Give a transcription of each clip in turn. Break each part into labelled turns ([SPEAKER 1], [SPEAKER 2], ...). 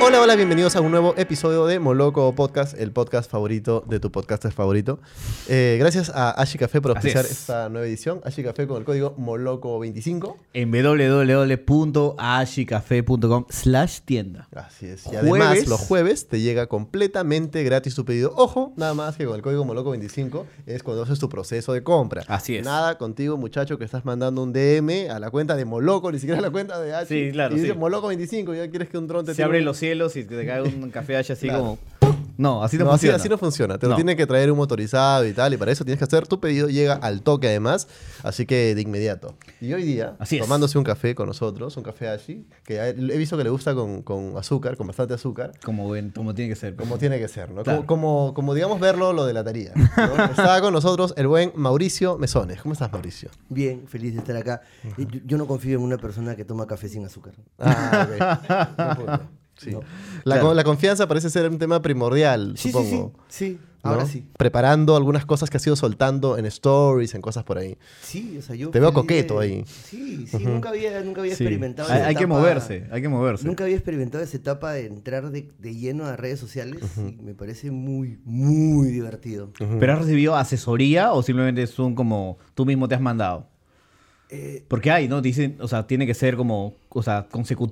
[SPEAKER 1] Hola, hola, bienvenidos a un nuevo episodio de Moloco Podcast, el podcast favorito de tu podcaster favorito. Eh, gracias a Ashi Café por
[SPEAKER 2] Así
[SPEAKER 1] auspiciar
[SPEAKER 2] es.
[SPEAKER 1] esta nueva edición. Ashi Café con el código Moloco25.
[SPEAKER 2] En www.ashicafé.com slash tienda.
[SPEAKER 1] Así es. Y además,
[SPEAKER 2] Jueves.
[SPEAKER 1] los jueves te llega completamente gratis tu pedido. Ojo, nada más que con el código Moloco25 es cuando haces tu proceso de compra.
[SPEAKER 2] Así es.
[SPEAKER 1] Nada contigo, muchacho, que estás mandando un DM a la cuenta de Moloco, ni siquiera a la cuenta de Ashi.
[SPEAKER 3] Sí, claro,
[SPEAKER 1] Y dices
[SPEAKER 3] sí.
[SPEAKER 1] Moloco25, ya quieres que un dron te
[SPEAKER 3] Se
[SPEAKER 1] tire
[SPEAKER 3] abren
[SPEAKER 1] un-
[SPEAKER 3] los cielos y te cae un café hacha así como.
[SPEAKER 1] Claro.
[SPEAKER 2] No, así no,
[SPEAKER 1] no, así,
[SPEAKER 2] funciona.
[SPEAKER 1] así no funciona. Te lo
[SPEAKER 2] No.
[SPEAKER 1] tiene que traer un motorizado y tal. Y para eso tienes que hacer tu pedido. Llega al toque además. Así que de inmediato. Y hoy día,
[SPEAKER 2] Así es.
[SPEAKER 1] tomándose un café con nosotros, un café Ashi, que a él- he visto que le gusta con, con azúcar, con bastante azúcar.
[SPEAKER 2] Como, buen- como tiene que ser.
[SPEAKER 1] Como tiene que ser, ¿no?
[SPEAKER 2] Claro.
[SPEAKER 1] Como, como, como, digamos verlo lo delataría. ¿no? Está con nosotros el buen Mauricio Mesones. ¿Cómo estás, Mauricio?
[SPEAKER 4] Bien, feliz de estar acá. Eh, Yo, yo no confío en una persona que toma café sin azúcar.
[SPEAKER 1] Ah, ok. Buen punto. Sí. La, co- la confianza parece ser un tema primordial, supongo.
[SPEAKER 4] sí, sí.
[SPEAKER 1] ¿no?
[SPEAKER 4] Ahora sí.
[SPEAKER 1] Preparando algunas cosas que has ido soltando en stories, en cosas por ahí.
[SPEAKER 4] Sí, o sea, yo
[SPEAKER 1] Te veo
[SPEAKER 4] feliz
[SPEAKER 1] coqueto
[SPEAKER 4] de-
[SPEAKER 1] ahí.
[SPEAKER 4] Sí, sí, nunca había, nunca había
[SPEAKER 2] Sí.
[SPEAKER 4] experimentado.
[SPEAKER 2] Hay,
[SPEAKER 4] esa
[SPEAKER 2] hay que
[SPEAKER 4] etapa-
[SPEAKER 2] moverse, hay que moverse.
[SPEAKER 4] Nunca había experimentado esa etapa de entrar de, de lleno a redes sociales y me parece muy, muy divertido.
[SPEAKER 2] ¿Pero has recibido asesoría o simplemente es un como tú mismo te has mandado?
[SPEAKER 4] Eh,
[SPEAKER 2] Porque hay, ¿no? Dicen, o sea, tiene que ser como, o sea,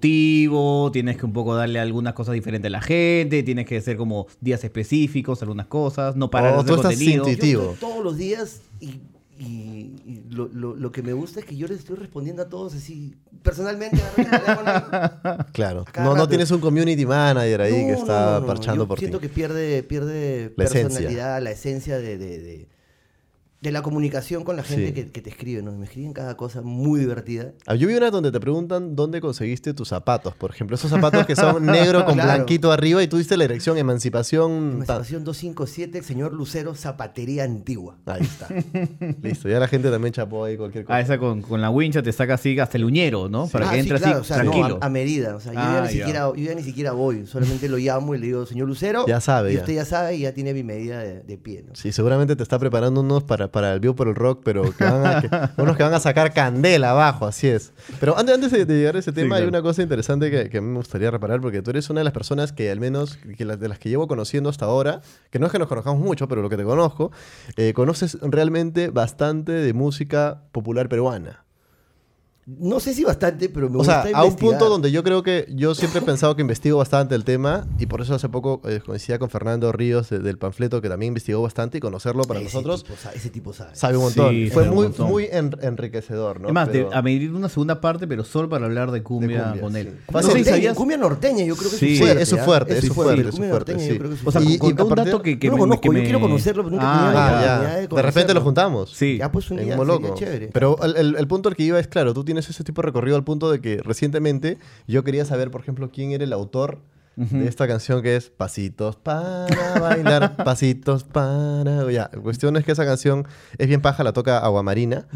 [SPEAKER 2] consecutivo, tienes que un poco darle algunas cosas diferentes a la gente, tienes que ser como días específicos, algunas cosas, no parar
[SPEAKER 1] Oh,
[SPEAKER 2] de
[SPEAKER 1] tú
[SPEAKER 2] hacer
[SPEAKER 1] estás
[SPEAKER 2] contenido.
[SPEAKER 1] sin
[SPEAKER 4] yo
[SPEAKER 1] ti- Positivo.
[SPEAKER 4] estoy todos los días y, y- y lo, lo- lo que me gusta es que yo les estoy respondiendo a todos así. Personalmente, agarro el teléfono y-
[SPEAKER 1] Claro.
[SPEAKER 4] A cada
[SPEAKER 1] No, no
[SPEAKER 4] rato.
[SPEAKER 1] tienes un community manager ahí
[SPEAKER 4] No,
[SPEAKER 1] que
[SPEAKER 4] no,
[SPEAKER 1] está
[SPEAKER 4] no, no,
[SPEAKER 1] parchando
[SPEAKER 4] yo
[SPEAKER 1] por ti.
[SPEAKER 4] Siento que pierde, pierde
[SPEAKER 1] La esencia.
[SPEAKER 4] personalidad, la esencia de, de, de- de la comunicación con la gente
[SPEAKER 1] Sí.
[SPEAKER 4] que, que te escribe, ¿no? Me escriben cada cosa muy divertida.
[SPEAKER 1] Ah, Yo vi una donde te preguntan dónde conseguiste tus zapatos, por ejemplo. Esos zapatos que son negro con
[SPEAKER 4] Claro.
[SPEAKER 1] blanquito arriba y tú diste la dirección Emancipación. Mm, ta-
[SPEAKER 4] Emancipación 257, señor Lucero, zapatería antigua.
[SPEAKER 1] Ahí está. Listo. Ya la gente también chapó ahí cualquier cosa.
[SPEAKER 2] Ah, esa con, con la wincha te saca así hasta el uñero, ¿no? Para
[SPEAKER 4] Ah,
[SPEAKER 2] que
[SPEAKER 4] sí,
[SPEAKER 2] entre
[SPEAKER 4] claro,
[SPEAKER 2] así
[SPEAKER 4] o sea, no,
[SPEAKER 2] tranquilo.
[SPEAKER 4] a, a medida. O sea, yo,
[SPEAKER 2] Ah,
[SPEAKER 4] ya ni
[SPEAKER 2] ya.
[SPEAKER 4] siquiera, yo ya ni siquiera voy. Solamente lo llamo y le digo, señor Lucero.
[SPEAKER 1] Ya sabe,
[SPEAKER 4] Y
[SPEAKER 1] ya.
[SPEAKER 4] usted ya sabe y ya tiene mi medida de, de pie, ¿no?
[SPEAKER 1] Sí, seguramente te está preparando unos para, para el View por el Rock, pero que van a- que- unos que van a sacar candela abajo, así es. Pero antes, antes de, de llegar a ese tema, hay
[SPEAKER 2] claro.
[SPEAKER 1] una cosa interesante que, que a mí me gustaría reparar, porque tú eres una de las personas que, al menos, que las- de las que llevo conociendo hasta ahora, que no es que nos conozcamos mucho, pero lo que te conozco, eh, conoces realmente bastante de música popular peruana.
[SPEAKER 4] No sé si bastante, pero me
[SPEAKER 1] O
[SPEAKER 4] gusta
[SPEAKER 1] sea, a un
[SPEAKER 4] investigar.
[SPEAKER 1] punto donde yo creo que yo siempre he pensado que investigo bastante el tema y por eso hace poco eh, coincidía con Fernando Ríos de- del panfleto que también investigó bastante y conocerlo para
[SPEAKER 4] Ese
[SPEAKER 1] nosotros
[SPEAKER 4] tipo sa- ese tipo sabe.
[SPEAKER 1] Sabe un montón.
[SPEAKER 2] Sí,
[SPEAKER 1] Fue
[SPEAKER 2] sabe un
[SPEAKER 1] muy,
[SPEAKER 2] montón.
[SPEAKER 1] muy en- enriquecedor, ¿no?
[SPEAKER 2] es más,
[SPEAKER 1] Pero-
[SPEAKER 2] de- a medir una segunda parte, pero solo para hablar de cumbia,
[SPEAKER 1] cumbia,
[SPEAKER 2] con él.
[SPEAKER 1] sí.
[SPEAKER 2] No
[SPEAKER 1] Norteño,
[SPEAKER 2] sé si sabías-
[SPEAKER 4] cumbia norteña, yo creo que
[SPEAKER 2] Sí,
[SPEAKER 4] es su fuerte.
[SPEAKER 1] eso es
[SPEAKER 4] ¿ah?
[SPEAKER 1] fuerte, eso
[SPEAKER 4] su
[SPEAKER 1] es fuerte, eso es
[SPEAKER 4] Cumbia
[SPEAKER 1] fuerte,
[SPEAKER 4] norteña
[SPEAKER 1] sí.
[SPEAKER 4] yo creo que es su
[SPEAKER 2] O sea,
[SPEAKER 1] Y-
[SPEAKER 4] fuerte.
[SPEAKER 1] y
[SPEAKER 2] con, con un
[SPEAKER 1] aparte-
[SPEAKER 2] dato que, que
[SPEAKER 4] no lo
[SPEAKER 2] me-
[SPEAKER 4] conozco,
[SPEAKER 2] que
[SPEAKER 4] yo
[SPEAKER 2] me-
[SPEAKER 4] quiero conocerlo, pero nunca he
[SPEAKER 2] Ah,
[SPEAKER 4] tenido la
[SPEAKER 1] Ah, ya.
[SPEAKER 4] oportunidad de
[SPEAKER 1] De repente
[SPEAKER 4] conocerlo.
[SPEAKER 1] lo juntamos.
[SPEAKER 2] Sí.
[SPEAKER 4] Ya pues un
[SPEAKER 1] En
[SPEAKER 4] día
[SPEAKER 1] Moloco.
[SPEAKER 4] sería chévere.
[SPEAKER 1] Pero el, el- el punto al que iba es claro, tú tienes ese tipo de recorrido al punto de que recientemente yo quería saber, por ejemplo, quién era el autor de esta canción que es Pasitos para bailar, pasitos para. Ya, la cuestión es que esa canción es bien paja, la toca Aguamarina.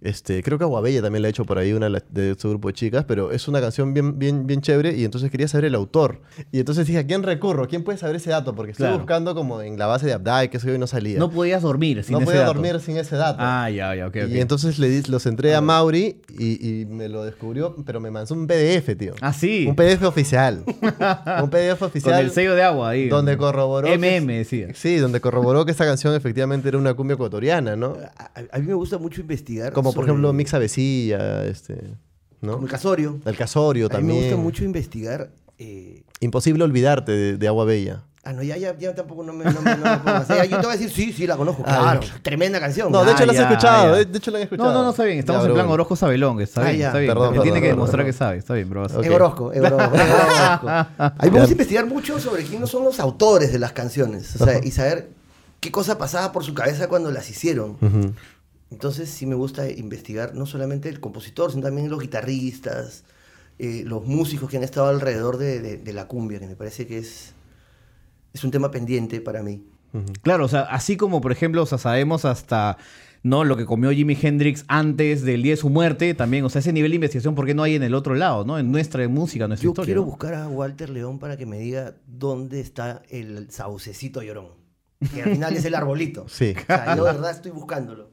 [SPEAKER 1] este, creo que Aguabella también la ha hecho por ahí, una de la- de su grupo de chicas, pero es una canción bien, bien, bien chévere y entonces quería saber el autor. Y entonces dije, ¿a quién recurro? ¿Quién puede saber ese dato? Porque estoy
[SPEAKER 2] Claro.
[SPEAKER 1] buscando como en la base de Abdai, que eso yo y no salía
[SPEAKER 2] no podías dormir sin
[SPEAKER 1] no
[SPEAKER 2] ese
[SPEAKER 1] podía
[SPEAKER 2] dato.
[SPEAKER 1] dormir sin ese dato.
[SPEAKER 2] Ah, ya, ya, ok, ok.
[SPEAKER 1] Y entonces le di- los entré a Mauri y, y me lo descubrió, pero me mandó un PDF, tío.
[SPEAKER 2] ah, sí.
[SPEAKER 1] Un PDF oficial. un PDF
[SPEAKER 2] Con
[SPEAKER 1] oficial.
[SPEAKER 2] el sello de agua ahí.
[SPEAKER 1] donde corroboró. que-
[SPEAKER 2] MM decía.
[SPEAKER 1] Sí, donde corroboró que esta canción efectivamente era una cumbia ecuatoriana, ¿no?
[SPEAKER 4] A, a- a mí me gusta mucho investigar.
[SPEAKER 1] Como por
[SPEAKER 4] sobre-
[SPEAKER 1] ejemplo Mixa Vecilla, este. ¿no?
[SPEAKER 4] Como el casorio.
[SPEAKER 1] El Casorio
[SPEAKER 4] A mí me
[SPEAKER 1] también.
[SPEAKER 4] gusta mucho investigar. eh,
[SPEAKER 1] Imposible olvidarte de, de Agua Bella.
[SPEAKER 4] Ah, no, ya, ya, ya tampoco no me, no me, no me pongo así. Ah, Yo te voy a decir, sí, sí, la conozco. Claro, tremenda canción.
[SPEAKER 1] Ah, No, de
[SPEAKER 2] Ah,
[SPEAKER 1] hecho la has
[SPEAKER 2] ya,
[SPEAKER 1] escuchado. eh,
[SPEAKER 2] ya.
[SPEAKER 1] De, de hecho la han escuchado.
[SPEAKER 2] No, no, no, está bien. Estamos
[SPEAKER 1] Ya,
[SPEAKER 2] en
[SPEAKER 1] bro,
[SPEAKER 2] plan
[SPEAKER 1] bueno.
[SPEAKER 2] Orozco Sabelón. que Está
[SPEAKER 4] Ah,
[SPEAKER 2] bien,
[SPEAKER 4] ya.
[SPEAKER 2] está bien.
[SPEAKER 1] Perdón,
[SPEAKER 2] Él
[SPEAKER 1] perdón,
[SPEAKER 2] tiene que
[SPEAKER 1] perdón,
[SPEAKER 2] demostrar
[SPEAKER 1] perdón.
[SPEAKER 2] que sabe. Está bien, bro. Ah.
[SPEAKER 1] Ok.
[SPEAKER 4] Ah, Es Orozco, es Orozco, es Orozco. Ahí
[SPEAKER 1] Ya.
[SPEAKER 4] vamos a investigar mucho sobre quiénes son los autores de las canciones. O sea, y saber qué cosa pasaba por su cabeza cuando las hicieron.
[SPEAKER 1] Ujú.
[SPEAKER 4] Entonces sí me gusta investigar no solamente el compositor, sino también los guitarristas, eh, los músicos que han estado alrededor de, de- de la cumbia, que me parece que es, es un tema pendiente para mí.
[SPEAKER 2] Claro, o sea, así como por ejemplo, o sea, sabemos hasta no lo que comió Jimi Hendrix antes del día de su muerte, también, o sea, ese nivel de investigación, ¿por qué no hay en el otro lado, no? En nuestra música, en nuestra
[SPEAKER 4] Yo
[SPEAKER 2] historia.
[SPEAKER 4] quiero
[SPEAKER 2] ¿no?
[SPEAKER 4] buscar a Walter León para que me diga dónde está el saucecito llorón. Que al final es el arbolito.
[SPEAKER 1] Sí.
[SPEAKER 4] O sea, yo de verdad estoy buscándolo.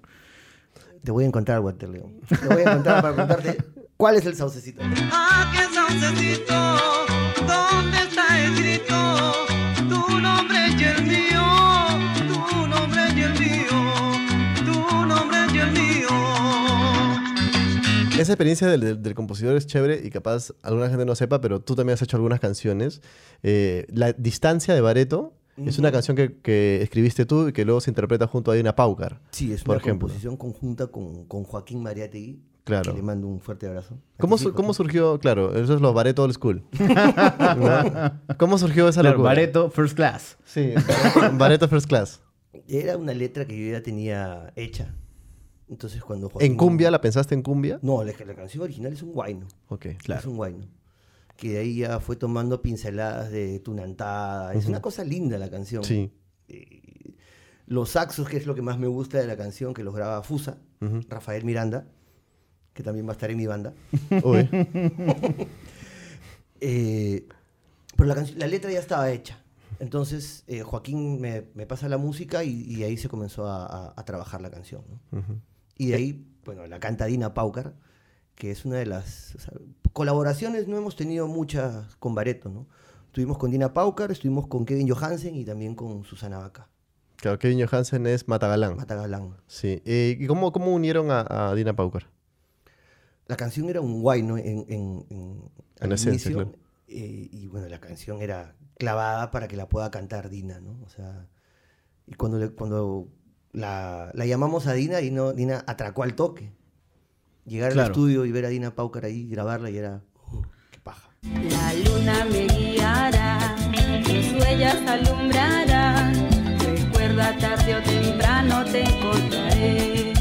[SPEAKER 4] Te voy a encontrar, Walter León. Te voy a encontrar para contarte cuál es el saucecito.
[SPEAKER 5] Ah, qué saucecito, ¿dónde está el
[SPEAKER 1] esa experiencia del, del- del compositor es chévere y capaz alguna gente no sepa, pero tú también has hecho algunas canciones. Eh, la distancia de Bareto es una canción que, que escribiste tú y que luego se interpreta junto a Dina Paucar.
[SPEAKER 4] Sí, es
[SPEAKER 1] Por
[SPEAKER 4] una
[SPEAKER 1] ejemplo.
[SPEAKER 4] composición conjunta con, con Joaquín Mariategui.
[SPEAKER 1] Claro.
[SPEAKER 4] Que le mando un fuerte abrazo. ¿A que
[SPEAKER 1] ¿Cómo,
[SPEAKER 4] sí,
[SPEAKER 1] su-
[SPEAKER 4] Joaquín?
[SPEAKER 1] cómo surgió? Claro, eso es los Bareto Old School. ¿No? ¿Cómo surgió esa
[SPEAKER 2] Claro,
[SPEAKER 1] locura?
[SPEAKER 2] Bareto, first class.
[SPEAKER 1] Sí, Bareto- Bareto First Class.
[SPEAKER 4] Era una letra que yo ya tenía hecha. Entonces cuando Joaquín-
[SPEAKER 1] ¿En cumbia? ¿La pensaste en cumbia?
[SPEAKER 4] No, la, la canción original es un guayno.
[SPEAKER 1] Ok.
[SPEAKER 4] Es un guayno. Que de ahí ya fue tomando pinceladas de tunantada. Es una cosa linda la canción.
[SPEAKER 1] Sí.
[SPEAKER 4] Eh, los saxos, que es lo que más me gusta de la canción, que los graba Fusa, Rafael Miranda, que también va a estar en mi banda.
[SPEAKER 1] Uy.
[SPEAKER 4] Eh, pero la, canc- la letra ya estaba hecha. Entonces eh, Joaquín me, me pasa la música y, y ahí se comenzó a, a- a trabajar la canción. ¿no? Y de ahí, bueno, la cantadina Paucar, que es una de las o sea, colaboraciones, no hemos tenido muchas con Bareto, ¿no? Estuvimos con Dina Paucar, estuvimos con Kevin Johansen y también con Susana Vaca,
[SPEAKER 1] Claro, Kevin Johansen es Matagalán.
[SPEAKER 4] Matagalán.
[SPEAKER 1] Sí. Eh, ¿Y cómo, cómo unieron a, a Dina Paucar?
[SPEAKER 4] La canción era un guay, ¿no? En, en, en, al
[SPEAKER 1] esencia,
[SPEAKER 4] inicio,
[SPEAKER 1] claro.
[SPEAKER 4] eh, y bueno, la canción era clavada para que la pueda cantar Dina, ¿no? O sea, y cuando, le- cuando la, la llamamos a Dina, y no, Dina atracó al toque. Llegar
[SPEAKER 2] Claro.
[SPEAKER 4] al estudio y ver a Dina Paucar ahí grabarla y era, "Oh, qué paja.
[SPEAKER 5] La luna me guiará, tus huellas alumbrará. Recuerda tarde o temprano te encontraré.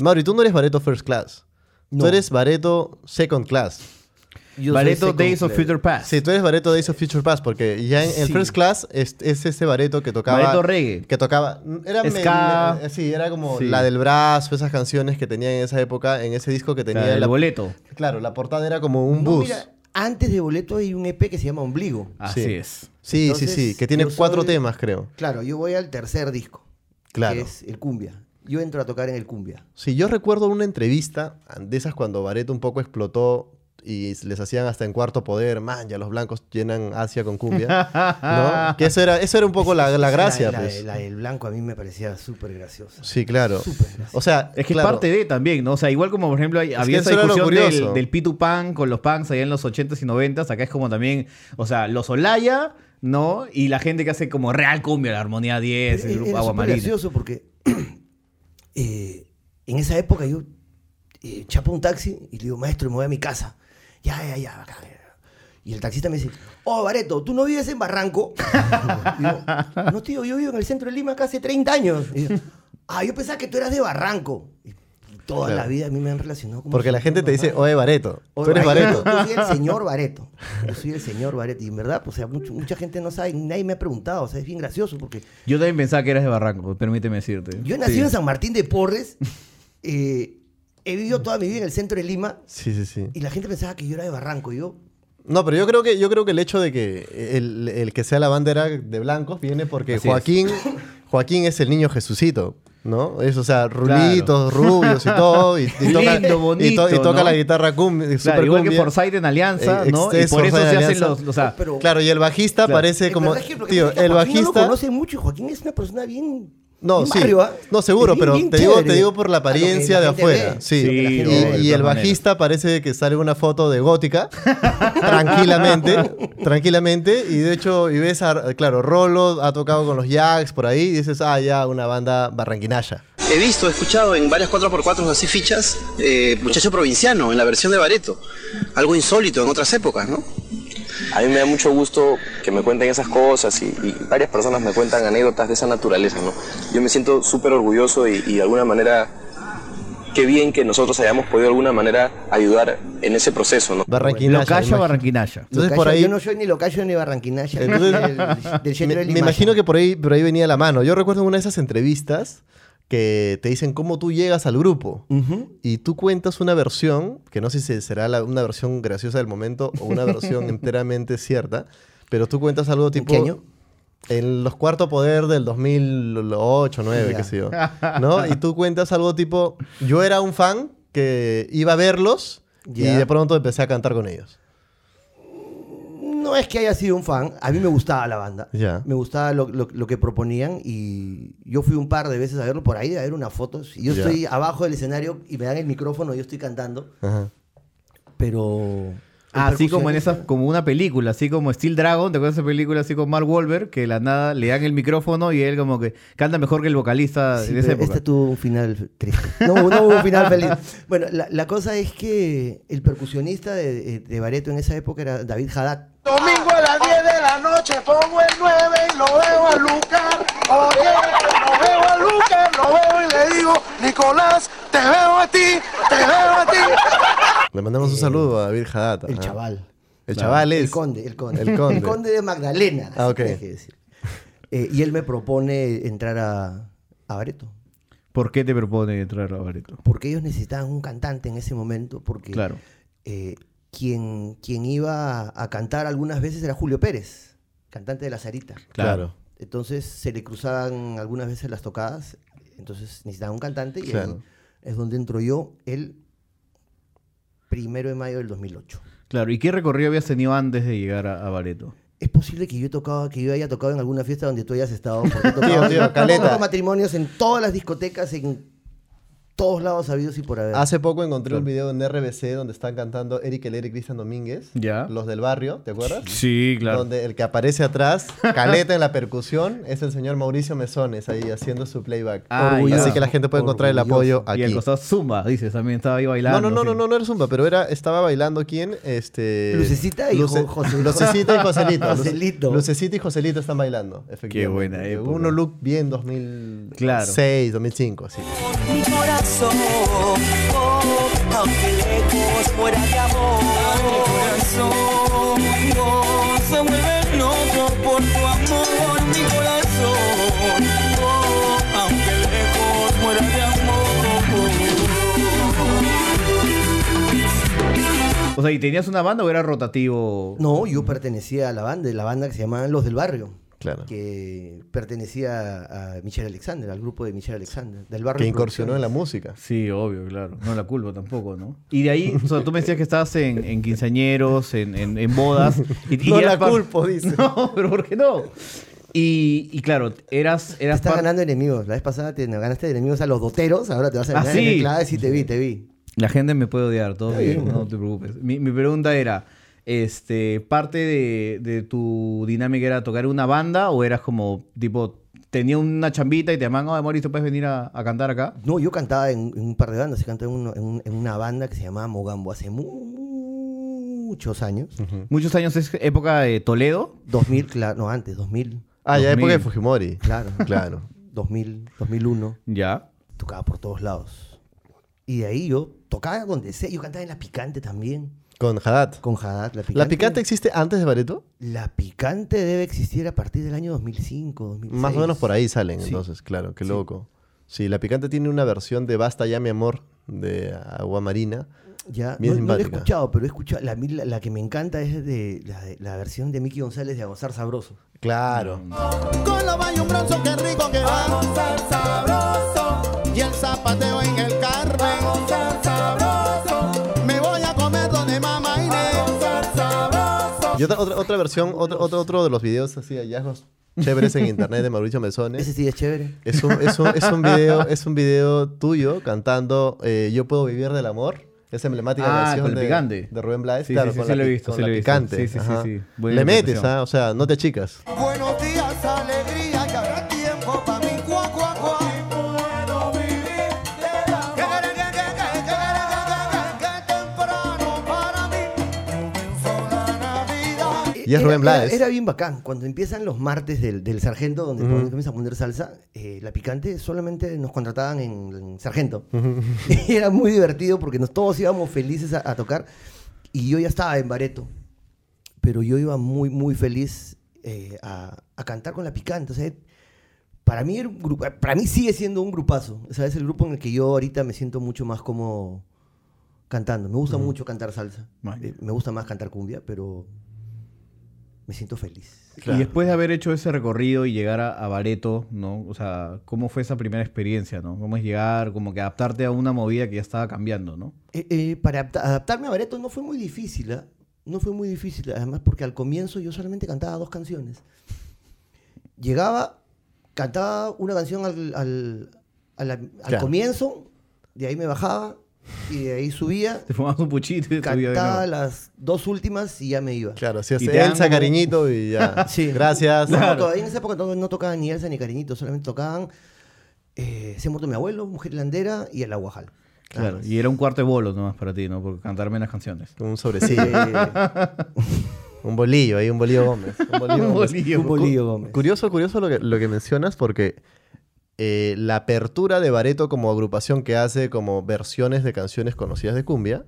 [SPEAKER 1] Mauri, tú no eres Bareto First Class. Tú
[SPEAKER 4] No.
[SPEAKER 1] eres Bareto Second Class.
[SPEAKER 4] Yo soy
[SPEAKER 2] Bareto
[SPEAKER 4] second
[SPEAKER 2] Days of
[SPEAKER 4] player.
[SPEAKER 2] Future Past.
[SPEAKER 1] Sí, tú eres Bareto Days of Future Past, porque ya en, en
[SPEAKER 4] Sí.
[SPEAKER 1] First Class es, es ese Bareto que tocaba.
[SPEAKER 2] Bareto reggae.
[SPEAKER 1] Que tocaba. Era me-
[SPEAKER 2] Ska.
[SPEAKER 1] me- sí, era como
[SPEAKER 2] Sí.
[SPEAKER 1] la del brazo, esas canciones que tenía en esa época, en ese disco que
[SPEAKER 2] O
[SPEAKER 1] tenía.
[SPEAKER 2] sea, el
[SPEAKER 1] la-
[SPEAKER 2] boleto.
[SPEAKER 1] Claro, la portada era como un
[SPEAKER 4] No,
[SPEAKER 1] bus.
[SPEAKER 4] mira, antes de Boleto hay un EP que se llama Ombligo.
[SPEAKER 2] Así
[SPEAKER 1] Sí.
[SPEAKER 2] es.
[SPEAKER 1] Sí, sí, sí,
[SPEAKER 4] Entonces,
[SPEAKER 1] que tiene
[SPEAKER 4] yo soy-
[SPEAKER 1] cuatro temas, creo.
[SPEAKER 4] Claro, yo voy al tercer disco,
[SPEAKER 1] Claro.
[SPEAKER 4] que es el cumbia. Yo entro a tocar en el cumbia.
[SPEAKER 1] Sí, yo recuerdo una entrevista de esas cuando Bareto un poco explotó y les hacían hasta en cuarto poder, man, ya los blancos llenan Asia con cumbia.
[SPEAKER 2] Ah.
[SPEAKER 1] ¿no? Que eso era, eso era un poco la, la gracia,
[SPEAKER 4] La,
[SPEAKER 1] pues.
[SPEAKER 4] la del blanco a mí me parecía súper graciosa.
[SPEAKER 1] Sí, claro.
[SPEAKER 4] Súper graciosa.
[SPEAKER 1] O sea,
[SPEAKER 2] Es que
[SPEAKER 1] claro,
[SPEAKER 2] es parte de también, ¿no? O sea, igual como por ejemplo hay- había
[SPEAKER 1] que
[SPEAKER 2] esa
[SPEAKER 1] eso era lo
[SPEAKER 2] discusión
[SPEAKER 1] curioso.
[SPEAKER 2] del, del P2Pan con los punks allá en los 80s y 90s, acá es como también, o sea, los Olaya, ¿no? Y la gente que hace como Real Cumbia, la Armonía 10,
[SPEAKER 4] Era-
[SPEAKER 2] el grupo
[SPEAKER 4] era
[SPEAKER 2] Agua
[SPEAKER 4] súper
[SPEAKER 2] Marina.
[SPEAKER 4] gracioso porque eh, en esa época yo eh, chapo un taxi y le digo, maestro, me voy a mi casa. Ya, ya, ya. acá, ya. Y el taxista me dice, oh, Bareto, ¿tú no vives en Barranco? Y digo, no, tío, yo vivo en el centro de Lima acá hace 30 años. Y yo, ah, yo pensaba que tú eras de Barranco. Y toda
[SPEAKER 1] Claro.
[SPEAKER 4] la vida a mí me han relacionado con
[SPEAKER 1] porque la gente te dice, oye, Bareto,
[SPEAKER 4] Oye,
[SPEAKER 1] tú eres
[SPEAKER 4] ay,
[SPEAKER 1] Bareto.
[SPEAKER 4] Yo, yo soy el señor Bareto. Yo soy el señor Bareto. Y en verdad, pues, o sea, mucho- mucha gente no sabe, nadie me ha preguntado. O sea, es bien gracioso porque
[SPEAKER 2] Yo también pensaba que eras de Barranco, pues, permíteme decirte.
[SPEAKER 4] yo he nacido
[SPEAKER 2] Sí.
[SPEAKER 4] en San Martín de Porres. eh, he vivido toda mi vida en el centro de Lima.
[SPEAKER 1] Sí, sí, sí.
[SPEAKER 4] Y la gente pensaba que yo era de Barranco. Y yo,
[SPEAKER 1] No, pero yo creo que yo creo que el hecho de que el, el que sea la bandera de blancos viene porque
[SPEAKER 2] Así es.
[SPEAKER 1] Joaquín Joaquín es el niño Jesucito, ¿no? Es, o sea, rulitos, rubios y todo y, y toca,
[SPEAKER 2] Lindo, bonito,
[SPEAKER 1] y to- y toca
[SPEAKER 2] ¿no?
[SPEAKER 1] la guitarra cumbia,
[SPEAKER 2] Claro,
[SPEAKER 1] super
[SPEAKER 2] igual que
[SPEAKER 1] cumbia.
[SPEAKER 2] Forsyth en Alianza,
[SPEAKER 1] Eh,
[SPEAKER 2] ¿no? Y
[SPEAKER 1] Exces,
[SPEAKER 2] por eso
[SPEAKER 1] Forsyth
[SPEAKER 2] se
[SPEAKER 1] en
[SPEAKER 2] hacen
[SPEAKER 1] Alianza.
[SPEAKER 2] los, o sea,
[SPEAKER 4] pero-
[SPEAKER 1] Claro, y el bajista
[SPEAKER 2] Claro.
[SPEAKER 1] parece
[SPEAKER 4] en
[SPEAKER 1] como
[SPEAKER 4] verdad es que lo que
[SPEAKER 1] tío,
[SPEAKER 4] pasa es que
[SPEAKER 1] el
[SPEAKER 4] a Joaquín
[SPEAKER 1] bajista
[SPEAKER 4] No lo conoce mucho. Joaquín es una persona bien.
[SPEAKER 1] no,
[SPEAKER 4] bien
[SPEAKER 1] sí.
[SPEAKER 4] barrio, ¿ah?
[SPEAKER 1] No,
[SPEAKER 4] Es
[SPEAKER 1] seguro,
[SPEAKER 4] bien-
[SPEAKER 1] pero
[SPEAKER 4] bien
[SPEAKER 1] te digo, te
[SPEAKER 4] chévere.
[SPEAKER 1] digo por la
[SPEAKER 4] A lo que
[SPEAKER 1] apariencia
[SPEAKER 4] la
[SPEAKER 1] de
[SPEAKER 4] gente
[SPEAKER 1] afuera.
[SPEAKER 4] ve.
[SPEAKER 1] Sí. Y-
[SPEAKER 2] Sí, obvio, de
[SPEAKER 1] y,
[SPEAKER 2] todas
[SPEAKER 1] el bajista parece que sale una foto de gótica tranquilamente, tranquilamente. Y de hecho, y ves a, claro, Rolo ha tocado con los Jags por ahí y dices, ah, ya, una banda barranquinaya.
[SPEAKER 6] He visto, he escuchado en varias 4x4 así fichas, eh, muchacho provinciano, en la versión de Bareto. Algo insólito en otras épocas, ¿no?
[SPEAKER 7] A mí me da mucho gusto que me cuenten esas cosas y, y varias personas me cuentan anécdotas de esa naturaleza, ¿no? Yo me siento súper orgulloso y, y de alguna manera, qué bien que nosotros hayamos podido de alguna manera ayudar en ese proceso, ¿no?
[SPEAKER 1] Barranquinaya.
[SPEAKER 2] Locaya,
[SPEAKER 1] imagino.
[SPEAKER 2] Barranquinaya.
[SPEAKER 1] Entonces,
[SPEAKER 4] Locayo-
[SPEAKER 1] por ahí-
[SPEAKER 4] Yo no soy ni locayo ni barranquinaya.
[SPEAKER 1] Entonces,
[SPEAKER 4] del, del centro
[SPEAKER 1] me,
[SPEAKER 4] de
[SPEAKER 1] me
[SPEAKER 4] Lima.
[SPEAKER 1] imagino que por ahí, por ahí venía la mano. Yo recuerdo en una de esas entrevistas que te dicen cómo tú llegas al grupo. Y tú cuentas una versión, que no sé si será la- una versión graciosa del momento o una versión enteramente cierta, pero tú cuentas algo tipo...
[SPEAKER 4] qué año?
[SPEAKER 1] En los cuartos poder del 2008, 9,
[SPEAKER 4] Ya.
[SPEAKER 1] qué sé yo. ¿No? Y tú cuentas algo tipo, yo era un fan que iba a verlos y
[SPEAKER 4] Ya.
[SPEAKER 1] de pronto empecé a cantar con ellos.
[SPEAKER 4] No no es que haya sido un fan, a mí me gustaba la banda.
[SPEAKER 1] Ya.
[SPEAKER 4] Me gustaba lo, lo- lo que proponían y yo fui un par de veces a verlo por ahí, a ver unas fotos. Y yo
[SPEAKER 1] Ya.
[SPEAKER 4] estoy abajo del escenario y me dan el micrófono, yo estoy cantando,
[SPEAKER 1] Ajá.
[SPEAKER 4] pero... el
[SPEAKER 2] Ah, Así como en esa,
[SPEAKER 4] percusionista-
[SPEAKER 2] como una película, así como Steel Dragon, ¿te acuerdas de esa película así con Mark Wahlberg? Que de la nada le dan el micrófono y él como que canta mejor que el vocalista
[SPEAKER 4] Sí,
[SPEAKER 2] de esa
[SPEAKER 4] pero
[SPEAKER 2] época.
[SPEAKER 4] este tuvo un final triste. No, no hubo un final feliz. Bueno, la, la cosa es que el percusionista de, de, de Bareto en esa época era David Haddad.
[SPEAKER 8] Domingo a las 10 de la noche pongo el 9 y lo veo a Lucar. Oye, lo veo a Lucar, lo veo y le digo, Nicolás, te veo a ti, te veo a ti.
[SPEAKER 1] Le mandamos un saludo a David Haddad.
[SPEAKER 4] El
[SPEAKER 1] ajá.
[SPEAKER 4] chaval.
[SPEAKER 1] El chaval es.
[SPEAKER 4] El conde, el conde.
[SPEAKER 1] El conde.
[SPEAKER 4] de Magdalena.
[SPEAKER 1] Ah,
[SPEAKER 4] así
[SPEAKER 1] ok.
[SPEAKER 4] tenés que decir. Eh, y él me propone entrar a, a Bareto.
[SPEAKER 2] ¿Por qué te propone entrar a Bareto?
[SPEAKER 4] Porque ellos necesitaban un cantante en ese momento. Porque
[SPEAKER 2] Claro.
[SPEAKER 4] eh, quien, quien iba a cantar algunas veces era Julio Pérez, cantante de La Sarita.
[SPEAKER 1] Claro.
[SPEAKER 4] Entonces se le cruzaban algunas veces las tocadas. Entonces necesitaban un cantante. Y
[SPEAKER 1] Claro.
[SPEAKER 4] ahí es donde entro yo el primero de mayo del 2008.
[SPEAKER 2] Claro, ¿y qué recorrido habías tenido antes de llegar a, a Bareto?
[SPEAKER 4] Es posible que yo tocaba, que yo haya tocado en alguna fiesta donde tú hayas estado. Porque he tocado
[SPEAKER 1] Tío,
[SPEAKER 4] en
[SPEAKER 1] tío,
[SPEAKER 4] todos
[SPEAKER 1] caleta.
[SPEAKER 4] los matrimonios, en todas las discotecas, en todos lados habidos y por haber.
[SPEAKER 1] Hace poco encontré un video en RBC donde están cantando Eric Heller y Cristian Domínguez.
[SPEAKER 2] Ya.
[SPEAKER 1] Los del barrio, ¿te acuerdas?
[SPEAKER 2] Sí,
[SPEAKER 1] Donde el que aparece atrás, caleta en la percusión, es el señor Mauricio Mesones ahí haciendo su playback.
[SPEAKER 2] Ah,
[SPEAKER 1] Orgulloso. Así
[SPEAKER 2] ya.
[SPEAKER 1] que la gente puede encontrar el
[SPEAKER 4] Orgulloso.
[SPEAKER 1] apoyo aquí.
[SPEAKER 2] Y el costado Zumba, dices, también estaba ahí
[SPEAKER 1] No,
[SPEAKER 2] bailando.
[SPEAKER 1] no, no,
[SPEAKER 2] sí.
[SPEAKER 1] no, no, no era Zumba, pero era, estaba bailando quién, este...
[SPEAKER 4] Lucecita y Jo- José-
[SPEAKER 1] Lucecita y Joselito. Luce-
[SPEAKER 4] Joselito.
[SPEAKER 1] Lucecita y Joselito están bailando, efectivamente.
[SPEAKER 2] buena época.
[SPEAKER 1] Uno look bien 2006,
[SPEAKER 2] Claro.
[SPEAKER 1] 2005, sí.
[SPEAKER 9] mi corazón, oh, aunque lejos fuera de amor, mi corazón oh, se vuelve loco por tu amor, mi corazón, oh, aunque lejos fuera de amor.
[SPEAKER 2] O sea, ¿y tenías una banda o era rotativo?
[SPEAKER 4] No, yo pertenecía a la banda, la banda que se llamaba Los del Barrio.
[SPEAKER 1] Claro.
[SPEAKER 4] Que pertenecía a Michelle Alexander, al grupo de Michelle Alexander, del barrio.
[SPEAKER 1] Que incursionó en la música.
[SPEAKER 2] Sí, obvio, claro. No la culpa tampoco, ¿no? Y de ahí, o sea, tú me decías que estabas en, en quinceañeros, en, en- en bodas. Y, y
[SPEAKER 1] No
[SPEAKER 2] eras
[SPEAKER 1] la
[SPEAKER 2] par-
[SPEAKER 1] culpo, dice.
[SPEAKER 2] No, pero ¿por qué no? Y, y claro, eras...
[SPEAKER 4] Te
[SPEAKER 2] eras
[SPEAKER 4] estás
[SPEAKER 2] par-
[SPEAKER 4] ganando enemigos. La vez pasada te ganaste enemigos a los doteros, ahora te vas a
[SPEAKER 2] Ah,
[SPEAKER 4] ganar
[SPEAKER 2] sí.
[SPEAKER 4] en el clave. Sí, te vi, te vi.
[SPEAKER 2] La gente me puede odiar, todo bien, no te preocupes. Mi, mi pregunta era, este, ¿parte de, de tu dinámica era tocar una banda o eras como, tipo, tenía una chambita y te llamaban, oh, Mauricio, ¿puedes venir a, a cantar acá?
[SPEAKER 4] No, yo cantaba en, en un par de bandas. Yo cantaba en, uno- en un- en una banda que se llamaba Mogambo hace mu- muchos años.
[SPEAKER 2] Muchos años es época de Toledo.
[SPEAKER 4] 2000, claro, no, antes, 2000.
[SPEAKER 1] Ah, ya
[SPEAKER 2] 2000.
[SPEAKER 1] época de Fujimori.
[SPEAKER 4] Claro.
[SPEAKER 1] Claro.
[SPEAKER 4] 2000, 2001.
[SPEAKER 2] Ya.
[SPEAKER 4] Tocaba por todos lados. Y de ahí yo tocaba donde sea. Yo cantaba en La Picante también.
[SPEAKER 1] Con Haddad.
[SPEAKER 4] Con Haddad, La Picante.
[SPEAKER 1] ¿La picante existe antes de Bareto?
[SPEAKER 4] La Picante debe existir a partir del año 2005, 2006.
[SPEAKER 1] Más o menos por ahí salen,
[SPEAKER 4] Sí.
[SPEAKER 1] entonces, claro, qué loco. Sí, La Picante tiene una versión de Basta ya, mi amor, de Agua Marina.
[SPEAKER 4] Ya,
[SPEAKER 1] Bien
[SPEAKER 4] no, no la he
[SPEAKER 1] simpática.
[SPEAKER 4] escuchado, pero he escuchado. La, la, la que me encanta es de la, de- la versión de Mickey González de A Gozar Sabroso.
[SPEAKER 1] Claro.
[SPEAKER 8] Con la vaya un bronzo, qué rico que va. Vamos sabroso. Y el zapateo en el Carmen. Vamos sabroso. Me voy a comer donde mamá Inés.
[SPEAKER 1] Y otra, otra, otra versión, otro, otro, otro de los videos así, hallazgos chéveres en internet de Mauricio
[SPEAKER 4] Ese
[SPEAKER 1] Mesones.
[SPEAKER 4] sí es chévere.
[SPEAKER 1] Es un, es un, es un video, es un video tuyo cantando eh, Yo puedo vivir del amor. Esa emblemática
[SPEAKER 2] Ah,
[SPEAKER 1] versión
[SPEAKER 2] con el
[SPEAKER 1] de,
[SPEAKER 2] picante.
[SPEAKER 1] de Rubén Blades.
[SPEAKER 2] Sí, sí,
[SPEAKER 1] claro,
[SPEAKER 2] sí,
[SPEAKER 1] con
[SPEAKER 2] sí
[SPEAKER 1] la,
[SPEAKER 2] lo he
[SPEAKER 1] pi-
[SPEAKER 2] visto,
[SPEAKER 1] con
[SPEAKER 2] sí
[SPEAKER 1] la
[SPEAKER 2] lo he visto.
[SPEAKER 1] picante.
[SPEAKER 2] Sí, sí, sí,
[SPEAKER 1] ajá.
[SPEAKER 2] sí. Buena
[SPEAKER 1] Le metes,
[SPEAKER 2] interpretación.
[SPEAKER 1] ¿ah? o sea, no te chicas.
[SPEAKER 8] Buenos días, alegría, que habrá tiempo para mi cuá, cuá, cuá. puedo vivir de la que, que, que, que, que, que, que, que temprano para mí comenzó la Navidad.
[SPEAKER 1] Y es
[SPEAKER 4] Era-
[SPEAKER 1] Rubén Blades.
[SPEAKER 4] Era, era bien bacán. Cuando empiezan los martes del, del Sargento, donde ponen- comienza a poner salsa, eh, la picante solamente nos contrataban en, en Sargento. y era muy divertido porque nos, todos íbamos felices a, a tocar. Y yo ya estaba en Bareto. Pero yo iba muy, muy feliz eh, a, a cantar con la picante. O sea, para mí, era un grupo, para mí sigue siendo un grupazo. O sea, es el grupo en el que yo ahorita me siento mucho más como cantando. Me gusta mucho cantar salsa.
[SPEAKER 2] Man.
[SPEAKER 4] Eh, Me gusta más cantar cumbia, pero me siento feliz.
[SPEAKER 2] Y después de haber hecho ese recorrido y llegar a, a Bareto, ¿no? O sea, ¿cómo fue esa primera experiencia, no? ¿Cómo es llegar, como que adaptarte a una movida que ya estaba cambiando, no?
[SPEAKER 4] Eh, eh, para apta- adaptarme a Bareto no fue muy difícil, ¿ah? no fue muy difícil, además porque al comienzo yo solamente cantaba dos canciones. Llegaba, cantaba una canción al, al- a la- al
[SPEAKER 1] Claro.
[SPEAKER 4] comienzo, de ahí me bajaba y de ahí subía,
[SPEAKER 2] Te fumabas un puchito y te subías de
[SPEAKER 4] cantaba
[SPEAKER 2] nuevo.
[SPEAKER 4] las dos últimas y ya me iba.
[SPEAKER 1] Claro, si hace
[SPEAKER 2] Y te dan
[SPEAKER 1] Elsa
[SPEAKER 2] como-
[SPEAKER 1] cariñito y ya.
[SPEAKER 4] Sí.
[SPEAKER 1] Gracias.
[SPEAKER 4] No, todavía en esa época no, no tocaban ni Elsa ni Cariñito, solamente tocaban eh, Se ha muerto mi abuelo, Mujer Landera y El Aguajal.
[SPEAKER 2] Claro, y era un cuarto de bolos nomás para ti, ¿no? Por cantar menos canciones.
[SPEAKER 1] Con un
[SPEAKER 4] Sí.
[SPEAKER 1] sobrecillo. Un bolillo, ahí un bolillo Gómez. Un bolillo Gómez.
[SPEAKER 4] un bolillo, Gómez.
[SPEAKER 1] Curioso, curioso lo que, lo que mencionas porque eh, la apertura de Bareto como agrupación que hace como versiones de canciones conocidas de cumbia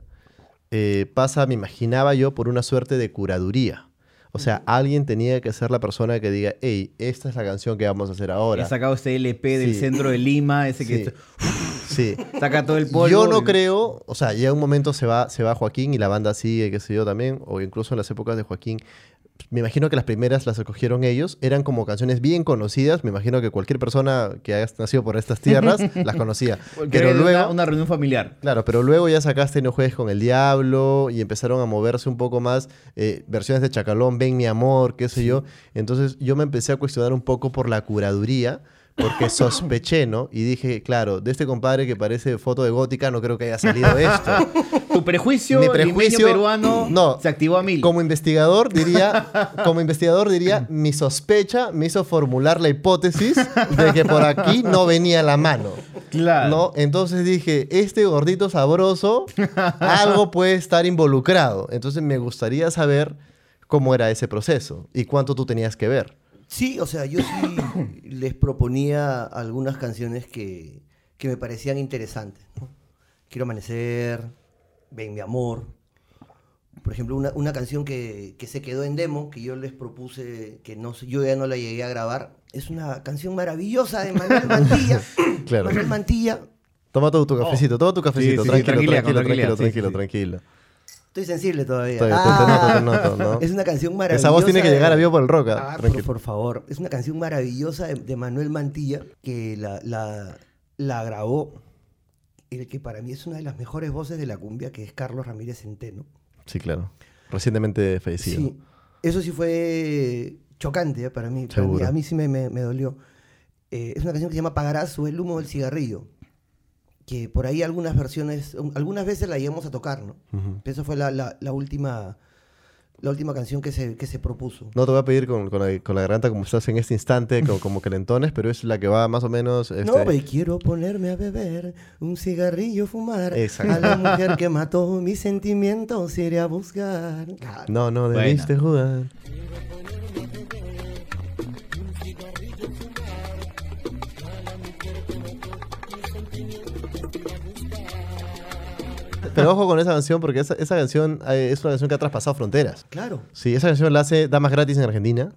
[SPEAKER 1] eh, pasa, me imaginaba yo, por una suerte de curaduría. O sea, alguien tenía que ser la persona que diga, hey, esta es la canción que vamos a hacer ahora.
[SPEAKER 2] He sacado este LP del
[SPEAKER 1] Sí.
[SPEAKER 2] centro de Lima, ese que
[SPEAKER 1] Sí. Sí.
[SPEAKER 2] saca todo el polvo.
[SPEAKER 1] Yo no
[SPEAKER 2] y-
[SPEAKER 1] creo, o sea, ya un momento se va, se va Joaquín y la banda sigue, qué sé yo también, o incluso en las épocas de Joaquín. Me imagino que las primeras las escogieron ellos, eran como canciones bien conocidas, me imagino que cualquier persona que haya nacido por estas tierras las conocía.
[SPEAKER 2] Creo
[SPEAKER 1] Pero
[SPEAKER 2] en
[SPEAKER 1] luego,
[SPEAKER 2] una, una reunión familiar.
[SPEAKER 1] claro, pero luego ya sacaste No juegues con el diablo y empezaron a moverse un poco más eh, versiones de Chacalón, Ven mi amor, qué sé yo. Entonces yo me empecé a cuestionar un poco por la curaduría. Porque sospeché, ¿no? Y dije, claro, de este compadre que parece foto de gótica, no creo que haya salido esto.
[SPEAKER 2] Tu prejuicio,
[SPEAKER 1] Mi
[SPEAKER 2] limeño
[SPEAKER 1] prejuicio-
[SPEAKER 2] peruano
[SPEAKER 1] no.
[SPEAKER 2] se activó a mil.
[SPEAKER 1] Como investigador diría, como investigador diría, mi sospecha me hizo formular la hipótesis de que por aquí no venía la mano.
[SPEAKER 2] Claro.
[SPEAKER 1] ¿No? Entonces dije, este gordito sabroso, algo puede estar involucrado. Entonces me gustaría saber cómo era ese proceso y cuánto tú tenías que ver.
[SPEAKER 4] Sí, o sea, yo sí les proponía algunas canciones que, que me parecían interesantes. ¿no? Quiero amanecer, Ven mi amor. Por ejemplo, una, una canción que, que se quedó en demo, que yo les propuse, que no, sé- yo ya no la llegué a grabar, es una canción maravillosa de Manuel Mantilla.
[SPEAKER 1] Claro.
[SPEAKER 4] Manuel Mantilla,
[SPEAKER 1] Toma todo tu cafecito, toma tu cafecito,
[SPEAKER 2] Oh. sí, sí,
[SPEAKER 1] tranquilo,
[SPEAKER 2] tranquila,
[SPEAKER 1] tranquilo,
[SPEAKER 2] tranquila,
[SPEAKER 1] tranquilo, tranquilo,
[SPEAKER 2] sí, sí.
[SPEAKER 1] tranquilo.
[SPEAKER 4] estoy sensible todavía.
[SPEAKER 1] Está bien, te- te noto, te noto, ¿no?
[SPEAKER 4] Eh, ah, Es una canción maravillosa.
[SPEAKER 1] Esa voz tiene que
[SPEAKER 4] de-
[SPEAKER 1] llegar a vivo por el roca.
[SPEAKER 4] Ah, por-
[SPEAKER 1] tranquilo.
[SPEAKER 4] por favor. Es una canción maravillosa de, de Manuel Mantilla que la, la, la grabó el que para mí es una de las mejores voces de la cumbia, que es Carlos Ramírez Centeno.
[SPEAKER 1] Sí, claro. Recientemente fallecido.
[SPEAKER 4] Eso sí fue chocante ¿eh? para mí. Para mí-
[SPEAKER 1] Seguro.
[SPEAKER 4] a mí sí me, me- me dolió. Eh, es una canción que se llama Pagarás o el humo del cigarrillo. Que por ahí algunas versiones, un- algunas veces la íbamos a tocar, ¿no? Esa fue la, la- la última la última canción que se, que se propuso.
[SPEAKER 1] No te voy a pedir con, con la, con la garganta como estás en este instante, co- como, calentones, pero es la que va más o menos. Este,
[SPEAKER 4] No, ve, quiero ponerme a beber, un cigarrillo fumar.
[SPEAKER 1] Exacto.
[SPEAKER 4] A la mujer que mató mis sentimientos iré a buscar. Ah,
[SPEAKER 1] no, no, debiste jugar. Pero ojo con esa canción, porque esa, esa canción eh, es una canción que ha traspasado fronteras.
[SPEAKER 4] Claro.
[SPEAKER 1] Sí, esa canción la hace Damas Gratis en Argentina.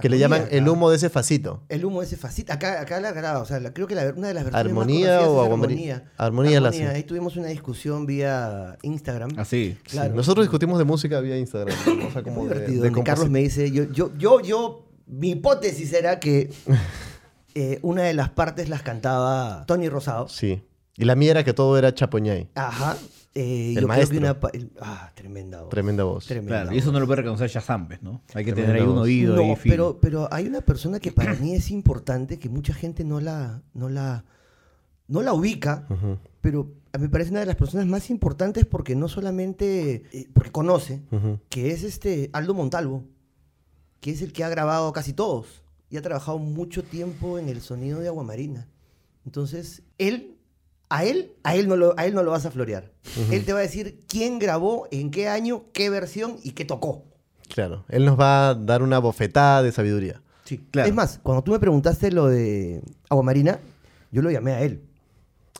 [SPEAKER 1] Que le llaman el humo de ese facito.
[SPEAKER 4] El humo ese facita, acá, acá la graba, o sea, la- creo que la, una de las versiones
[SPEAKER 1] ¿Armonía
[SPEAKER 4] más
[SPEAKER 1] o
[SPEAKER 4] conocidas es
[SPEAKER 1] Aguamari-
[SPEAKER 4] Armonía.
[SPEAKER 1] Armonía la hace.
[SPEAKER 4] Ahí tuvimos una discusión vía Instagram.
[SPEAKER 2] Así.
[SPEAKER 1] Sí,
[SPEAKER 4] Claro.
[SPEAKER 1] nosotros discutimos de música vía Instagram. o sea, como
[SPEAKER 4] Muy
[SPEAKER 1] de-
[SPEAKER 4] divertido,
[SPEAKER 1] de
[SPEAKER 4] donde Carlos
[SPEAKER 1] composi-
[SPEAKER 4] me dice, yo, yo, yo, yo, mi hipótesis era que eh, una de las partes las cantaba Tony Rosado.
[SPEAKER 1] Sí. Y la mía era que todo era chapoñay.
[SPEAKER 4] Ajá. eh,
[SPEAKER 1] El
[SPEAKER 4] yo
[SPEAKER 1] maestro.
[SPEAKER 4] creo que una... pa- el- ah, tremenda voz.
[SPEAKER 1] Tremenda voz.
[SPEAKER 4] Tremenda
[SPEAKER 2] Pues, Claro, y eso
[SPEAKER 4] voz.
[SPEAKER 2] no lo puede reconocer Shazam, pues, ¿no? Hay que
[SPEAKER 1] Tremendo.
[SPEAKER 2] tener ahí un oído
[SPEAKER 4] No,
[SPEAKER 2] ahí fino.
[SPEAKER 4] pero, pero hay una persona que para mí es importante, que mucha gente no la, no la, no la ubica,
[SPEAKER 1] Ujú.
[SPEAKER 4] pero a mí me parece una de las personas más importantes porque no solamente, eh, porque conoce,
[SPEAKER 1] Ujú.
[SPEAKER 4] que es este Aldo Montalvo, que es el que ha grabado casi todos y ha trabajado mucho tiempo en el sonido de Aguamarina. Entonces, él, a él, a él no lo, a él no lo vas a florear. Él te va a decir quién grabó, en qué año, qué versión y qué tocó.
[SPEAKER 1] Claro. Él nos va a dar una bofetada de sabiduría.
[SPEAKER 4] Sí,
[SPEAKER 2] claro.
[SPEAKER 4] Es más, cuando tú me preguntaste lo de Aguamarina, yo lo llamé a él.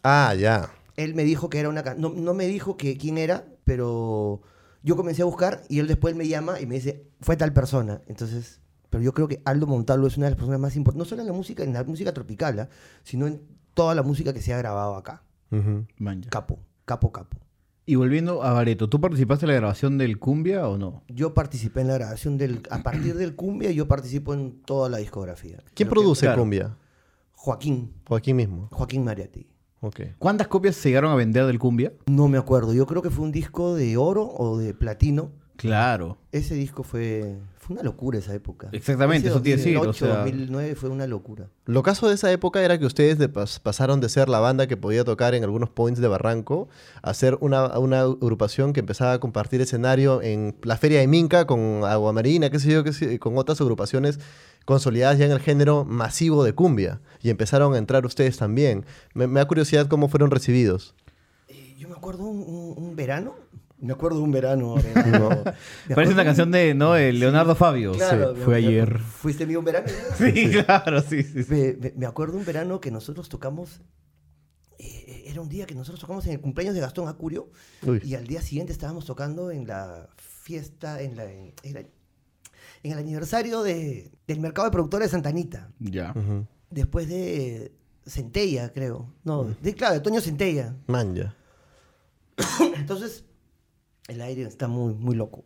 [SPEAKER 1] Ah, ya.
[SPEAKER 4] Él me dijo que era una can- no, no me dijo que quién era, pero yo comencé a buscar y él después me llama y me dice, fue tal persona. Entonces, pero yo creo que Aldo Montalvo es una de las personas más importantes, no solo en la música, en la música tropical, ¿ah? sino en toda la música que se ha grabado acá.
[SPEAKER 1] Ujú.
[SPEAKER 2] Man, ya.
[SPEAKER 4] Capo, capo, capo.
[SPEAKER 2] Y volviendo a Bareto, ¿tú participaste en la grabación del Cumbia o no?
[SPEAKER 4] Yo participé en la grabación del. A partir del Cumbia, yo participo en toda la discografía.
[SPEAKER 1] ¿Quién
[SPEAKER 4] Lo que-
[SPEAKER 1] produce
[SPEAKER 2] claro.
[SPEAKER 1] cumbia?
[SPEAKER 4] Joaquín.
[SPEAKER 1] Joaquín mismo.
[SPEAKER 4] Joaquín Mariati.
[SPEAKER 1] Ok.
[SPEAKER 2] ¿Cuántas copias se llegaron a vender del Cumbia?
[SPEAKER 4] No me acuerdo. Yo creo que fue un disco de oro o de platino.
[SPEAKER 2] Claro.
[SPEAKER 4] Ese disco fue. Fue una locura esa época.
[SPEAKER 2] Exactamente,
[SPEAKER 4] Ese
[SPEAKER 2] eso te iba a decir, o
[SPEAKER 4] 2008,
[SPEAKER 2] sea-
[SPEAKER 4] 2009 fue una locura.
[SPEAKER 1] Lo caso de esa época era que ustedes de pas- pasaron de ser la banda que podía tocar en algunos points de Barranco a ser una, una agrupación que empezaba a compartir escenario en la Feria de Minca con Aguamarina, qué sé yo, qué sé- con otras agrupaciones consolidadas ya en el género masivo de cumbia. Y empezaron a entrar ustedes también. Me, me da curiosidad cómo fueron recibidos.
[SPEAKER 4] Eh, Yo me acuerdo un, un- un verano. Me acuerdo de un verano. verano. Me
[SPEAKER 2] Parece
[SPEAKER 4] acuerdo
[SPEAKER 2] una
[SPEAKER 4] un-
[SPEAKER 2] canción de ¿no? de Leonardo Fabio.
[SPEAKER 4] Claro,
[SPEAKER 2] Sí,
[SPEAKER 4] me-
[SPEAKER 2] fue
[SPEAKER 4] me-
[SPEAKER 2] ayer.
[SPEAKER 4] ¿Fuiste mío un verano?
[SPEAKER 2] Sí, claro, sí, sí. sí.
[SPEAKER 4] Me, me- me acuerdo un verano que nosotros tocamos. eh, era un día que nosotros tocamos en el cumpleaños de Gastón Acurio.
[SPEAKER 1] Uy.
[SPEAKER 4] Y al día siguiente estábamos tocando en la fiesta, en, la, en, en la- en el aniversario de- del mercado de productores de Santanita.
[SPEAKER 2] Ya.
[SPEAKER 1] Ujú.
[SPEAKER 4] Después de Centella, creo. No, de, claro, de Toño Centella.
[SPEAKER 1] Man, ya.
[SPEAKER 4] Entonces, el aire está muy, muy loco.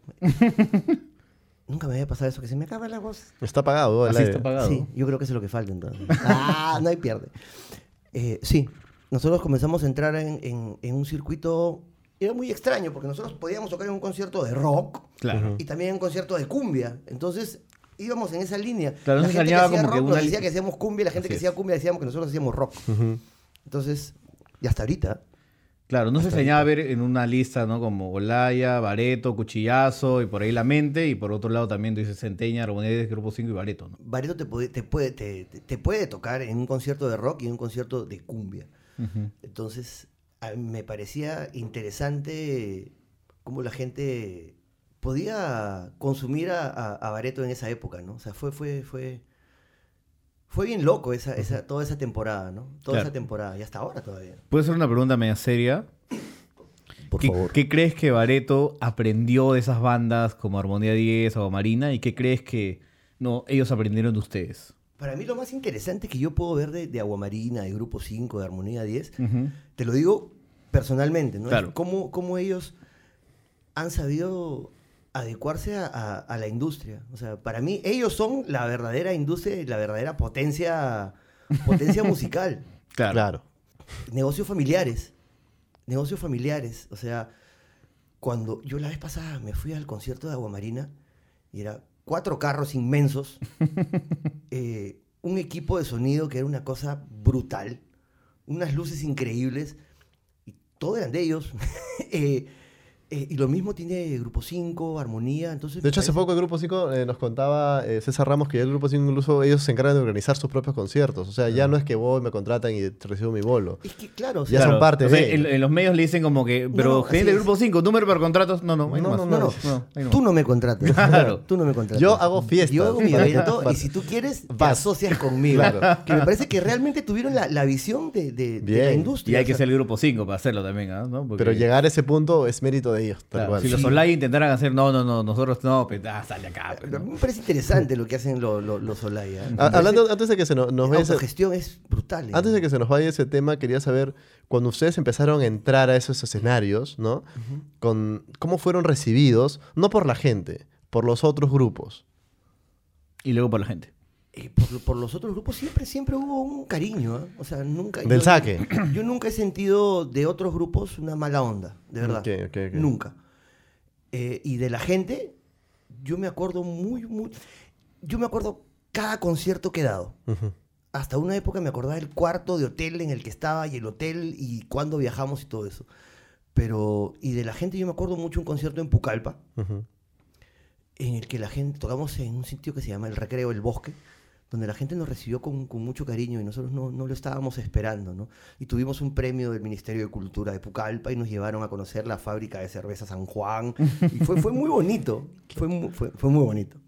[SPEAKER 4] Nunca me había pasado eso, que se me acaba la voz.
[SPEAKER 1] Está apagado. el
[SPEAKER 2] Así
[SPEAKER 1] aire.
[SPEAKER 2] está pagado.
[SPEAKER 4] Sí, yo creo que eso es lo que falta entonces. Ah, no hay pierde. Eh, sí, nosotros comenzamos a entrar en, en- en un circuito. Era muy extraño porque nosotros podíamos tocar en un concierto de rock
[SPEAKER 2] Claro.
[SPEAKER 4] y también en un concierto de cumbia. Entonces íbamos en esa línea.
[SPEAKER 2] Claro,
[SPEAKER 4] la
[SPEAKER 2] nos
[SPEAKER 4] gente que
[SPEAKER 2] alineaba
[SPEAKER 4] hacía
[SPEAKER 2] como que
[SPEAKER 4] rock
[SPEAKER 2] una
[SPEAKER 4] nos decía
[SPEAKER 2] li-
[SPEAKER 4] que hacíamos cumbia, y la gente
[SPEAKER 2] Así
[SPEAKER 4] que
[SPEAKER 2] es.
[SPEAKER 4] hacía cumbia decíamos que nosotros hacíamos rock.
[SPEAKER 1] Ujú.
[SPEAKER 4] Entonces, y hasta ahorita,
[SPEAKER 2] Claro, no se extrañaba ver en una lista, ¿no? Como Olaya, Bareto, Cuchillazo y por ahí La Mente. Y por otro lado también tú dices Centeña, Ramonedes, Grupo 5 y Bareto, ¿no?
[SPEAKER 4] Bareto te puede, te, puede, te, te- te puede tocar en un concierto de rock y en un concierto de cumbia. Entonces, a mí me parecía interesante cómo la gente podía consumir a, a, a Bareto en esa época, ¿no? O sea, fue, fue, fue, fue bien loco esa, esa, toda esa temporada, ¿no? Toda
[SPEAKER 2] Claro.
[SPEAKER 4] esa temporada, y hasta ahora todavía.
[SPEAKER 2] Puede ser una pregunta media seria.
[SPEAKER 4] Por
[SPEAKER 2] ¿Qué, qué crees que Bareto aprendió de esas bandas como Armonía 10 o Marina? ¿Y qué crees que no, ellos aprendieron de ustedes?
[SPEAKER 4] Para mí lo más interesante que yo puedo ver de, de Aguamarina, de Grupo 5, de Armonía 10, te lo digo personalmente, ¿no?
[SPEAKER 2] Claro.
[SPEAKER 4] Es Cómo, cómo ellos han sabido adecuarse a, a- a la industria. O sea, para mí ellos son la verdadera industria y la verdadera potencia, potencia musical.
[SPEAKER 2] Claro.
[SPEAKER 1] Claro.
[SPEAKER 4] Negocios familiares. Negocios familiares. O sea, cuando yo la vez pasada me fui al concierto de Aguamarina y era cuatro carros inmensos, eh, un equipo de sonido que era una cosa brutal, unas luces increíbles, y todo eran de ellos. Eh, eh, y lo mismo tiene Grupo 5, Armonía. Entonces
[SPEAKER 1] De
[SPEAKER 4] me
[SPEAKER 1] hecho, hace
[SPEAKER 4] parece-
[SPEAKER 1] poco el Grupo 5 eh, nos contaba eh, César Ramos que ya el Grupo 5 incluso ellos se encargan de organizar sus propios conciertos. O sea, ya
[SPEAKER 4] Ah.
[SPEAKER 1] no es que voy, me contratan y te recibo mi bolo.
[SPEAKER 4] Es que claro, o
[SPEAKER 1] Ya
[SPEAKER 4] sea,
[SPEAKER 1] son parte
[SPEAKER 2] o sea,
[SPEAKER 1] de-
[SPEAKER 2] en, en los medios le dicen como que, pero
[SPEAKER 4] no,
[SPEAKER 2] gerente del
[SPEAKER 4] así
[SPEAKER 2] grupo 5, número para contratos. No, no, ahí
[SPEAKER 1] No,
[SPEAKER 2] nomás.
[SPEAKER 1] no,
[SPEAKER 4] No, no,
[SPEAKER 2] ahí nomás.
[SPEAKER 4] tú no me contratas.
[SPEAKER 2] Claro.
[SPEAKER 4] Tú no me contratas.
[SPEAKER 1] Yo hago fiestas.
[SPEAKER 4] Yo hago mi
[SPEAKER 1] Para-
[SPEAKER 4] evento
[SPEAKER 1] para-
[SPEAKER 4] y si tú quieres, te
[SPEAKER 1] Vas.
[SPEAKER 4] asocias conmigo.
[SPEAKER 1] Claro.
[SPEAKER 4] Que me parece que realmente tuvieron la, la visión de, de- de la
[SPEAKER 1] Bien.
[SPEAKER 4] industria.
[SPEAKER 2] Y hay
[SPEAKER 4] o
[SPEAKER 2] que
[SPEAKER 4] sea,
[SPEAKER 2] ser el grupo 5 para hacerlo también, ¿ah? ¿no? Porque-
[SPEAKER 1] Pero llegar a ese punto es mérito de ellos, tal
[SPEAKER 2] claro,
[SPEAKER 1] cual.
[SPEAKER 2] si los Olaya intentaran hacer, no, no, no, nosotros no, pues, ah, sale acá. pues,
[SPEAKER 4] pero
[SPEAKER 2] ¿no?
[SPEAKER 4] Me parece interesante lo que hacen lo- lo- los Olaya.
[SPEAKER 1] A- Ah, Hablando, antes de que se nos, nos
[SPEAKER 4] la
[SPEAKER 1] vaya ese-
[SPEAKER 4] autogestión es brutal. ¿eh?
[SPEAKER 1] antes de que se nos vaya ese tema, quería saber, cuando ustedes empezaron a entrar a esos escenarios, ¿no? Con, ¿Cómo fueron recibidos? No por la gente, por los otros grupos.
[SPEAKER 2] Y luego por la gente.
[SPEAKER 4] Eh, por, lo- por los otros grupos siempre, siempre hubo un cariño. ¿eh? O sea, nunca.
[SPEAKER 1] Del saque.
[SPEAKER 4] Yo nunca he sentido de otros grupos una mala onda, de verdad.
[SPEAKER 1] Ok, ok, ok.
[SPEAKER 4] Nunca. Eh, y de la gente, yo me acuerdo muy, muy. Yo me acuerdo cada concierto que he dado. Hasta una época me acordaba del cuarto de hotel en el que estaba y el hotel y cuándo viajamos y todo eso. Pero, y de la gente, yo me acuerdo mucho un concierto en Pucallpa
[SPEAKER 1] Ujú.
[SPEAKER 4] en el que la gente, tocamos en un sitio que se llama El Recreo, El Bosque, donde la gente nos recibió con, con mucho cariño y nosotros no, no lo estábamos esperando, ¿no? Y tuvimos un premio del Ministerio de Cultura de Pucallpa y nos llevaron a conocer la fábrica de cerveza San Juan. Y fue, fue muy bonito, fue, mu- fue, fue muy bonito.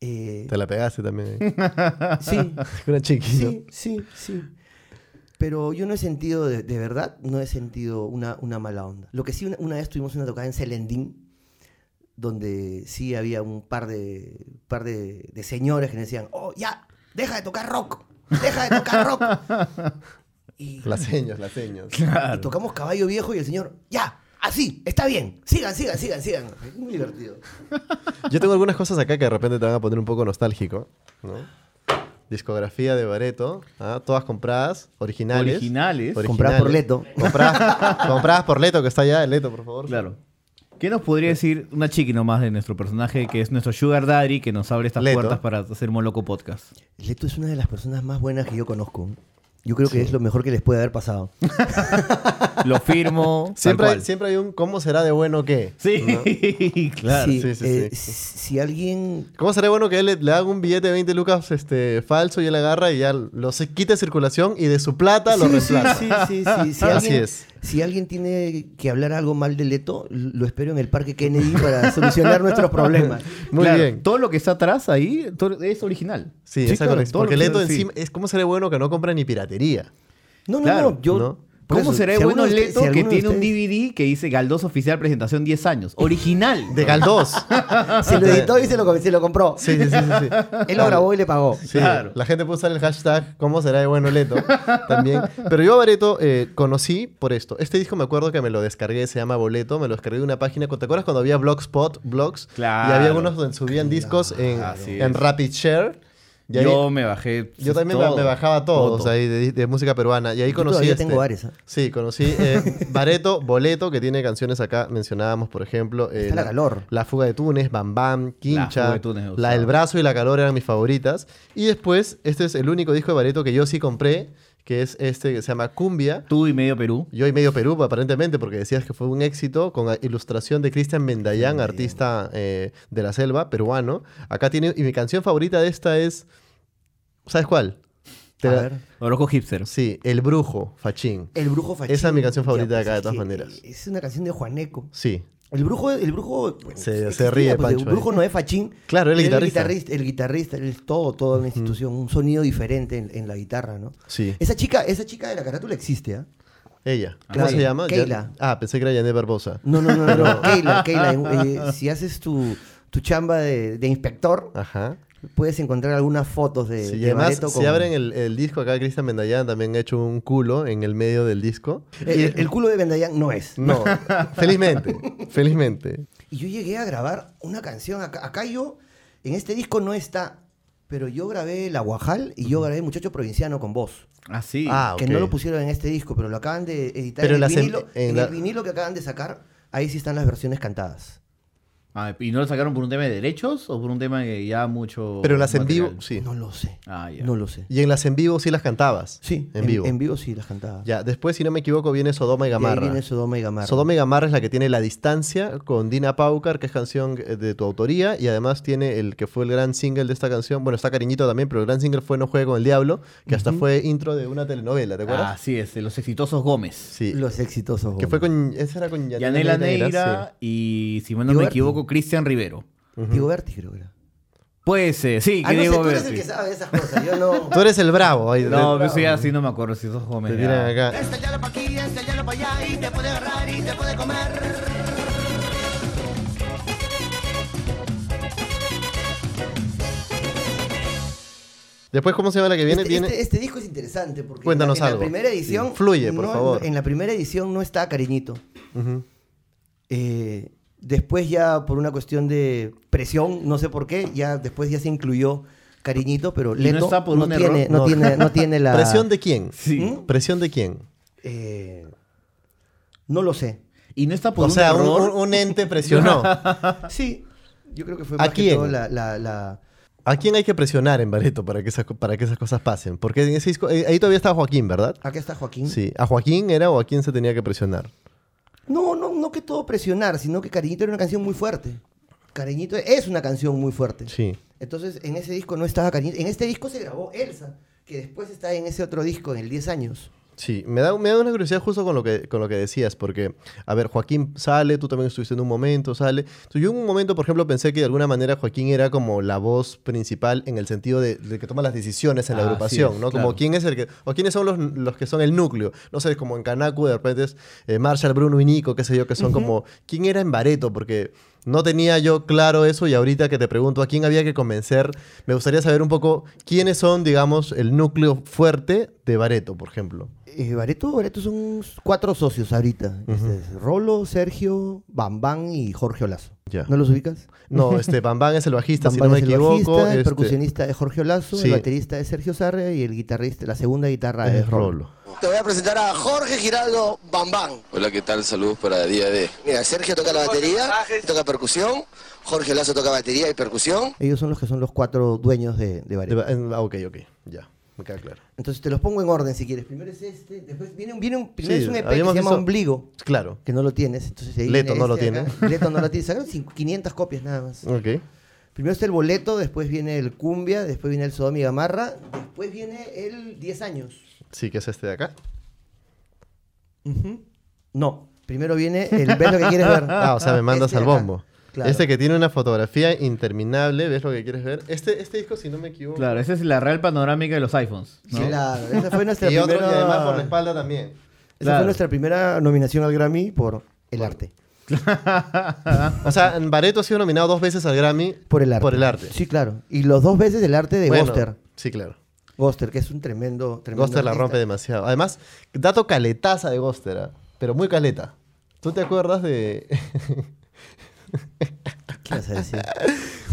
[SPEAKER 4] Eh,
[SPEAKER 1] Te la pegaste también. ahí.
[SPEAKER 4] sí,
[SPEAKER 1] Una chiquilla.
[SPEAKER 4] sí, sí, sí. Pero yo no he sentido, de, de verdad, no he sentido una, una mala onda. Lo que sí, una, una vez tuvimos una tocada en Selendín, donde sí había un par de, par de, de señores que nos decían, oh, ya, deja de tocar rock, deja de tocar rock. Y,
[SPEAKER 1] Las señas, las señas.
[SPEAKER 4] y tocamos Caballo Viejo y el señor, ya, Así, está bien. Sigan, sigan, sigan, sigan. Es muy divertido.
[SPEAKER 1] Yo tengo algunas cosas acá que de repente te van a poner un poco nostálgico, ¿no? Discografía de Bareto, ¿ah? todas compradas, originales.
[SPEAKER 2] Originales.
[SPEAKER 4] Compradas
[SPEAKER 1] ¿eh?
[SPEAKER 4] por Leto.
[SPEAKER 1] Compradas, compradas por Leto, que está allá, el Leto, por favor.
[SPEAKER 2] Claro. ¿Qué nos podría decir una chiqui nomás de nuestro personaje, que es nuestro Sugar Daddy, que nos abre estas
[SPEAKER 1] Leto.
[SPEAKER 2] puertas para hacer Moloco Podcast?
[SPEAKER 4] Leto es una de las personas más buenas que yo conozco. Yo creo que es lo mejor que les puede haber pasado.
[SPEAKER 2] Lo firmo.
[SPEAKER 1] Siempre
[SPEAKER 2] tal
[SPEAKER 1] hay,
[SPEAKER 2] cual.
[SPEAKER 1] siempre hay un ¿cómo será de bueno que?
[SPEAKER 2] Sí, claro.
[SPEAKER 1] sí, sí,
[SPEAKER 4] eh,
[SPEAKER 1] sí.
[SPEAKER 4] si- Si alguien
[SPEAKER 1] ¿Cómo será bueno que él le, le haga un billete de 20 lucas este, falso y él agarra y ya lo se quita de circulación y de su plata lo
[SPEAKER 4] Sí,
[SPEAKER 1] reemplaza?
[SPEAKER 4] sí, sí, sí, sí.
[SPEAKER 1] Así
[SPEAKER 4] Si alguien-
[SPEAKER 1] es.
[SPEAKER 4] Si alguien tiene que hablar algo mal de Leto, lo espero en el Parque Kennedy para solucionar nuestros problemas.
[SPEAKER 1] Muy
[SPEAKER 2] Claro,
[SPEAKER 1] bien.
[SPEAKER 2] Todo lo que está atrás ahí todo- es original.
[SPEAKER 1] Sí, esa
[SPEAKER 2] claro,
[SPEAKER 1] conexión.
[SPEAKER 2] todo lo
[SPEAKER 1] Porque
[SPEAKER 2] que
[SPEAKER 1] Leto
[SPEAKER 2] está- sí.
[SPEAKER 1] encima es cómo será bueno que no compra ni piratería.
[SPEAKER 4] No, no,
[SPEAKER 2] Claro,
[SPEAKER 4] no. Yo,
[SPEAKER 1] ¿no?
[SPEAKER 4] por
[SPEAKER 2] ¿Cómo
[SPEAKER 4] eso,
[SPEAKER 2] será
[SPEAKER 4] si
[SPEAKER 2] bueno
[SPEAKER 4] alguno de
[SPEAKER 2] Leto
[SPEAKER 4] usted- si
[SPEAKER 2] que
[SPEAKER 4] alguno de
[SPEAKER 2] tiene un
[SPEAKER 4] ustedes-
[SPEAKER 2] DVD que dice Galdós Oficial Presentación 10 años? Original.
[SPEAKER 1] De Galdós.
[SPEAKER 4] Se lo editó y se lo, se lo compró.
[SPEAKER 1] Sí, sí, sí, sí, sí.
[SPEAKER 4] Él lo grabó y le pagó.
[SPEAKER 1] Sí,
[SPEAKER 2] Claro.
[SPEAKER 1] La gente puede usar el hashtag ¿Cómo será de bueno Leto? también. Pero yo a Bareto eh, conocí por esto. Este disco me acuerdo que me lo descargué, se llama Boleto, me lo descargué de una página. ¿Te acuerdas cuando había Blogspot, blogs?
[SPEAKER 2] Claro.
[SPEAKER 1] Y había algunos donde subían discos en,
[SPEAKER 2] Así
[SPEAKER 1] en
[SPEAKER 2] es.
[SPEAKER 1] Rapid Share. Y ahí-
[SPEAKER 2] Yo me bajé.
[SPEAKER 1] yo también
[SPEAKER 2] todo.
[SPEAKER 1] me bajaba todo,
[SPEAKER 2] Todo.
[SPEAKER 1] o sea, ahí de, de música peruana. Y ahí
[SPEAKER 4] Yo
[SPEAKER 1] conocí.
[SPEAKER 4] todavía
[SPEAKER 1] este-
[SPEAKER 4] tengo varios, ¿ah?
[SPEAKER 1] Sí, conocí eh, Bareto, Boleto, que tiene canciones acá, mencionábamos, por ejemplo. eh,
[SPEAKER 4] Está La Calor.
[SPEAKER 1] La Fuga de Túnez, Bam Bam,
[SPEAKER 2] Fuga
[SPEAKER 1] Quincha.
[SPEAKER 2] de Túnez me
[SPEAKER 1] La,
[SPEAKER 2] gustaba.
[SPEAKER 1] El Brazo y La Calor eran mis favoritas. Y después, este es el único disco de Bareto que yo sí compré, que es este que se llama Cumbia.
[SPEAKER 2] Tú y medio Perú.
[SPEAKER 1] Yo y medio Perú, aparentemente, porque decías que fue un éxito, con la ilustración de Cristian Mendayán, artista eh, de la selva, peruano. Acá tiene, y mi canción favorita de esta es, ¿sabes cuál? Te
[SPEAKER 4] A
[SPEAKER 1] la-
[SPEAKER 4] ver.
[SPEAKER 2] Oroco Hipster.
[SPEAKER 1] Sí, El Brujo, Fachín.
[SPEAKER 4] El brujo Fachín.
[SPEAKER 1] Esa es mi canción favorita
[SPEAKER 4] Ya,
[SPEAKER 1] de acá, de
[SPEAKER 4] es
[SPEAKER 1] todas
[SPEAKER 4] que
[SPEAKER 1] maneras.
[SPEAKER 4] Es una canción de Juaneco.
[SPEAKER 1] Sí,
[SPEAKER 4] El brujo, el brujo bueno,
[SPEAKER 1] Se- se
[SPEAKER 4] existía,
[SPEAKER 1] ríe
[SPEAKER 4] pues, El
[SPEAKER 1] Pancho ahí.
[SPEAKER 4] brujo no es Fachín.
[SPEAKER 1] Claro, él es
[SPEAKER 4] Él es
[SPEAKER 1] guitarrista.
[SPEAKER 4] El guitarrista, él es todo, toda una institución, un sonido diferente en, en la guitarra, ¿no?
[SPEAKER 1] sí.
[SPEAKER 4] Esa chica, esa chica de la carátula existe, ¿ah?
[SPEAKER 1] Ella. ¿Cómo
[SPEAKER 4] Claro.
[SPEAKER 1] se llama?
[SPEAKER 4] Keila.
[SPEAKER 1] Ya-
[SPEAKER 4] Mm.
[SPEAKER 1] Ah, pensé que era Janet Barbosa.
[SPEAKER 4] No, no, no, no, no. Keila, Keila, eh, si haces tu, tu chamba de, de inspector,
[SPEAKER 1] Ajá.
[SPEAKER 4] puedes encontrar algunas fotos de,
[SPEAKER 1] Sí, y
[SPEAKER 4] de
[SPEAKER 1] además,
[SPEAKER 4] Barreto
[SPEAKER 1] si
[SPEAKER 4] con-
[SPEAKER 1] abren el, el disco acá, Cristian Mendayán también ha hecho un culo en el medio del disco.
[SPEAKER 4] El, Eh, el- el culo de Vendayán no es.
[SPEAKER 1] No, felizmente, felizmente.
[SPEAKER 4] Y yo llegué a grabar una canción. Acá, acá yo, en este disco no está, pero yo grabé La Guajal y yo grabé Muchacho Provinciano con voz.
[SPEAKER 2] Así.
[SPEAKER 1] Ah,
[SPEAKER 4] Que
[SPEAKER 1] ok.
[SPEAKER 4] no lo pusieron en este disco, pero lo acaban de editar
[SPEAKER 1] Pero
[SPEAKER 4] en, el
[SPEAKER 1] las en-
[SPEAKER 4] vinilo,
[SPEAKER 1] en
[SPEAKER 4] en
[SPEAKER 1] la-
[SPEAKER 4] el vinilo que acaban de sacar. Ahí sí están las versiones cantadas.
[SPEAKER 2] Ah, ¿Y no lo sacaron por un tema de derechos o por un tema que ya mucho.
[SPEAKER 1] Pero las en
[SPEAKER 2] material?
[SPEAKER 1] vivo, sí.
[SPEAKER 4] No lo sé.
[SPEAKER 2] Ah, ya.
[SPEAKER 4] No lo sé.
[SPEAKER 1] Y en las en vivo sí las cantabas.
[SPEAKER 4] Sí,
[SPEAKER 1] en, vivo.
[SPEAKER 4] En vivo sí las cantaba.
[SPEAKER 1] Ya, después, si no me equivoco, viene Sodoma y
[SPEAKER 4] Y ahí
[SPEAKER 1] Gamarra.
[SPEAKER 4] viene Sodoma y Gamarra.
[SPEAKER 1] Sodoma y Gamarra es la que tiene La Distancia con Dina Paucar, que es canción eh, de tu autoría, y además tiene el que fue el gran single de esta canción. Bueno, está cariñito también, pero el gran single fue No Juegue con el Diablo, que hasta fue intro de una telenovela, ¿te acuerdas?
[SPEAKER 2] Ah, así es, de los exitosos
[SPEAKER 4] Ah,
[SPEAKER 2] Gómez.
[SPEAKER 1] sí.
[SPEAKER 4] Los exitosos.
[SPEAKER 1] Que fue con. Esa era con Neira,
[SPEAKER 2] Yanela Neira y, si mal no me
[SPEAKER 4] Gilberto.
[SPEAKER 2] equivoco, Cristian Rivero.
[SPEAKER 4] con... Diego Berti, creo que era.
[SPEAKER 2] Puede ser, sí,
[SPEAKER 4] Ah, no sé,
[SPEAKER 2] Diego
[SPEAKER 4] tú eres el
[SPEAKER 2] Berti.
[SPEAKER 4] que sabe esas cosas. Yo no...
[SPEAKER 1] sí. Tú eres el bravo. Ahí,
[SPEAKER 2] No,
[SPEAKER 1] te-
[SPEAKER 2] pero eso ya sí no me acuerdo, si sos ah. Gómez.
[SPEAKER 1] te
[SPEAKER 2] ya.
[SPEAKER 1] tiran acá.
[SPEAKER 8] Este hielo pa' aquí, este hielo pa' allá y te puede agarrar y te puede comer.
[SPEAKER 1] Después, ¿cómo se llama la que viene?
[SPEAKER 4] este,
[SPEAKER 1] Viene-
[SPEAKER 4] este- este disco es interesante porque
[SPEAKER 1] Cuéntanos
[SPEAKER 4] en la, en
[SPEAKER 1] algo.
[SPEAKER 4] la primera edición
[SPEAKER 1] Sí, fluye, por
[SPEAKER 4] no-
[SPEAKER 1] favor.
[SPEAKER 4] En la primera edición no está Cariñito.
[SPEAKER 1] Ujú.
[SPEAKER 4] Eh, después ya por una cuestión de presión, no sé por qué, ya después ya se incluyó Cariñito, pero
[SPEAKER 2] Y no
[SPEAKER 4] Leto no,
[SPEAKER 2] está por un error.
[SPEAKER 4] tiene, no,
[SPEAKER 1] No.
[SPEAKER 4] tiene, no tiene la
[SPEAKER 1] ¿Presión de quién?
[SPEAKER 2] Sí.
[SPEAKER 4] ¿Mm?
[SPEAKER 1] ¿Presión de quién?
[SPEAKER 4] eh, no lo sé.
[SPEAKER 2] Y no está por
[SPEAKER 1] O
[SPEAKER 2] un
[SPEAKER 1] sea, un,
[SPEAKER 2] error.
[SPEAKER 1] un- un ente presionó.
[SPEAKER 4] Sí, yo creo que fue
[SPEAKER 1] ¿A
[SPEAKER 4] más que
[SPEAKER 1] quién?
[SPEAKER 4] todo la, la- la-
[SPEAKER 1] ¿A quién hay que presionar en Bareto para que esas, co- para que esas cosas pasen? Porque en ese disco. eh, ahí todavía estaba Joaquín, ¿verdad?
[SPEAKER 4] Acá está Joaquín.
[SPEAKER 1] Sí. ¿A Joaquín era o a quién se tenía que presionar?
[SPEAKER 4] No, no, no que todo presionar, sino que Cariñito era una canción muy fuerte. Cariñito es una canción muy fuerte.
[SPEAKER 1] Sí.
[SPEAKER 4] Entonces, en ese disco no estaba Cariñito. En este disco se grabó Elsa, que después está en ese otro disco, en el 10 años.
[SPEAKER 1] Sí, me da, me da una curiosidad justo con lo, que, con lo que decías, porque, a ver, Joaquín sale, tú también estuviste en un momento, sale. Entonces, yo en un momento, por ejemplo, pensé que de alguna manera Joaquín era como la voz principal en el sentido de, de que toma las decisiones en la
[SPEAKER 2] Ah, así
[SPEAKER 1] agrupación,
[SPEAKER 2] es,
[SPEAKER 1] ¿no?
[SPEAKER 2] claro.
[SPEAKER 1] Como quién es el que, o quiénes son los, los que son el núcleo. No sé, como en Canacu de repente es eh, Marshall, Bruno y Nico, qué sé yo, que son como, ¿quién era en Bareto? Porque... No tenía yo claro eso y ahorita que te pregunto a quién había que convencer, me gustaría saber un poco quiénes son, digamos, el núcleo fuerte de Bareto, por ejemplo?
[SPEAKER 4] Eh, Bareto, Bareto son cuatro socios ahorita. Este es Rolo, Sergio, Bambán y Jorge Olazo.
[SPEAKER 1] Ya.
[SPEAKER 4] ¿No los ubicas?
[SPEAKER 1] No, este Bambán es el bajista, si
[SPEAKER 4] Bambán
[SPEAKER 1] no me
[SPEAKER 4] es el
[SPEAKER 1] equivoco.
[SPEAKER 4] bajista, el
[SPEAKER 1] este,
[SPEAKER 4] percusionista es Jorge Olazo,
[SPEAKER 1] Sí.
[SPEAKER 4] el baterista es Sergio Sarre y el guitarrista, la segunda guitarra es,
[SPEAKER 1] es
[SPEAKER 4] Rolo.
[SPEAKER 1] Rolo.
[SPEAKER 7] Te voy a presentar a Jorge Giraldo Bambán. Hola, ¿qué tal? Saludos para Día D. Mira, Sergio toca la batería, toca percusión, Jorge Lazo toca batería y percusión.
[SPEAKER 4] Ellos son los que son los cuatro dueños de, de
[SPEAKER 1] De
[SPEAKER 4] Bareto.
[SPEAKER 1] Ba- en- ah, ok, ok, ya, me queda claro.
[SPEAKER 4] Entonces te los pongo en orden si quieres. Primero es este, después viene un, viene un, primero
[SPEAKER 1] Sí,
[SPEAKER 4] es un EP que se
[SPEAKER 1] habíamos
[SPEAKER 4] llama
[SPEAKER 1] visto-
[SPEAKER 4] Ombligo,
[SPEAKER 1] Claro,
[SPEAKER 4] que no lo tienes. Entonces ahí
[SPEAKER 1] Leto
[SPEAKER 4] viene
[SPEAKER 1] no lo
[SPEAKER 4] este de
[SPEAKER 1] tiene.
[SPEAKER 4] acá. Leto no lo tiene. Sacaron cinco- 500 copias nada más.
[SPEAKER 1] ok.
[SPEAKER 4] Primero está el boleto, después viene el cumbia, después viene el Sodom y Gamarra, después viene el 10 años.
[SPEAKER 1] Sí, que es este de acá.
[SPEAKER 4] Ujú. No, primero viene el ves lo que quieres ver.
[SPEAKER 1] Ah, o sea, me mandas
[SPEAKER 4] Este
[SPEAKER 1] al
[SPEAKER 4] de acá.
[SPEAKER 1] bombo.
[SPEAKER 4] Claro.
[SPEAKER 1] Este que tiene una fotografía interminable, ¿ves lo que quieres ver? Este, este disco, si no me equivoco.
[SPEAKER 2] Claro, esa es la real panorámica de los iPhones. ¿no?
[SPEAKER 4] Claro, esa fue nuestra
[SPEAKER 1] Y otro,
[SPEAKER 4] primera
[SPEAKER 1] y además por la espalda también.
[SPEAKER 4] esa
[SPEAKER 2] Claro.
[SPEAKER 4] fue nuestra primera nominación al Grammy por el arte.
[SPEAKER 1] O sea, en Bareto ha sido nominado dos veces al Grammy
[SPEAKER 4] Por el arte.
[SPEAKER 1] Por el arte.
[SPEAKER 4] Sí, claro. Y los dos veces el arte de
[SPEAKER 1] Bueno,
[SPEAKER 4] Goster.
[SPEAKER 1] Sí, claro.
[SPEAKER 4] Goster, que es un tremendo, tremendo
[SPEAKER 1] Goster la
[SPEAKER 4] artista.
[SPEAKER 1] rompe demasiado. Además, dato caletaza de Goster, ¿ah? pero muy caleta. ¿Tú te acuerdas de...?
[SPEAKER 4] ¿Qué vas a decir?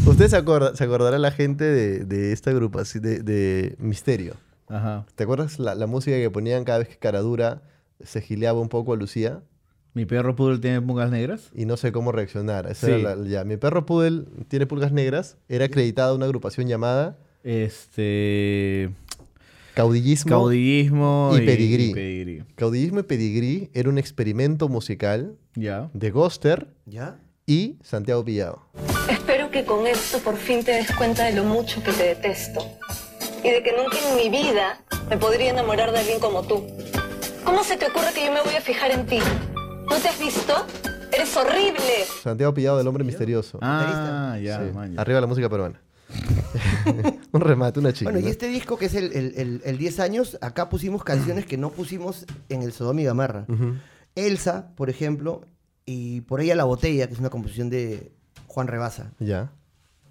[SPEAKER 1] Ustedes se, acorda- se acordará la gente de, de esta agrupación de, de Misterio.
[SPEAKER 2] Ajá.
[SPEAKER 1] ¿Te acuerdas la, la música que ponían cada vez que Caradura se gileaba un poco a Lucía?
[SPEAKER 2] Mi perro poodle tiene pungas negras.
[SPEAKER 1] y no sé cómo reaccionar. Esa
[SPEAKER 2] Sí.
[SPEAKER 1] era la- ya. Mi perro Poodle tiene pulgas negras. Era acreditada a una agrupación llamada
[SPEAKER 2] Este.
[SPEAKER 1] Caudillismo.
[SPEAKER 2] Caudillismo
[SPEAKER 1] y pedigrí. Caudillismo y Pedigrí era un experimento musical
[SPEAKER 2] Ya.
[SPEAKER 1] de Goster
[SPEAKER 4] ¿Ya?
[SPEAKER 1] y Santiago Pillado.
[SPEAKER 10] Espero que con esto por fin te des cuenta de lo mucho que te detesto y de que nunca en mi vida me podría enamorar de alguien como tú. ¿Cómo se te ocurre que yo me voy a fijar en ti? ¿No te has visto? ¡Eres horrible!
[SPEAKER 1] Santiago Pillado del hombre misterioso.
[SPEAKER 2] Ah, ya,
[SPEAKER 1] Sí.
[SPEAKER 2] man, ya.
[SPEAKER 1] Arriba la música peruana. un remate, una chica.
[SPEAKER 4] Bueno, y este disco que es el, el- el- el 10 años, acá pusimos canciones que no pusimos en el Sodom y Gamarra.
[SPEAKER 1] Mm.
[SPEAKER 4] Elsa, por ejemplo, y por ella La Botella, que es una composición de Juan Rebaza.
[SPEAKER 1] Ya.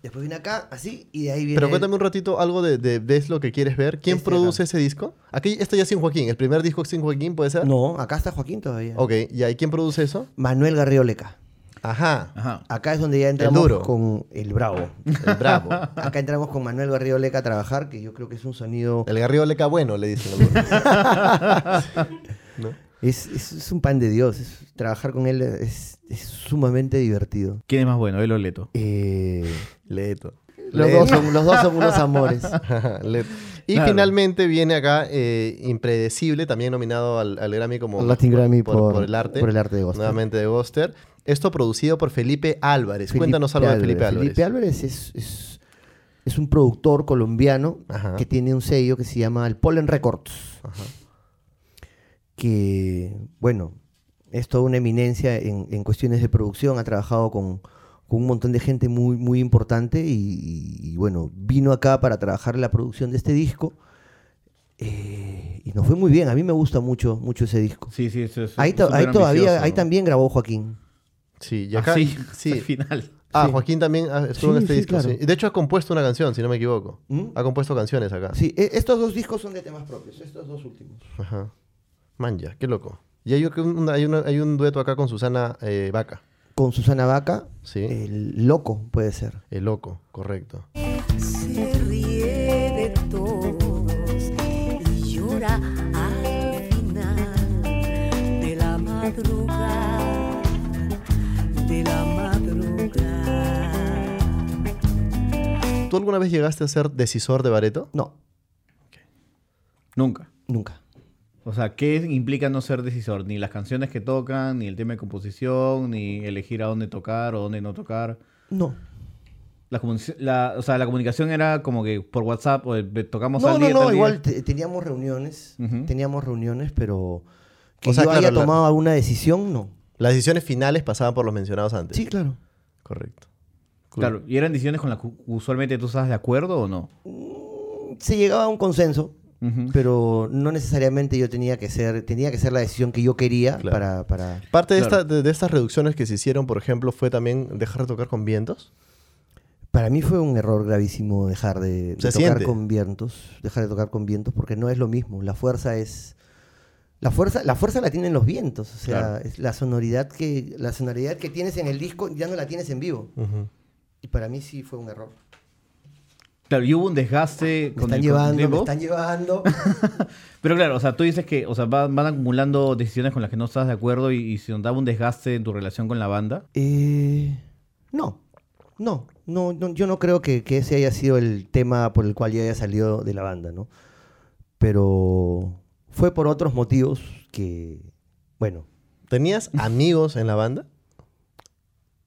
[SPEAKER 4] Después viene acá, así, y de ahí viene...
[SPEAKER 1] Pero
[SPEAKER 4] el-
[SPEAKER 1] cuéntame un ratito algo de, de ¿Ves lo que quieres ver? ¿Quién
[SPEAKER 4] Este
[SPEAKER 1] produce
[SPEAKER 4] acá.
[SPEAKER 1] ese disco? Aquí, este ya sin Joaquín. ¿El primer disco sin Joaquín puede ser?
[SPEAKER 4] No, acá está Joaquín todavía.
[SPEAKER 1] Ok, ¿y ahí quién produce eso?
[SPEAKER 4] Manuel Garrido Leca.
[SPEAKER 1] Ajá.
[SPEAKER 2] Ajá.
[SPEAKER 4] Acá es donde ya entramos
[SPEAKER 1] duro.
[SPEAKER 4] con el bravo.
[SPEAKER 1] El bravo.
[SPEAKER 4] Acá entramos con Manuel Garrido Leca a trabajar, que yo creo que es un sonido...
[SPEAKER 1] El garrido leca bueno, le dicen algunos.
[SPEAKER 4] Es, es- es un pan de Dios. es- trabajar con él es- es sumamente divertido.
[SPEAKER 2] ¿Quién es más bueno? El Oleto.
[SPEAKER 4] Eh,
[SPEAKER 1] Leto.
[SPEAKER 4] Los
[SPEAKER 1] Leto.
[SPEAKER 4] dos, son, los dos son unos amores.
[SPEAKER 1] Leto. Y
[SPEAKER 2] Claro.
[SPEAKER 1] finalmente viene acá eh, Impredecible, también nominado al, al Grammy como
[SPEAKER 4] Al Latin Grammy por-
[SPEAKER 1] el arte.
[SPEAKER 4] por el arte de Goster.
[SPEAKER 1] Nuevamente de Goster. Esto producido por Felipe Álvarez.
[SPEAKER 4] Felipe
[SPEAKER 1] Cuéntanos algo de Felipe Álvarez.
[SPEAKER 4] Felipe Álvarez es, es- es un productor colombiano
[SPEAKER 1] Ajá.
[SPEAKER 4] que tiene un sello que se llama el Pollen Records. Que, bueno, es toda una eminencia en, en cuestiones de producción. Ha trabajado con, con un montón de gente muy, muy importante y, y- y, bueno, vino acá para trabajar la producción de este disco. Eh, y nos fue muy bien. A mí me gusta mucho, mucho ese disco.
[SPEAKER 2] Sí, sí, eso es.
[SPEAKER 4] Ahí, to-
[SPEAKER 2] súper
[SPEAKER 4] ahí todavía,
[SPEAKER 2] ambicioso.
[SPEAKER 4] ahí también grabó Joaquín.
[SPEAKER 1] Sí, y
[SPEAKER 2] Ah,
[SPEAKER 1] acá.
[SPEAKER 2] sí,
[SPEAKER 1] sí.
[SPEAKER 2] al final.
[SPEAKER 1] Ah,
[SPEAKER 4] Sí.
[SPEAKER 1] Joaquín también ah, estuvo
[SPEAKER 4] Sí,
[SPEAKER 1] en este
[SPEAKER 4] sí,
[SPEAKER 1] disco.
[SPEAKER 4] claro.
[SPEAKER 1] sí. Y De hecho, ha compuesto una canción, si no me equivoco.
[SPEAKER 4] ¿Mm?
[SPEAKER 1] Ha compuesto canciones acá.
[SPEAKER 4] Sí, e- estos dos discos son de temas propios, estos dos últimos.
[SPEAKER 1] Ajá. Manja, qué loco. Y hay un, hay una- hay un dueto acá con Susana eh, Vaca.
[SPEAKER 4] Con Susana Vaca,
[SPEAKER 1] Sí.
[SPEAKER 4] el loco puede ser.
[SPEAKER 1] El loco, correcto.
[SPEAKER 5] se ríe de todos y llora al final de la madrugada, de la madrugada.
[SPEAKER 1] ¿Tú alguna vez llegaste a ser decisor de Bareto?
[SPEAKER 4] No,
[SPEAKER 2] Nunca.
[SPEAKER 4] nunca.
[SPEAKER 2] O sea, ¿qué implica no ser decisor? Ni las canciones que tocan, ni el tema de composición, ni elegir a dónde tocar o dónde no tocar.
[SPEAKER 4] No.
[SPEAKER 2] La, comunici- la- o sea, la comunicación era como que por WhatsApp, o de- tocamos
[SPEAKER 4] No,
[SPEAKER 2] al
[SPEAKER 4] no,
[SPEAKER 2] día.
[SPEAKER 4] no,
[SPEAKER 2] tal día.
[SPEAKER 4] igual te- teníamos reuniones,
[SPEAKER 2] Ujú.
[SPEAKER 4] teníamos reuniones, pero que
[SPEAKER 1] O sea,
[SPEAKER 4] yo
[SPEAKER 1] claro,
[SPEAKER 4] haya
[SPEAKER 1] la-
[SPEAKER 4] tomado alguna decisión, no.
[SPEAKER 1] Las decisiones finales pasaban por los mencionados antes.
[SPEAKER 4] Sí, claro.
[SPEAKER 1] Correcto. Cool.
[SPEAKER 2] Claro, y eran decisiones con las que usualmente tú estabas de acuerdo o no.
[SPEAKER 4] Se llegaba a un consenso,
[SPEAKER 2] Ujú.
[SPEAKER 4] pero no necesariamente yo tenía que ser, tenía que ser la decisión que yo quería
[SPEAKER 1] Claro.
[SPEAKER 4] para, para...
[SPEAKER 1] Parte de,
[SPEAKER 2] Claro.
[SPEAKER 1] esta- de, de estas reducciones que se hicieron, por ejemplo, fue también dejar de tocar con vientos.
[SPEAKER 4] Para mí fue un error gravísimo dejar de, de
[SPEAKER 1] Se
[SPEAKER 4] tocar
[SPEAKER 1] siente.
[SPEAKER 4] con vientos, dejar de tocar con vientos, porque no es lo mismo. La fuerza es la fuerza, la fuerza la tienen los vientos, o sea,
[SPEAKER 1] Claro.
[SPEAKER 4] es la sonoridad que la sonoridad que tienes en el disco ya no la tienes en vivo.
[SPEAKER 1] Ujú.
[SPEAKER 4] Y para mí sí fue un error.
[SPEAKER 2] Claro, y hubo un desgaste
[SPEAKER 4] Ah, Me
[SPEAKER 2] con
[SPEAKER 4] están
[SPEAKER 2] el- con el
[SPEAKER 4] llevando, me
[SPEAKER 2] tiempo.
[SPEAKER 4] están llevando.
[SPEAKER 2] Pero claro, o sea, tú dices que o sea, van, van acumulando decisiones con las que no estás de acuerdo y, y se notaba un desgaste en tu relación con la banda.
[SPEAKER 4] Eh, no, no, no, no, yo no creo que, que ese haya sido el tema por el cual yo haya salido de la banda, ¿no? Pero fue por otros motivos que, bueno,
[SPEAKER 1] ¿Tenías amigos en la banda?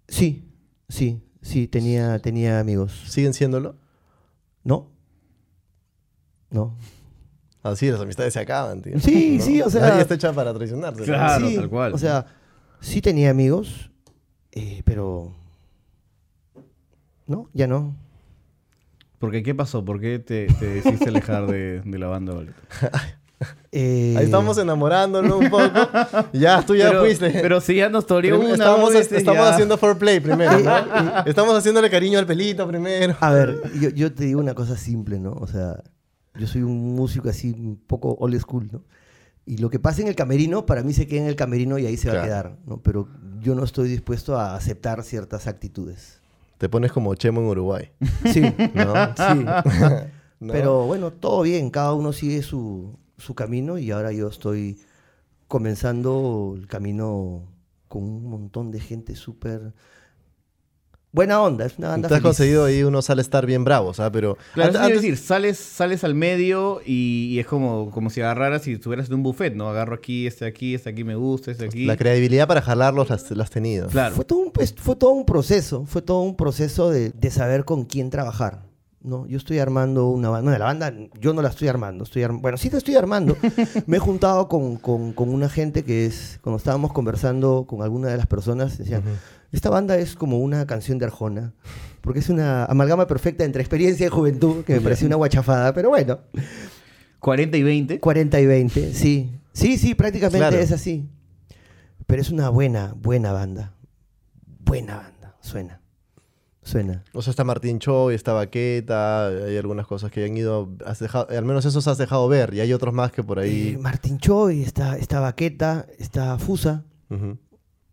[SPEAKER 4] sí, sí, sí, tenía, tenía amigos.
[SPEAKER 1] ¿Siguen siéndolo?
[SPEAKER 4] No, no.
[SPEAKER 1] Así, Ah, las amistades se acaban, tío.
[SPEAKER 4] Sí,
[SPEAKER 1] ¿No?
[SPEAKER 4] sí, o sea-
[SPEAKER 1] Nadie está hecha para traicionarse.
[SPEAKER 2] Claro,
[SPEAKER 4] Sí,
[SPEAKER 2] tal cual.
[SPEAKER 4] O sea, sí tenía amigos, eh, pero... No, ya no.
[SPEAKER 2] Porque ¿qué pasó? ¿Por qué te, te decidiste alejar de, de la banda, Boleto?
[SPEAKER 4] Eh,
[SPEAKER 1] Ahí estamos enamorándonos un poco. ya, tú ya
[SPEAKER 2] pero,
[SPEAKER 1] fuiste.
[SPEAKER 2] Pero si ya nos
[SPEAKER 1] Prim-
[SPEAKER 2] torió una
[SPEAKER 1] estamos
[SPEAKER 2] dos veces,
[SPEAKER 1] estamos
[SPEAKER 2] ya.
[SPEAKER 1] haciendo foreplay primero, ¿no? estamos haciéndole cariño al pelito primero.
[SPEAKER 4] A ver, yo, yo te digo una cosa simple, ¿no? O sea, yo soy un músico así un poco old school, ¿no? Y lo que pasa en el camerino, para mí se queda en el camerino y ahí se va
[SPEAKER 1] Claro.
[SPEAKER 4] a quedar, ¿no? Pero yo no estoy dispuesto a aceptar ciertas actitudes.
[SPEAKER 1] Te pones como Chemo en Uruguay.
[SPEAKER 4] Sí,
[SPEAKER 1] ¿No?
[SPEAKER 4] sí.
[SPEAKER 1] ¿no?
[SPEAKER 4] Pero bueno, todo bien, cada uno sigue su, su camino y ahora yo estoy comenzando el camino con un montón de gente súper... Buena onda, es una banda
[SPEAKER 1] Te has
[SPEAKER 4] feliz.
[SPEAKER 1] conseguido ahí unos al estar bien bravos, ¿ah? Pero
[SPEAKER 2] Claro,
[SPEAKER 1] an-
[SPEAKER 2] eso te iba a
[SPEAKER 1] antes-
[SPEAKER 2] decir, sales, sales al medio y, y es como, como si agarraras y estuvieras en un buffet, ¿no? Agarro aquí, este aquí, este aquí me gusta, este aquí.
[SPEAKER 1] la credibilidad para jalarlos las, las tenido.
[SPEAKER 2] Claro.
[SPEAKER 4] Fue todo un, pues, fue todo un proceso, fue todo un proceso de, de saber con quién trabajar. ¿no? Yo estoy armando una banda, no, la banda yo no la estoy armando, estoy arm- bueno, sí te estoy armando. Me he juntado con, con- con una gente que es, cuando estábamos conversando con alguna de las personas, decían, esta banda es como una canción de Arjona, porque es una amalgama perfecta entre experiencia y juventud, que me pareció una guachafada, pero bueno,
[SPEAKER 2] 40 y 20.
[SPEAKER 4] 40 y 20, sí. Sí, sí, prácticamente
[SPEAKER 1] Claro.
[SPEAKER 4] es así. Pero es una buena, buena banda. Buena banda. Suena. Suena.
[SPEAKER 1] O sea, está Martín Choi, está Baqueta, hay algunas cosas que han ido, has dejado- al menos esos has dejado ver y hay otros más que por
[SPEAKER 4] Eh,
[SPEAKER 1] ahí...
[SPEAKER 4] Martín Choi, está, está Baqueta, está Fusa.
[SPEAKER 1] Ujú.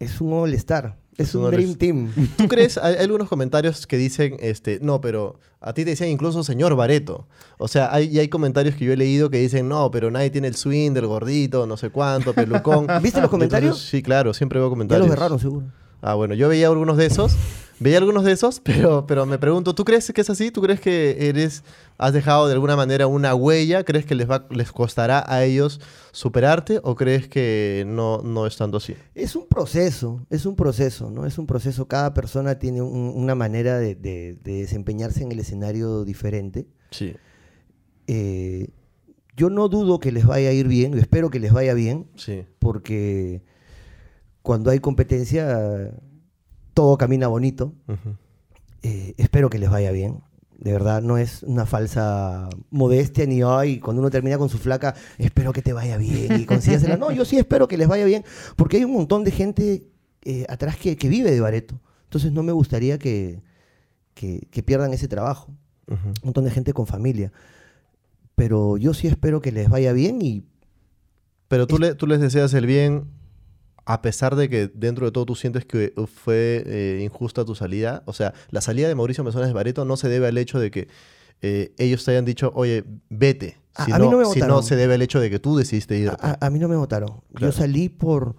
[SPEAKER 4] Es un all-star. Es,
[SPEAKER 1] Es un
[SPEAKER 4] un Dream
[SPEAKER 1] all-star.
[SPEAKER 4] Team.
[SPEAKER 1] ¿Tú crees? Hay, hay algunos comentarios que dicen, este, no, pero a ti te decían incluso señor Bareto. O sea, hay, y hay comentarios que yo he leído que dicen, no, pero nadie tiene el swing del gordito, no sé cuánto, pelucón.
[SPEAKER 4] ¿Viste los comentarios?
[SPEAKER 1] Entonces, sí, claro, siempre veo
[SPEAKER 4] Ya
[SPEAKER 1] comentarios.
[SPEAKER 4] los berraron, seguro.
[SPEAKER 1] Ah, bueno, yo veía algunos de esos. Veía algunos de esos, pero, pero me pregunto, ¿tú crees que es así? ¿Tú crees que eres, has dejado de alguna manera una huella? ¿Crees que les, va, les costará a ellos superarte o crees que no, no es tanto así?
[SPEAKER 4] Es un proceso, es un proceso, ¿no? Es un proceso. Cada persona tiene un- una manera de- de- de desempeñarse en el escenario diferente.
[SPEAKER 1] Sí,
[SPEAKER 4] Eh, yo no dudo que les vaya a ir bien, yo espero que les vaya bien,
[SPEAKER 1] sí.
[SPEAKER 4] porque cuando hay competencia todo camina bonito.
[SPEAKER 1] Ujú.
[SPEAKER 4] Eh, espero que les vaya bien. De verdad, no es una falsa modestia ni ay, cuando uno termina con su flaca, espero que te vaya bien y consígasela. No, yo sí espero que les vaya bien, porque hay un montón de gente eh, atrás que, que vive de Bareto. Entonces no me gustaría que, que- que pierdan ese trabajo.
[SPEAKER 1] Ujú.
[SPEAKER 4] Un montón de gente con familia. Pero yo sí espero que les vaya bien y
[SPEAKER 1] Pero tú, le- tú les deseas el bien, a pesar de que dentro de todo tú sientes que fue eh, injusta tu salida. O sea, la salida de Mauricio Mesones de Bareto no se debe al hecho de que eh, ellos te hayan dicho, oye, vete.
[SPEAKER 4] A-
[SPEAKER 1] Si
[SPEAKER 4] a mí no me
[SPEAKER 1] sino
[SPEAKER 4] votaron.
[SPEAKER 1] se debe al hecho de que tú decidiste irte.
[SPEAKER 4] A, a- a mí no me votaron.
[SPEAKER 1] Claro.
[SPEAKER 4] Yo salí por,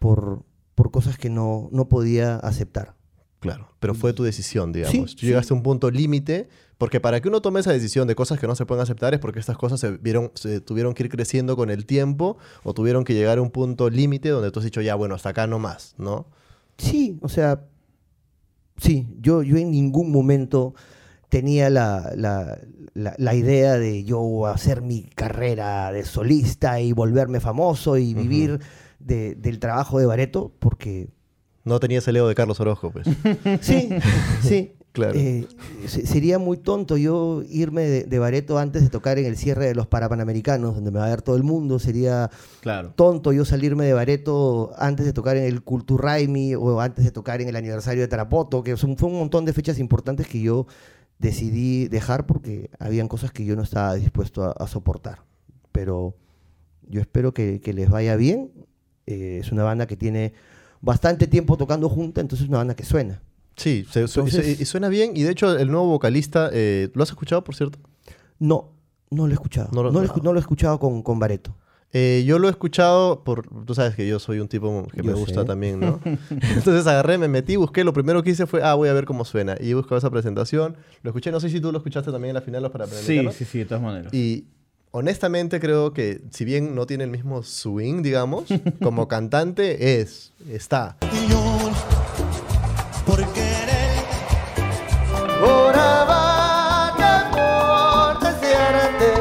[SPEAKER 4] por, por cosas que no, no podía aceptar.
[SPEAKER 1] Claro, pero fue tu decisión, digamos.
[SPEAKER 4] Sí,
[SPEAKER 1] Tú
[SPEAKER 4] sí.
[SPEAKER 1] llegaste a un punto límite, porque para que uno tome esa decisión de cosas que no se pueden aceptar es porque estas cosas se, vieron, se tuvieron que ir creciendo con el tiempo o tuvieron que llegar a un punto límite donde tú has dicho, ya, bueno, hasta acá no más, ¿no?
[SPEAKER 4] Sí, o sea, sí, yo, yo en ningún momento tenía la, la- la- la idea de yo hacer mi carrera de solista y volverme famoso y vivir de- del trabajo de Bareto, porque
[SPEAKER 1] No tenías el ego de Carlos Orozco, pues.
[SPEAKER 4] sí, sí,
[SPEAKER 1] Claro.
[SPEAKER 4] Eh, se- sería muy tonto yo irme de, de Bareto antes de tocar en el cierre de los Parapanamericanos, donde me va a ver todo el mundo. Sería
[SPEAKER 2] Claro.
[SPEAKER 4] tonto yo salirme de Bareto antes de tocar en el Culturraimi o antes de tocar en el aniversario de Tarapoto, que son- fue un montón de fechas importantes que yo decidí dejar porque habían cosas que yo no estaba dispuesto a, a soportar. Pero yo espero que, que les vaya bien. Eh, es una banda que tiene bastante tiempo tocando junta, entonces es una banda que suena.
[SPEAKER 1] Sí, se- su-
[SPEAKER 4] Entonces-
[SPEAKER 1] y se- y suena bien. Y de hecho, el nuevo vocalista, eh, ¿lo has escuchado, por cierto?
[SPEAKER 4] No, no lo he escuchado. No lo,
[SPEAKER 1] lo-
[SPEAKER 4] he escu- no lo he escuchado con, con Bareto.
[SPEAKER 1] Eh, yo lo he escuchado por. Tú sabes que yo soy un tipo que
[SPEAKER 4] Yo
[SPEAKER 1] me gusta
[SPEAKER 4] sé.
[SPEAKER 1] también, ¿no? Entonces agarré, me metí, busqué. Lo primero que hice fue, ah, voy a ver cómo suena. Y he buscado esa presentación. Lo escuché, no sé si tú lo escuchaste también en la final, los
[SPEAKER 2] Sí,
[SPEAKER 1] Panamericanos.
[SPEAKER 2] sí, sí, de todas maneras.
[SPEAKER 1] Y honestamente creo que, si bien no tiene el mismo swing, digamos, como cantante, es. Está.
[SPEAKER 8] Por Habana, por desierto.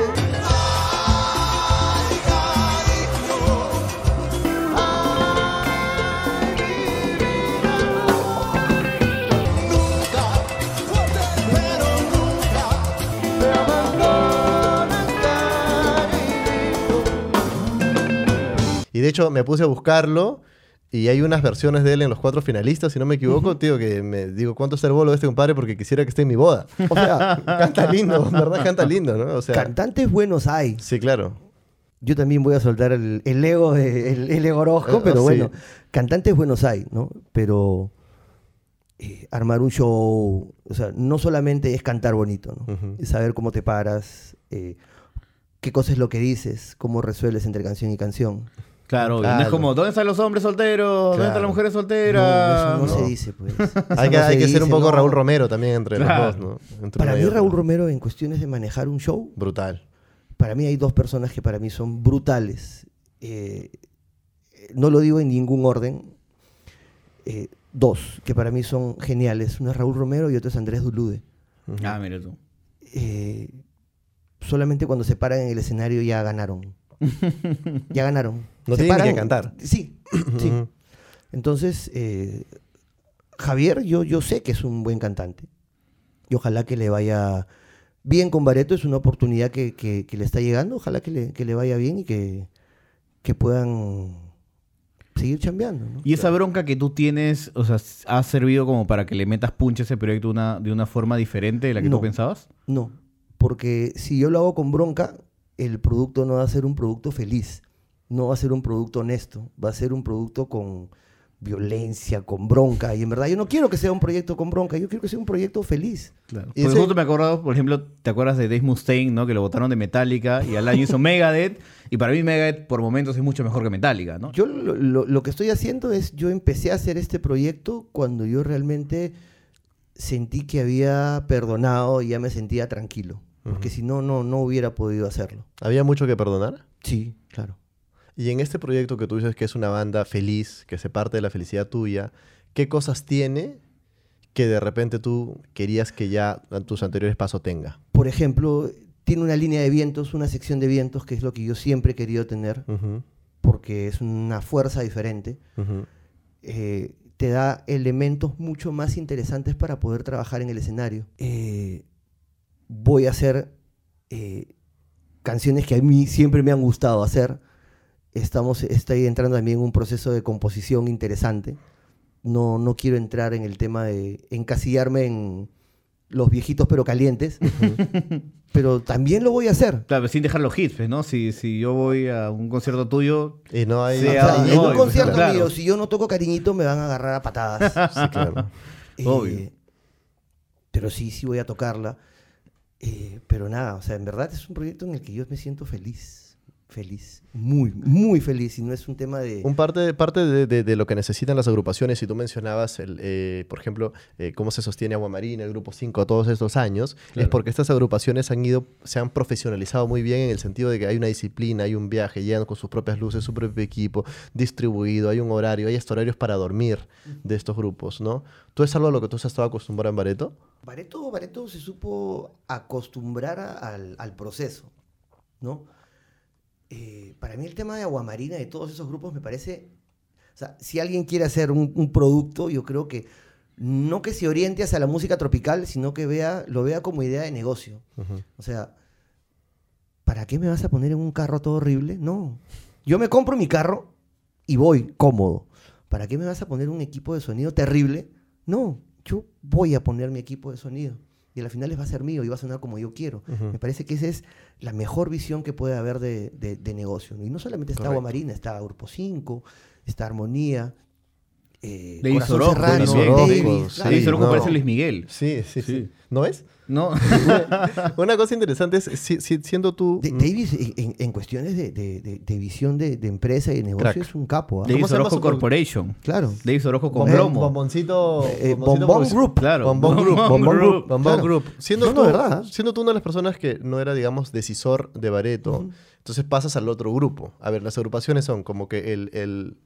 [SPEAKER 1] Y de hecho me puse a buscarlo y hay unas versiones de él en los cuatro finalistas, si no me equivoco, tío, que me digo, ¿cuánto es el bolo de este compadre? Porque quisiera que esté en mi boda. O sea, canta lindo, en ¿verdad? Canta lindo, ¿no? O sea,
[SPEAKER 4] Cantantes buenos hay.
[SPEAKER 1] sí, claro.
[SPEAKER 4] Yo también voy a soltar el, el ego, de- el, el ego Orozco,
[SPEAKER 1] Eh,
[SPEAKER 4] pero
[SPEAKER 1] sí.
[SPEAKER 4] bueno, cantantes buenos hay, ¿no? Pero eh, armar un show, o sea, no solamente es cantar bonito, ¿no?
[SPEAKER 1] Ujú.
[SPEAKER 4] Es saber cómo te paras, eh, qué cosa es lo que dices, cómo resuelves entre canción y canción.
[SPEAKER 2] Claro,
[SPEAKER 1] Claro.
[SPEAKER 2] no es como, ¿dónde están los hombres solteros? ¿Dónde están
[SPEAKER 1] Ah, Claro.
[SPEAKER 2] las mujeres
[SPEAKER 4] No,
[SPEAKER 2] solteras?
[SPEAKER 4] eso no, se
[SPEAKER 2] No.
[SPEAKER 4] dice, pues. Eso
[SPEAKER 1] Hay que,
[SPEAKER 4] no se
[SPEAKER 1] hay que ser un
[SPEAKER 4] dice,
[SPEAKER 1] poco
[SPEAKER 4] no.
[SPEAKER 1] Raúl Romero también entre
[SPEAKER 2] Claro.
[SPEAKER 1] los dos, ¿no? Entre
[SPEAKER 4] Para
[SPEAKER 1] uno y
[SPEAKER 4] mí
[SPEAKER 1] otro.
[SPEAKER 4] Raúl Romero en cuestiones de manejar un show,
[SPEAKER 1] Brutal.
[SPEAKER 4] para mí hay dos personas que para mí son brutales. Eh, eh, no lo digo en ningún orden. Eh, dos que para mí son geniales. Uno es Raúl Romero y otro es Andrés Dulude.
[SPEAKER 2] Ah, mira tú.
[SPEAKER 4] Eh, solamente cuando se paran en el escenario ya ganaron. ya ganaron.
[SPEAKER 1] No
[SPEAKER 4] Se
[SPEAKER 1] tienen ni
[SPEAKER 4] paran-
[SPEAKER 1] que cantar.
[SPEAKER 4] Sí, sí.
[SPEAKER 1] Ujú.
[SPEAKER 4] Entonces, eh, Javier, yo, yo sé que es un buen cantante. Y ojalá que le vaya bien con Bareto. Es una oportunidad que, que- que le está llegando. Ojalá que le, que le vaya bien y que, que puedan seguir chambeando. ¿no?
[SPEAKER 2] Y esa bronca que tú tienes, o sea, ¿ha servido como para que le metas punch a ese proyecto de una, de una forma diferente de la que
[SPEAKER 4] No.
[SPEAKER 2] tú pensabas?
[SPEAKER 4] No, porque si yo lo hago con bronca, el producto no va a ser un producto feliz, no va a ser un producto honesto, va a ser un producto con violencia, con bronca. Y en verdad yo no quiero que sea un proyecto con bronca, yo quiero que sea un proyecto feliz.
[SPEAKER 1] Y
[SPEAKER 2] Claro. Porque
[SPEAKER 1] ese-
[SPEAKER 2] justo me acuerdo, por ejemplo, ¿te acuerdas de Dave Mustaine, no? Que lo votaron de Metallica y al año hizo Megadeth. Y para mí Megadeth por momentos es mucho mejor que Metallica, ¿no?
[SPEAKER 4] Yo lo, lo- lo que estoy haciendo es, yo empecé a hacer este proyecto cuando yo realmente sentí que había perdonado y ya me sentía tranquilo, porque si no, no, no hubiera podido hacerlo.
[SPEAKER 1] Había mucho que perdonar.
[SPEAKER 4] Sí, claro.
[SPEAKER 1] Y en este proyecto que tú dices que es una banda feliz, que se parte de la felicidad tuya, ¿qué cosas tiene que de repente tú querías que ya tus anteriores pasos tenga?
[SPEAKER 4] por ejemplo, tiene una línea de vientos, una sección de vientos, que es lo que yo siempre he querido tener,
[SPEAKER 1] Ujú,
[SPEAKER 4] porque es una fuerza diferente.
[SPEAKER 1] ujú.
[SPEAKER 4] Eh, te da elementos mucho más interesantes para poder trabajar en el escenario. Eh, voy a hacer eh, canciones que a mí siempre me han gustado hacer. Estamos, estoy entrando también en un proceso de composición interesante. No, no quiero entrar en el tema de encasillarme en los viejitos pero calientes, pero también lo voy a hacer.
[SPEAKER 2] Claro, pero sin dejar los hits, pues, ¿no? Si, si yo voy a un concierto tuyo...
[SPEAKER 1] Y no hay...
[SPEAKER 2] Sí,
[SPEAKER 1] o
[SPEAKER 4] O
[SPEAKER 1] sea,
[SPEAKER 4] sea,
[SPEAKER 2] ah,
[SPEAKER 1] y-
[SPEAKER 4] en
[SPEAKER 2] obvio,
[SPEAKER 4] un concierto
[SPEAKER 2] claro.
[SPEAKER 4] mío, si yo no toco cariñito, me van a agarrar a patadas.
[SPEAKER 1] Sí, claro.
[SPEAKER 4] Eh,
[SPEAKER 2] Obvio.
[SPEAKER 4] Pero sí, sí voy a tocarla. Eh, pero nada, o sea, en verdad es un proyecto en el que yo me siento feliz. Feliz. Muy, muy feliz. Y no es un tema de.
[SPEAKER 1] Un parte, parte de, de- de lo que necesitan las agrupaciones, y tú mencionabas, el, eh, por ejemplo, eh, cómo se sostiene Aguamarina, el Grupo 5, todos estos años, es porque estas agrupaciones han ido, se han profesionalizado muy bien en el sentido de que hay una disciplina, hay un viaje, llegan con sus propias luces, su propio equipo, distribuido, hay un horario, hay hasta horarios para dormir de estos grupos, ¿no? ¿Tú es algo a lo que tú has estado acostumbrado en Bareto?
[SPEAKER 4] Bareto, Bareto se supo acostumbrar a- al, al proceso, ¿no? Eh, para mí el tema de Aguamarina y todos esos grupos me parece... O sea, si alguien quiere hacer un, un producto, yo creo que no que se oriente hacia la música tropical, sino que vea, lo vea como idea de negocio.
[SPEAKER 1] Ujú.
[SPEAKER 4] O sea, ¿para qué me vas a poner en un carro todo horrible? No. Yo me compro mi carro y voy cómodo. ¿Para qué me vas a poner un equipo de sonido terrible? No, yo voy a poner mi equipo de sonido. Y al final les va a ser mío y va a sonar como yo quiero.
[SPEAKER 1] Ujú.
[SPEAKER 4] Me parece que esa es la mejor visión que puede haber de, de- de negocio. Y no solamente está Agua
[SPEAKER 1] Correcto.
[SPEAKER 4] Marina, está Grupo 5, está Armonía, eh,
[SPEAKER 2] David
[SPEAKER 4] Corazón
[SPEAKER 2] Orozco
[SPEAKER 4] Serrano,
[SPEAKER 2] también.
[SPEAKER 4] Davis,
[SPEAKER 1] Orozco,
[SPEAKER 4] claro.
[SPEAKER 2] David Orozco
[SPEAKER 1] no.
[SPEAKER 2] parece Luis Miguel.
[SPEAKER 1] Sí, sí, sí,
[SPEAKER 2] Sí.
[SPEAKER 1] ¿No ves?
[SPEAKER 2] No.
[SPEAKER 1] Una cosa interesante es, si- si- siendo tú...
[SPEAKER 4] De- Davis, en- en, en cuestiones de, de- de- de visión de, de empresa y de negocio,
[SPEAKER 1] Crack.
[SPEAKER 4] es un capo. ¿ah?
[SPEAKER 1] ¿Cómo
[SPEAKER 2] Davis
[SPEAKER 1] se llama
[SPEAKER 2] Orozco
[SPEAKER 1] su pro-
[SPEAKER 2] Corporation.
[SPEAKER 4] Claro.
[SPEAKER 2] Davis Orozco con
[SPEAKER 1] bombón-
[SPEAKER 2] Bromo.
[SPEAKER 1] Bomboncito...
[SPEAKER 4] Eh,
[SPEAKER 1] bomboncito
[SPEAKER 4] Bombón
[SPEAKER 1] produce-
[SPEAKER 4] Group.
[SPEAKER 2] Claro.
[SPEAKER 1] Bombón Group, Bombón Group, Bombón
[SPEAKER 2] Claro.
[SPEAKER 1] Group. Siendo,
[SPEAKER 4] No,
[SPEAKER 1] tú,
[SPEAKER 4] no, ¿verdad?
[SPEAKER 1] siendo tú una de las personas que no era, digamos, decisor de Bareto, entonces pasas al otro grupo. A ver, las agrupaciones son como que el, el-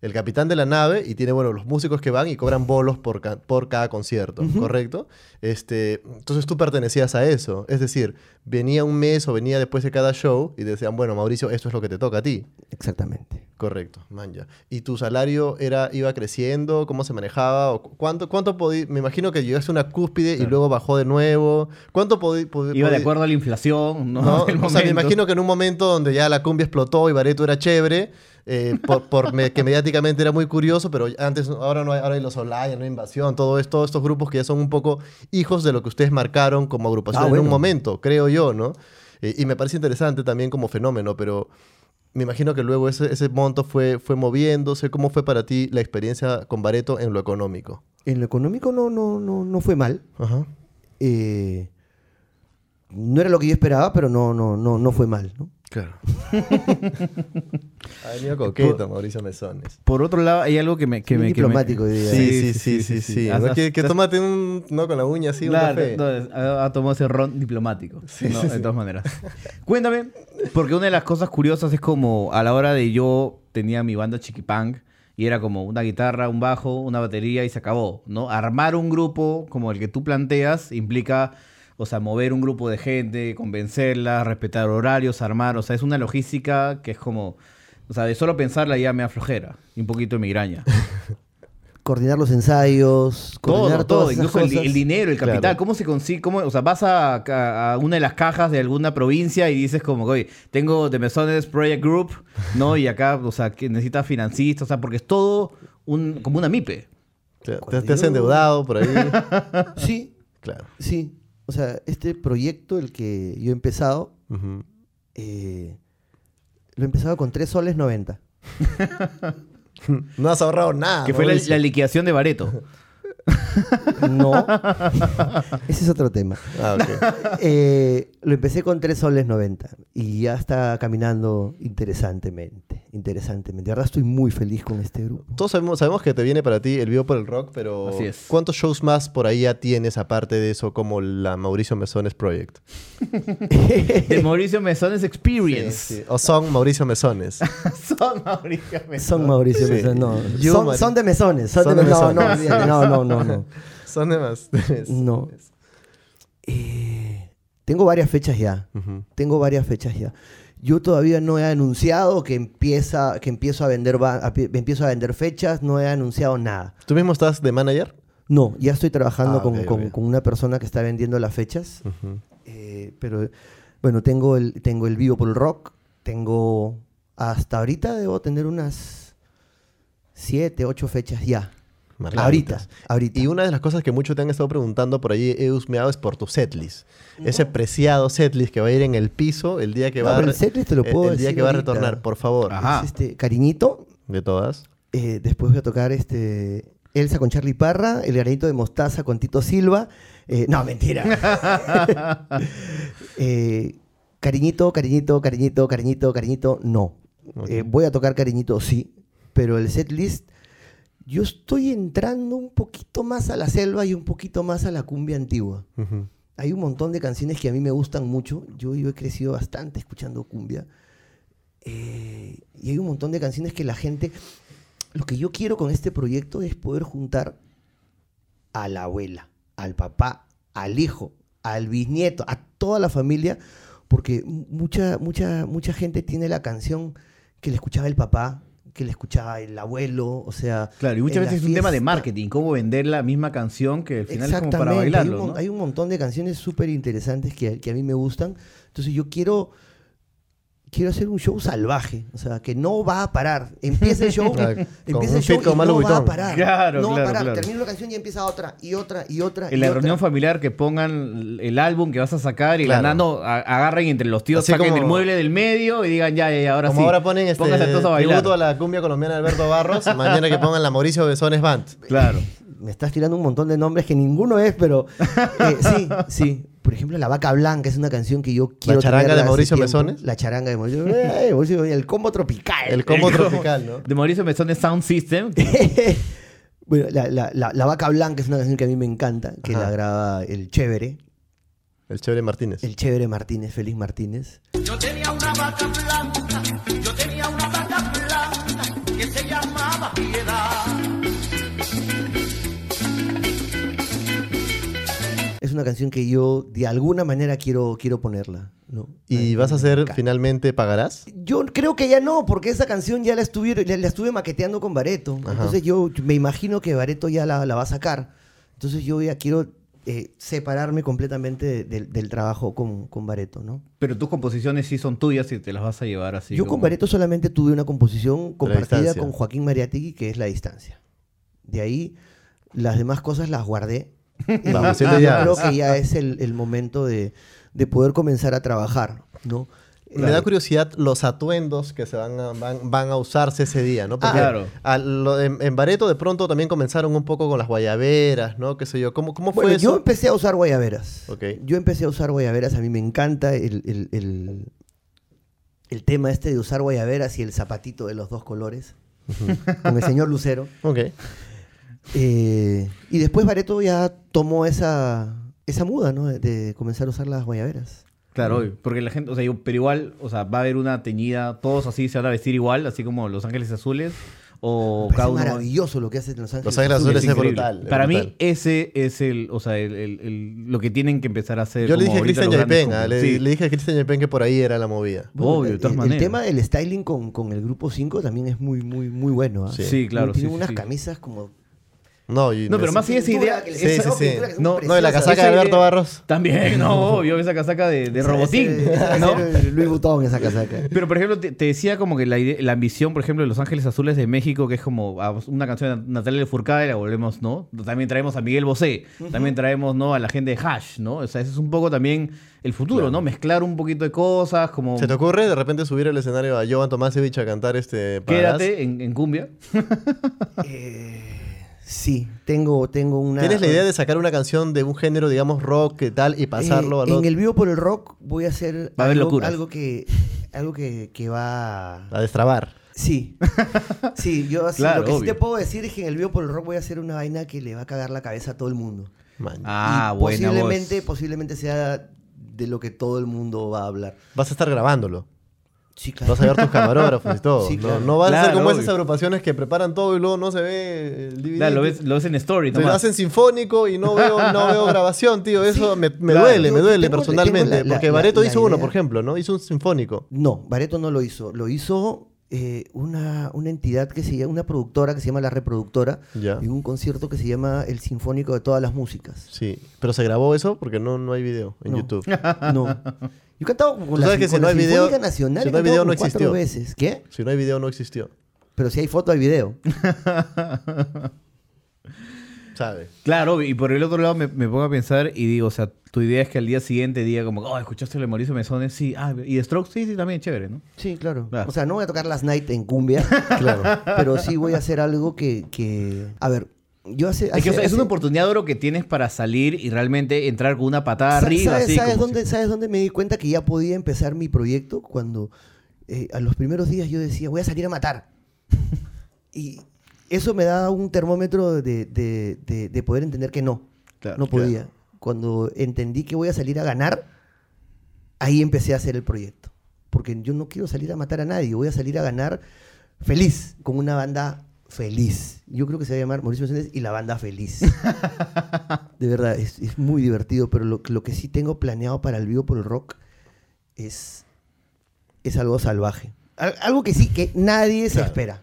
[SPEAKER 1] el capitán de la nave y tiene, bueno, los músicos que van y cobran bolos por, ca- por cada concierto, ¿correcto? Este, entonces tú pertenecías a eso. Es decir, venía un mes o venía después de cada show y decían, bueno, Mauricio, esto es lo que te toca a ti.
[SPEAKER 4] Exactamente.
[SPEAKER 1] Correcto, man, ya. ¿Y tu salario era, iba creciendo? ¿Cómo se manejaba? ¿O cu- ¿Cuánto, cuánto podí- Me imagino que llegaste a una cúspide y luego bajó de nuevo. ¿Cuánto podí- podí-
[SPEAKER 2] Iba de
[SPEAKER 1] podí-
[SPEAKER 2] acuerdo a la inflación, ¿no?
[SPEAKER 1] ¿no?
[SPEAKER 2] Del
[SPEAKER 1] O sea, me
[SPEAKER 2] momento.
[SPEAKER 1] imagino que en un momento donde ya la cumbia explotó y Bareto era chévere, eh, por, por me- que mediáticamente era muy curioso, pero antes, ahora no hay, ahora hay los Olaya, no hay invasión, todo esto, todos estos grupos que ya son un poco hijos de lo que ustedes marcaron como agrupación
[SPEAKER 4] Ah,
[SPEAKER 1] en un
[SPEAKER 4] bueno.
[SPEAKER 1] momento, creo yo, ¿no? Eh, y me parece interesante también como fenómeno, pero me imagino que luego ese, ese monto fue, fue moviéndose. ¿Cómo fue para ti la experiencia con Bareto en lo económico?
[SPEAKER 4] En lo económico no, no, no, no fue mal.
[SPEAKER 1] Ajá.
[SPEAKER 4] Eh, no era lo que yo esperaba, pero no, no, no, no fue mal. ¿no?
[SPEAKER 1] Claro. ha venido coqueto, Mauricio Mesones.
[SPEAKER 2] Por otro lado, hay algo que me. Que
[SPEAKER 4] Muy
[SPEAKER 2] me que me-
[SPEAKER 4] diplomático hoy día.
[SPEAKER 1] Sí, sí, sí, sí, sí.
[SPEAKER 2] Has-
[SPEAKER 1] ¿No? Que,
[SPEAKER 2] has-
[SPEAKER 1] que
[SPEAKER 2] has-
[SPEAKER 1] tómate un... No, con la uña así,
[SPEAKER 2] Claro,
[SPEAKER 1] un café.
[SPEAKER 2] no, es- ha, ha tomado ese ron diplomático. ¿no? De todas maneras. Cuéntame, porque una de las cosas curiosas es como a la hora de yo tenía mi banda Chiquipang y era como una guitarra, un bajo, una batería y se acabó, ¿no? Armar un grupo como el que tú planteas implica, o sea, mover un grupo de gente, convencerla, respetar horarios, armar, o sea, es una logística que es como, o sea, de solo pensarla ya me aflojera y un poquito de migraña.
[SPEAKER 4] Coordinar los ensayos, coordinar
[SPEAKER 2] Todo, todo,
[SPEAKER 4] todas esas
[SPEAKER 2] incluso el,
[SPEAKER 4] cosas.
[SPEAKER 2] el dinero, el capital.
[SPEAKER 1] Claro.
[SPEAKER 2] ¿Cómo se consigue? Cómo, o sea, vas a, a- a una de las cajas de alguna provincia y dices como, oye, tengo The Mesones Project Group, ¿no? Y acá, o sea, que necesitas financistas, o sea, porque es todo un, como una MIPE.
[SPEAKER 1] Te, te- te has endeudado por ahí.
[SPEAKER 4] Sí,
[SPEAKER 1] claro.
[SPEAKER 4] sí. O sea, este proyecto, el que yo he empezado,
[SPEAKER 1] Ujú.
[SPEAKER 4] eh, lo he empezado con 3 soles 90.
[SPEAKER 1] No has ahorrado nada.
[SPEAKER 2] que fue la,
[SPEAKER 1] Mauricio.
[SPEAKER 2] la liquidación de Bareto.
[SPEAKER 4] No. Ese es otro tema.
[SPEAKER 1] Ah, ok.
[SPEAKER 4] Eh, lo empecé con 3 soles 90 y ya está caminando interesantemente, interesantemente. De verdad estoy muy feliz con este grupo.
[SPEAKER 1] Todos sabemos, sabemos que te viene para ti el video por el rock, pero
[SPEAKER 2] Así es.
[SPEAKER 1] ¿cuántos shows más por ahí ya tienes aparte de eso como la Mauricio Mesones Project?
[SPEAKER 2] The Mauricio Mesones Experience.
[SPEAKER 1] O son Mauricio Mesones.
[SPEAKER 2] Son Mauricio Mesones.
[SPEAKER 4] Son Mauricio
[SPEAKER 1] Sí.
[SPEAKER 4] Mesones, no.
[SPEAKER 1] Yo,
[SPEAKER 4] son,
[SPEAKER 1] Mari-
[SPEAKER 4] son de mesones, son,
[SPEAKER 1] Son
[SPEAKER 4] de
[SPEAKER 1] de
[SPEAKER 4] no, no,
[SPEAKER 1] mesones.
[SPEAKER 4] olvídate, no, no, no, no.
[SPEAKER 1] son de más.
[SPEAKER 4] No. Eh, tengo varias fechas ya.
[SPEAKER 1] Ujú.
[SPEAKER 4] Tengo varias fechas ya. Yo todavía no he anunciado que empieza, que empiezo a vender, ba- a pi- empiezo a vender fechas, no he anunciado nada.
[SPEAKER 1] ¿Tú mismo estás de manager?
[SPEAKER 4] No, ya estoy trabajando
[SPEAKER 1] Ah,
[SPEAKER 4] con,
[SPEAKER 1] ok,
[SPEAKER 4] con-
[SPEAKER 1] ok.
[SPEAKER 4] con una persona que está vendiendo las fechas.
[SPEAKER 1] Ujú.
[SPEAKER 4] Eh, pero bueno, tengo el, tengo el vivo por el rock. Tengo. Hasta ahorita debo tener unas siete, ocho fechas ya.
[SPEAKER 1] Marcaditas.
[SPEAKER 4] Ahorita. Ahorita.
[SPEAKER 1] Y una de las cosas que muchos te han estado preguntando por ahí, Eusmeado, es por tu setlist. Ese preciado setlist que va a ir en el piso el día que
[SPEAKER 4] No,
[SPEAKER 1] va a
[SPEAKER 4] pero el
[SPEAKER 1] re- eh,
[SPEAKER 4] setlist te lo puedo
[SPEAKER 1] el día
[SPEAKER 4] decir
[SPEAKER 1] que va a
[SPEAKER 4] ahorita.
[SPEAKER 1] retornar, por favor.
[SPEAKER 2] Ajá.
[SPEAKER 4] Es este, cariñito.
[SPEAKER 1] De todas.
[SPEAKER 4] Eh, después voy a tocar este Elsa con Charlie Parra, El granito de mostaza con Tito Silva. Eh, no, mentira. Eh, cariñito, cariñito, cariñito, cariñito, cariñito, no. Eh, voy a tocar cariñito, sí. Pero el set list, yo estoy entrando un poquito más a la selva y un poquito más a la cumbia antigua.
[SPEAKER 1] Ujú.
[SPEAKER 4] Hay un montón de canciones que a mí me gustan mucho. Yo, yo he crecido bastante escuchando cumbia. Eh, y hay un montón de canciones que la gente... Lo que yo quiero con este proyecto es poder juntar a la abuela, al papá, al hijo, al bisnieto, a toda la familia, porque mucha, mucha, mucha gente tiene la canción que le escuchaba el papá, que le escuchaba el abuelo, o sea...
[SPEAKER 2] Claro, y muchas
[SPEAKER 4] en
[SPEAKER 2] veces
[SPEAKER 4] la
[SPEAKER 2] es un tema de
[SPEAKER 4] fiesta.
[SPEAKER 2] marketing, cómo vender la misma canción que al final es como para
[SPEAKER 4] Exactamente, hay un,
[SPEAKER 2] bailarlo.
[SPEAKER 4] mon-
[SPEAKER 2] ¿no?
[SPEAKER 4] hay un montón de canciones súper interesantes que, que a mí me gustan. Entonces yo quiero quiero hacer un show salvaje, o sea, que no va a parar. Empieza el show,
[SPEAKER 1] Claro, como
[SPEAKER 4] empieza
[SPEAKER 1] un
[SPEAKER 4] el show
[SPEAKER 1] hit con
[SPEAKER 4] y
[SPEAKER 1] Malo
[SPEAKER 4] no va
[SPEAKER 1] Buitón.
[SPEAKER 4] a parar.
[SPEAKER 2] Claro,
[SPEAKER 4] no va a
[SPEAKER 2] claro,
[SPEAKER 4] parar.
[SPEAKER 2] claro.
[SPEAKER 4] Termina una canción y empieza otra y otra y
[SPEAKER 1] Ah,
[SPEAKER 4] otra.
[SPEAKER 2] En
[SPEAKER 4] y
[SPEAKER 2] la
[SPEAKER 4] otra.
[SPEAKER 2] reunión familiar que pongan el álbum que vas a sacar y
[SPEAKER 1] Claro.
[SPEAKER 2] la nano a- agarren entre los tíos,
[SPEAKER 1] Así
[SPEAKER 2] saquen
[SPEAKER 1] como-
[SPEAKER 2] el mueble del medio y digan ya, ya, ya, ahora
[SPEAKER 1] Como
[SPEAKER 2] sí.
[SPEAKER 1] ahora ponen este
[SPEAKER 2] Pónganse todos a bailar.
[SPEAKER 1] tributo a la cumbia colombiana de Alberto Barros, mañana que pongan la Mauricio Besones Band.
[SPEAKER 2] Claro.
[SPEAKER 4] Me estás tirando un montón de nombres que ninguno es, pero eh, sí, sí. Por ejemplo, La Vaca Blanca es una canción que yo quiero
[SPEAKER 1] charanga
[SPEAKER 4] tenerla
[SPEAKER 1] de
[SPEAKER 4] hace
[SPEAKER 1] Mauricio
[SPEAKER 4] tiempo.
[SPEAKER 1] Mesones?
[SPEAKER 4] La charanga de Mauricio eh, Mauricio Mesones, El combo tropical.
[SPEAKER 1] El combo tropical, ¿no?
[SPEAKER 2] De Mauricio Mesón de Sound System.
[SPEAKER 4] Bueno, la, la- la- La Vaca Blanca es una canción que a mí me encanta, que
[SPEAKER 1] Ajá.
[SPEAKER 4] la graba el Chévere,
[SPEAKER 1] El chévere Martínez.
[SPEAKER 4] el Chévere Martínez, Félix Martínez.
[SPEAKER 8] Yo tenía una vaca blanca, yo tenía una vaca blanca que se llamaba Piedad.
[SPEAKER 4] Es una canción que yo de alguna manera quiero, quiero ponerla. ¿no?
[SPEAKER 1] ¿Y
[SPEAKER 4] Ay,
[SPEAKER 1] vas a
[SPEAKER 4] me
[SPEAKER 1] hacer
[SPEAKER 4] encanta.
[SPEAKER 1] finalmente pagarás?
[SPEAKER 4] Yo creo que ya no, porque esa canción ya la estuve, la, la estuve maqueteando con Bareto.
[SPEAKER 1] Ajá.
[SPEAKER 4] Entonces yo me imagino que Bareto ya la, la va a sacar. Entonces yo ya quiero eh, separarme completamente de- del- del trabajo con, con Bareto, ¿no?
[SPEAKER 2] Pero tus composiciones sí son tuyas y te las vas a llevar así.
[SPEAKER 4] Yo
[SPEAKER 2] como-
[SPEAKER 4] con Bareto solamente tuve una composición compartida
[SPEAKER 1] distancia.
[SPEAKER 4] con Joaquín Mariategui, que es La Distancia. De ahí, las demás cosas las guardé. Y
[SPEAKER 1] Vamos,
[SPEAKER 4] yo
[SPEAKER 1] siete llaves.
[SPEAKER 4] creo que ya es el, el momento de, de poder comenzar a trabajar, ¿no?
[SPEAKER 1] Me da
[SPEAKER 4] Eh,
[SPEAKER 1] curiosidad los atuendos que se van a, van, van a usarse ese día, ¿no? Porque
[SPEAKER 2] claro.
[SPEAKER 1] a lo- en, en Bareto de pronto también comenzaron un poco con las guayaberas, ¿no? Qué sé yo. ¿Cómo, cómo fue
[SPEAKER 4] Bueno, yo
[SPEAKER 1] eso?
[SPEAKER 4] empecé a usar guayaberas.
[SPEAKER 1] Ok.
[SPEAKER 4] Yo empecé a usar guayaberas, a mí me encanta el, el- el- el tema este de usar guayaberas y el zapatito de los dos colores, con el señor Lucero.
[SPEAKER 1] Ok.
[SPEAKER 4] Eh, y después Bareto ya tomó esa, esa muda, ¿no? De, de comenzar a usar las guayaberas.
[SPEAKER 2] Claro, obvio. porque la gente, o sea, yo- pero igual, o sea, va a haber una teñida, todos así se van a vestir igual, así como Los Ángeles Azules o
[SPEAKER 4] Me
[SPEAKER 2] cada
[SPEAKER 4] parece
[SPEAKER 2] uno.
[SPEAKER 4] maravilloso lo que hacen en Los Ángeles.
[SPEAKER 1] Los Ángeles Azules es
[SPEAKER 2] increíble.
[SPEAKER 1] brutal. es
[SPEAKER 2] Para mí,
[SPEAKER 1] brutal.
[SPEAKER 2] ese es el, o sea, el- el- el- lo que tienen que empezar a hacer.
[SPEAKER 1] Yo le
[SPEAKER 2] como
[SPEAKER 1] dije a
[SPEAKER 2] ahorita
[SPEAKER 1] Cristian
[SPEAKER 2] los grandes
[SPEAKER 1] Yaipen, ah, le,
[SPEAKER 2] grupos. Sí.
[SPEAKER 1] le dije a Cristian Yaipen que por ahí era la movida.
[SPEAKER 4] Bueno,
[SPEAKER 2] Obvio, de
[SPEAKER 4] el-
[SPEAKER 2] todas
[SPEAKER 4] el,
[SPEAKER 2] maneras.
[SPEAKER 4] tema del styling con, con el grupo 5 también es muy, muy, muy bueno. ¿ah?
[SPEAKER 2] Sí. Sí, claro,
[SPEAKER 4] Tienen
[SPEAKER 2] sí, sí,
[SPEAKER 4] unas
[SPEAKER 2] sí.
[SPEAKER 4] camisas como.
[SPEAKER 1] No, y-
[SPEAKER 2] No, pero más
[SPEAKER 1] Sí,
[SPEAKER 2] esa idea.
[SPEAKER 4] que le-
[SPEAKER 1] sí,
[SPEAKER 4] esa-
[SPEAKER 1] sí.
[SPEAKER 4] pintura que son
[SPEAKER 1] No, no, de la
[SPEAKER 4] preciosas.
[SPEAKER 1] casaca de
[SPEAKER 2] Esa
[SPEAKER 1] Alberto
[SPEAKER 2] idea-
[SPEAKER 1] Barros.
[SPEAKER 2] También, no, obvio, esa casaca de, de robotín.
[SPEAKER 4] Ese- ese-
[SPEAKER 2] ¿no?
[SPEAKER 4] ese eh, Louis Vuitton, esa casaca.
[SPEAKER 2] Pero, por ejemplo, te, te decía como que la, ide- la ambición, por ejemplo, de Los Ángeles Azules de México, que es como ah, una canción de Natalia Furcada y la volvemos, ¿no? También traemos a Miguel Bosé, también traemos, ¿no? A la gente de Hash, ¿no? O sea, ese es un poco también el futuro, ¿no? Mezclar un poquito de cosas, como
[SPEAKER 1] ¿Se te ocurre de repente subir al escenario a Jovan Tomasevich a cantar este Pagarás?
[SPEAKER 2] quédate en, en cumbia.
[SPEAKER 4] Eh, sí, tengo, tengo una.
[SPEAKER 1] ¿Tienes la idea de sacar una canción de un género, digamos, rock, qué tal, y pasarlo
[SPEAKER 4] Eh,
[SPEAKER 1] al otro?
[SPEAKER 4] En el vivo por el rock voy a hacer
[SPEAKER 2] Va a haber
[SPEAKER 4] algo,
[SPEAKER 2] locuras.
[SPEAKER 4] algo que algo que, que va
[SPEAKER 1] A destrabar.
[SPEAKER 4] sí sí yo así,
[SPEAKER 2] Claro,
[SPEAKER 4] lo que sí
[SPEAKER 2] obvio.
[SPEAKER 4] te puedo decir es que en el vivo por el rock voy a hacer una vaina que le va a cagar la cabeza a todo el mundo
[SPEAKER 1] Man.
[SPEAKER 2] Ah,
[SPEAKER 4] Y
[SPEAKER 2] buena voz.
[SPEAKER 4] posiblemente posiblemente sea de lo que todo el mundo va a hablar
[SPEAKER 1] Vas a estar grabándolo.
[SPEAKER 4] sí claro
[SPEAKER 1] Vas a ver tus camarógrafos y todo.
[SPEAKER 4] Sí,
[SPEAKER 1] No-
[SPEAKER 4] claro.
[SPEAKER 1] No, van a ser
[SPEAKER 2] Claro,
[SPEAKER 1] como esas
[SPEAKER 2] obvio.
[SPEAKER 1] agrupaciones que preparan todo y luego no se ve el DVD.
[SPEAKER 2] Claro, lo ves, lo ves en story,
[SPEAKER 1] Te lo
[SPEAKER 2] nomás.
[SPEAKER 1] hacen sinfónico y no veo, no veo grabación, tío. Eso
[SPEAKER 4] Sí,
[SPEAKER 1] me, me
[SPEAKER 2] claro.
[SPEAKER 1] duele, me
[SPEAKER 4] Yo
[SPEAKER 1] duele
[SPEAKER 4] tengo-
[SPEAKER 1] personalmente.
[SPEAKER 4] tengo la- la-
[SPEAKER 1] porque
[SPEAKER 4] la-
[SPEAKER 1] Bareto
[SPEAKER 4] la
[SPEAKER 1] hizo uno,
[SPEAKER 4] idea.
[SPEAKER 1] por ejemplo, ¿no? Hizo un sinfónico.
[SPEAKER 4] no Bareto no lo hizo lo hizo eh, una, una entidad que se llama una productora que se llama la reproductora
[SPEAKER 1] Ya.
[SPEAKER 4] y un concierto que se llama el sinfónico de todas las músicas
[SPEAKER 1] Sí. Pero se grabó eso porque no, no hay video en
[SPEAKER 4] No.
[SPEAKER 1] YouTube.
[SPEAKER 4] No. Yo cantaba con
[SPEAKER 1] ¿Tú
[SPEAKER 4] la,
[SPEAKER 1] sabes que
[SPEAKER 4] con
[SPEAKER 1] si no
[SPEAKER 4] la
[SPEAKER 1] hay video-
[SPEAKER 4] Sinfónica Nacional.
[SPEAKER 1] si
[SPEAKER 4] he
[SPEAKER 1] no hay
[SPEAKER 4] cantado
[SPEAKER 1] video, no
[SPEAKER 4] como cuatro
[SPEAKER 1] existió?
[SPEAKER 4] veces. ¿Qué?
[SPEAKER 1] Si no hay video, no existió.
[SPEAKER 4] Pero si hay foto, hay video.
[SPEAKER 1] ¿Sabes?
[SPEAKER 2] Claro, y por el otro lado me, me pongo a pensar y digo, o sea, tu idea es que al día siguiente diga como, oh, escuchaste lo de Mauricio Mesones, sí, ah, y de Strokes, sí, sí, también, chévere, ¿no?
[SPEAKER 4] Sí, claro.
[SPEAKER 2] Claro.
[SPEAKER 4] O sea, no voy a tocar las night en cumbia. claro. Pero sí voy a hacer algo que. que... A ver, yo hace.
[SPEAKER 2] Es, que, o
[SPEAKER 4] hace-
[SPEAKER 2] sea, es una
[SPEAKER 4] hace-
[SPEAKER 2] oportunidad de oro que tienes para salir y realmente entrar con una patada
[SPEAKER 4] Sa-
[SPEAKER 2] arriba.
[SPEAKER 4] ¿Sabes,
[SPEAKER 2] así,
[SPEAKER 4] sabes
[SPEAKER 2] como
[SPEAKER 4] dónde,
[SPEAKER 2] si-
[SPEAKER 4] sabes dónde me di cuenta que ya podía empezar mi proyecto? Cuando eh, a los primeros días yo decía, voy a salir a matar. y eso me da un termómetro de, de- de- de poder entender que no.
[SPEAKER 2] Claro,
[SPEAKER 4] no podía. Cuando entendí que voy a salir a ganar, ahí empecé a hacer el proyecto. Porque yo no quiero salir a matar a nadie, voy a salir a ganar feliz, con una banda feliz. Yo creo que se va a llamar Mauricio Meséndez y la banda feliz. De verdad, es, es muy divertido, pero lo, lo que sí tengo planeado para el vivo por el rock es, es algo salvaje. Al- algo que sí, que nadie se espera.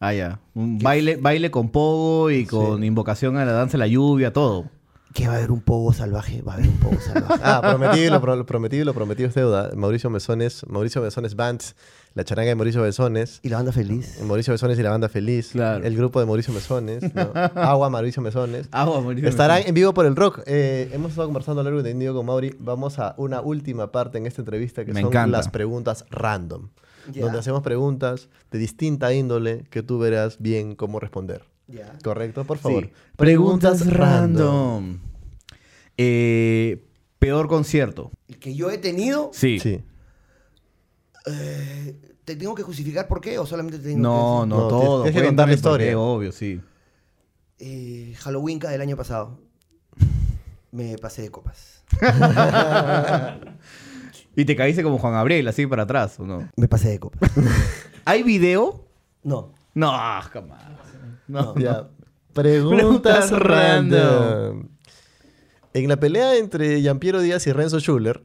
[SPEAKER 2] Ah, ya. Un baile, baile con pogo y con invocación a la danza de la lluvia, todo.
[SPEAKER 4] Que va a haber un pogo salvaje, va a haber un pogo salvaje.
[SPEAKER 1] Ah, prometí lo, pro- lo prometí lo prometido es deuda. Mauricio Mesones, Mauricio Mesones Bands, la charanga de Mauricio Mesones.
[SPEAKER 4] Y la banda feliz.
[SPEAKER 1] Mauricio Mesones y la banda feliz. El grupo de Mauricio Mesones. ¿no? Agua Mauricio Mesones.
[SPEAKER 2] Agua, Ah, Mauricio
[SPEAKER 1] Estarán
[SPEAKER 2] Mesones.
[SPEAKER 1] en vivo por el rock. Eh, hemos estado conversando a lo largo y tendido con Mauri. Vamos a una última parte en esta entrevista que
[SPEAKER 2] Me
[SPEAKER 1] son
[SPEAKER 2] encanta.
[SPEAKER 1] las preguntas random.
[SPEAKER 4] Ya.
[SPEAKER 1] Donde hacemos preguntas de distinta índole que tú verás bien cómo responder.
[SPEAKER 4] Ya.
[SPEAKER 1] ¿Correcto? Por favor.
[SPEAKER 2] Sí. Preguntas random. Eh, peor concierto.
[SPEAKER 4] El que yo he tenido,
[SPEAKER 2] Sí.
[SPEAKER 1] Sí.
[SPEAKER 4] eh, ¿te tengo que justificar por qué o solamente te tengo
[SPEAKER 2] No,
[SPEAKER 4] que
[SPEAKER 2] no,
[SPEAKER 1] No,
[SPEAKER 2] todo.
[SPEAKER 1] tienes que contar la
[SPEAKER 2] Cuéntame por qué,
[SPEAKER 1] historia.
[SPEAKER 2] obvio, sí.
[SPEAKER 4] Eh, Halloween del año pasado. Me pasé de copas.
[SPEAKER 2] Y te caíste como Juan Gabriel, así para atrás, ¿o no?
[SPEAKER 4] Me pasé de copas.
[SPEAKER 2] ¿Hay video?
[SPEAKER 4] No.
[SPEAKER 2] No, jamás. No.
[SPEAKER 1] Ya. Preguntas
[SPEAKER 2] Preguntas
[SPEAKER 1] random. En la pelea entre Giampiero Díaz y Renzo Schuller,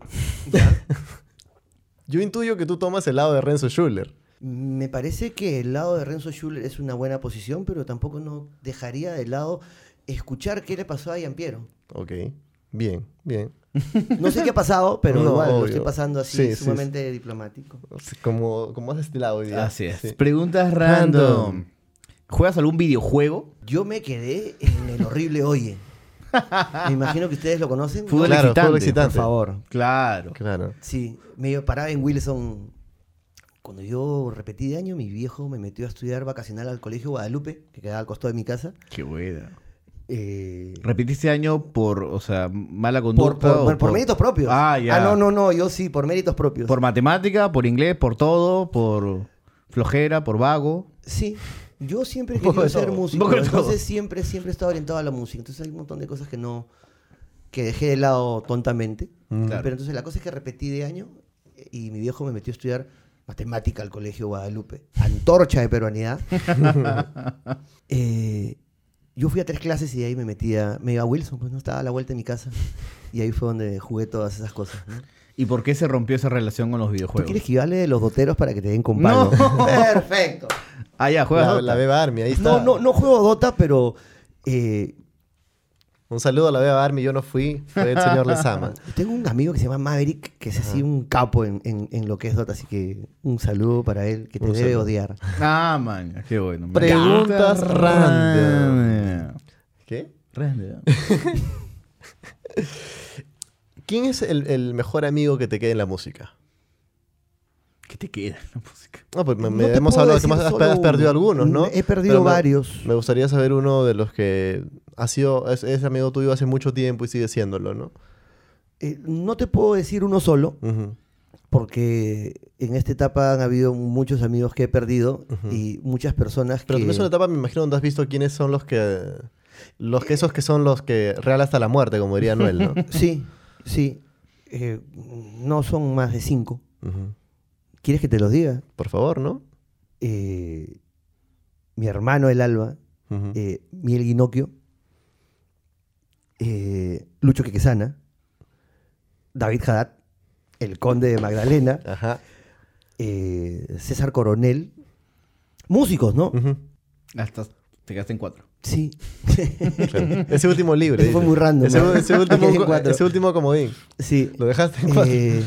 [SPEAKER 1] yo intuyo que tú tomas el lado de Renzo Schuller.
[SPEAKER 4] Me parece que el lado de Renzo Schuller es una buena posición, pero tampoco no dejaría de lado escuchar qué le pasó a Giampiero.
[SPEAKER 1] Ok. Bien, bien.
[SPEAKER 4] No sé qué ha pasado, pero
[SPEAKER 1] No,
[SPEAKER 4] igual lo
[SPEAKER 1] obvio.
[SPEAKER 4] estoy pasando así,
[SPEAKER 1] Sí, sí, sí.
[SPEAKER 4] sumamente diplomático.
[SPEAKER 1] Como, como has estilado hoy día.
[SPEAKER 2] Así es.
[SPEAKER 1] Sí.
[SPEAKER 2] Preguntas
[SPEAKER 1] Random.
[SPEAKER 2] random. ¿Juegas algún videojuego?
[SPEAKER 4] Yo me quedé en el horrible Oye. Me imagino que ustedes lo conocen. ¿no?
[SPEAKER 2] Fútbol
[SPEAKER 1] Claro,
[SPEAKER 2] excitante,
[SPEAKER 1] fútbol excitante.
[SPEAKER 2] por favor. Claro.
[SPEAKER 1] Claro.
[SPEAKER 4] Sí, me paraba en Wilson. Cuando yo repetí de año, mi viejo me metió a estudiar vacacional al Colegio Guadalupe, que quedaba al costado de mi casa.
[SPEAKER 2] Qué buena.
[SPEAKER 4] Eh,
[SPEAKER 2] ¿Repetiste año por, o sea, mala
[SPEAKER 4] por,
[SPEAKER 2] conducta?
[SPEAKER 4] por-
[SPEAKER 2] o
[SPEAKER 4] por- por méritos propios.
[SPEAKER 2] Ah, ya.
[SPEAKER 4] no, no, no, yo sí, por méritos propios.
[SPEAKER 2] Por matemática, por inglés, por todo, por flojera, por vago.
[SPEAKER 4] Sí, yo siempre he
[SPEAKER 1] poco
[SPEAKER 4] querido
[SPEAKER 1] de
[SPEAKER 4] ser
[SPEAKER 1] todo, un
[SPEAKER 4] músico,
[SPEAKER 2] poco de todo.
[SPEAKER 4] entonces siempre, siempre he estado orientado a la música. Entonces hay un montón de cosas que no, que dejé de lado tontamente.
[SPEAKER 1] Mm.
[SPEAKER 2] Claro.
[SPEAKER 4] Pero entonces la cosa es que repetí de año eh, y mi viejo me metió a estudiar matemática al Colegio Guadalupe, antorcha de peruanidad. Eh, yo fui a tres clases y de ahí me metía, me iba a Wilson, pues no estaba a la vuelta de mi casa. Y ahí fue donde jugué todas esas cosas. ¿no?
[SPEAKER 2] ¿Y por qué se rompió esa relación con los
[SPEAKER 4] ¿Tú
[SPEAKER 2] videojuegos?
[SPEAKER 4] quieres que yo hable de los doteros para que te den con palo?
[SPEAKER 2] No.
[SPEAKER 4] ¡Perfecto!
[SPEAKER 2] Ah, ya, juegas.
[SPEAKER 1] La,
[SPEAKER 2] Dota.
[SPEAKER 1] la Beba Army, ahí está.
[SPEAKER 4] No, no, no juego Dota, pero eh,
[SPEAKER 1] Un saludo a la Beba Army, yo no fui, fue el señor Lezama.
[SPEAKER 4] tengo un amigo que se llama Maverick, que es así un capo en, en- en lo que es Dota, así que un saludo para él, que te
[SPEAKER 1] Un
[SPEAKER 4] debe
[SPEAKER 1] saludo.
[SPEAKER 4] odiar.
[SPEAKER 2] Ah, man, qué bueno. Ah, man.
[SPEAKER 1] Preguntas random. ¿Qué?
[SPEAKER 2] Random.
[SPEAKER 1] ¿Quién es el, el mejor amigo que te queda en la música?
[SPEAKER 2] ¿Qué te queda en la música?
[SPEAKER 1] No, pues me-
[SPEAKER 4] No
[SPEAKER 1] me-
[SPEAKER 4] te
[SPEAKER 1] hemos
[SPEAKER 4] puedo
[SPEAKER 1] hablado que
[SPEAKER 4] decir
[SPEAKER 1] más- has,
[SPEAKER 4] solo
[SPEAKER 1] has perdido
[SPEAKER 4] uno.
[SPEAKER 1] algunos, ¿no?
[SPEAKER 4] He perdido
[SPEAKER 1] me-
[SPEAKER 4] varios.
[SPEAKER 1] Me, gustaría saber uno de los que ha sido, es, es amigo tuyo hace mucho tiempo y sigue siéndolo, ¿no?
[SPEAKER 4] Eh, no te puedo decir uno solo,
[SPEAKER 1] Ujú.
[SPEAKER 4] porque en esta etapa han habido muchos amigos que he perdido y muchas personas
[SPEAKER 1] Pero
[SPEAKER 4] que...
[SPEAKER 1] también es una etapa, me imagino, donde has visto quiénes son los que, los que esos que son los que real hasta la muerte, como diría Noel, ¿no?
[SPEAKER 4] Sí, sí. Eh, no son más de cinco.
[SPEAKER 1] Ujú.
[SPEAKER 4] ¿Quieres que te los diga?
[SPEAKER 1] Por favor, ¿no?
[SPEAKER 4] Eh, mi hermano el Alba,
[SPEAKER 1] Ujú.
[SPEAKER 4] eh, Miel Guinocchio, eh, Lucho Quequesana, David Haddad, el Conde de Magdalena,
[SPEAKER 1] Ajá.
[SPEAKER 4] eh, César Coronel, músicos, ¿no?
[SPEAKER 1] Ujú.
[SPEAKER 2] Hasta Ah, te quedaste en cuatro.
[SPEAKER 4] Sí.
[SPEAKER 1] Claro. Ese último libre.
[SPEAKER 4] Eso fue
[SPEAKER 1] dice.
[SPEAKER 4] muy random,
[SPEAKER 1] Ese,
[SPEAKER 4] ¿no?
[SPEAKER 1] ese
[SPEAKER 4] Me quedé en
[SPEAKER 1] último,
[SPEAKER 4] cuatro.
[SPEAKER 1] ese último comodín.
[SPEAKER 4] sí.
[SPEAKER 1] Lo dejaste en cuatro.
[SPEAKER 4] Eh,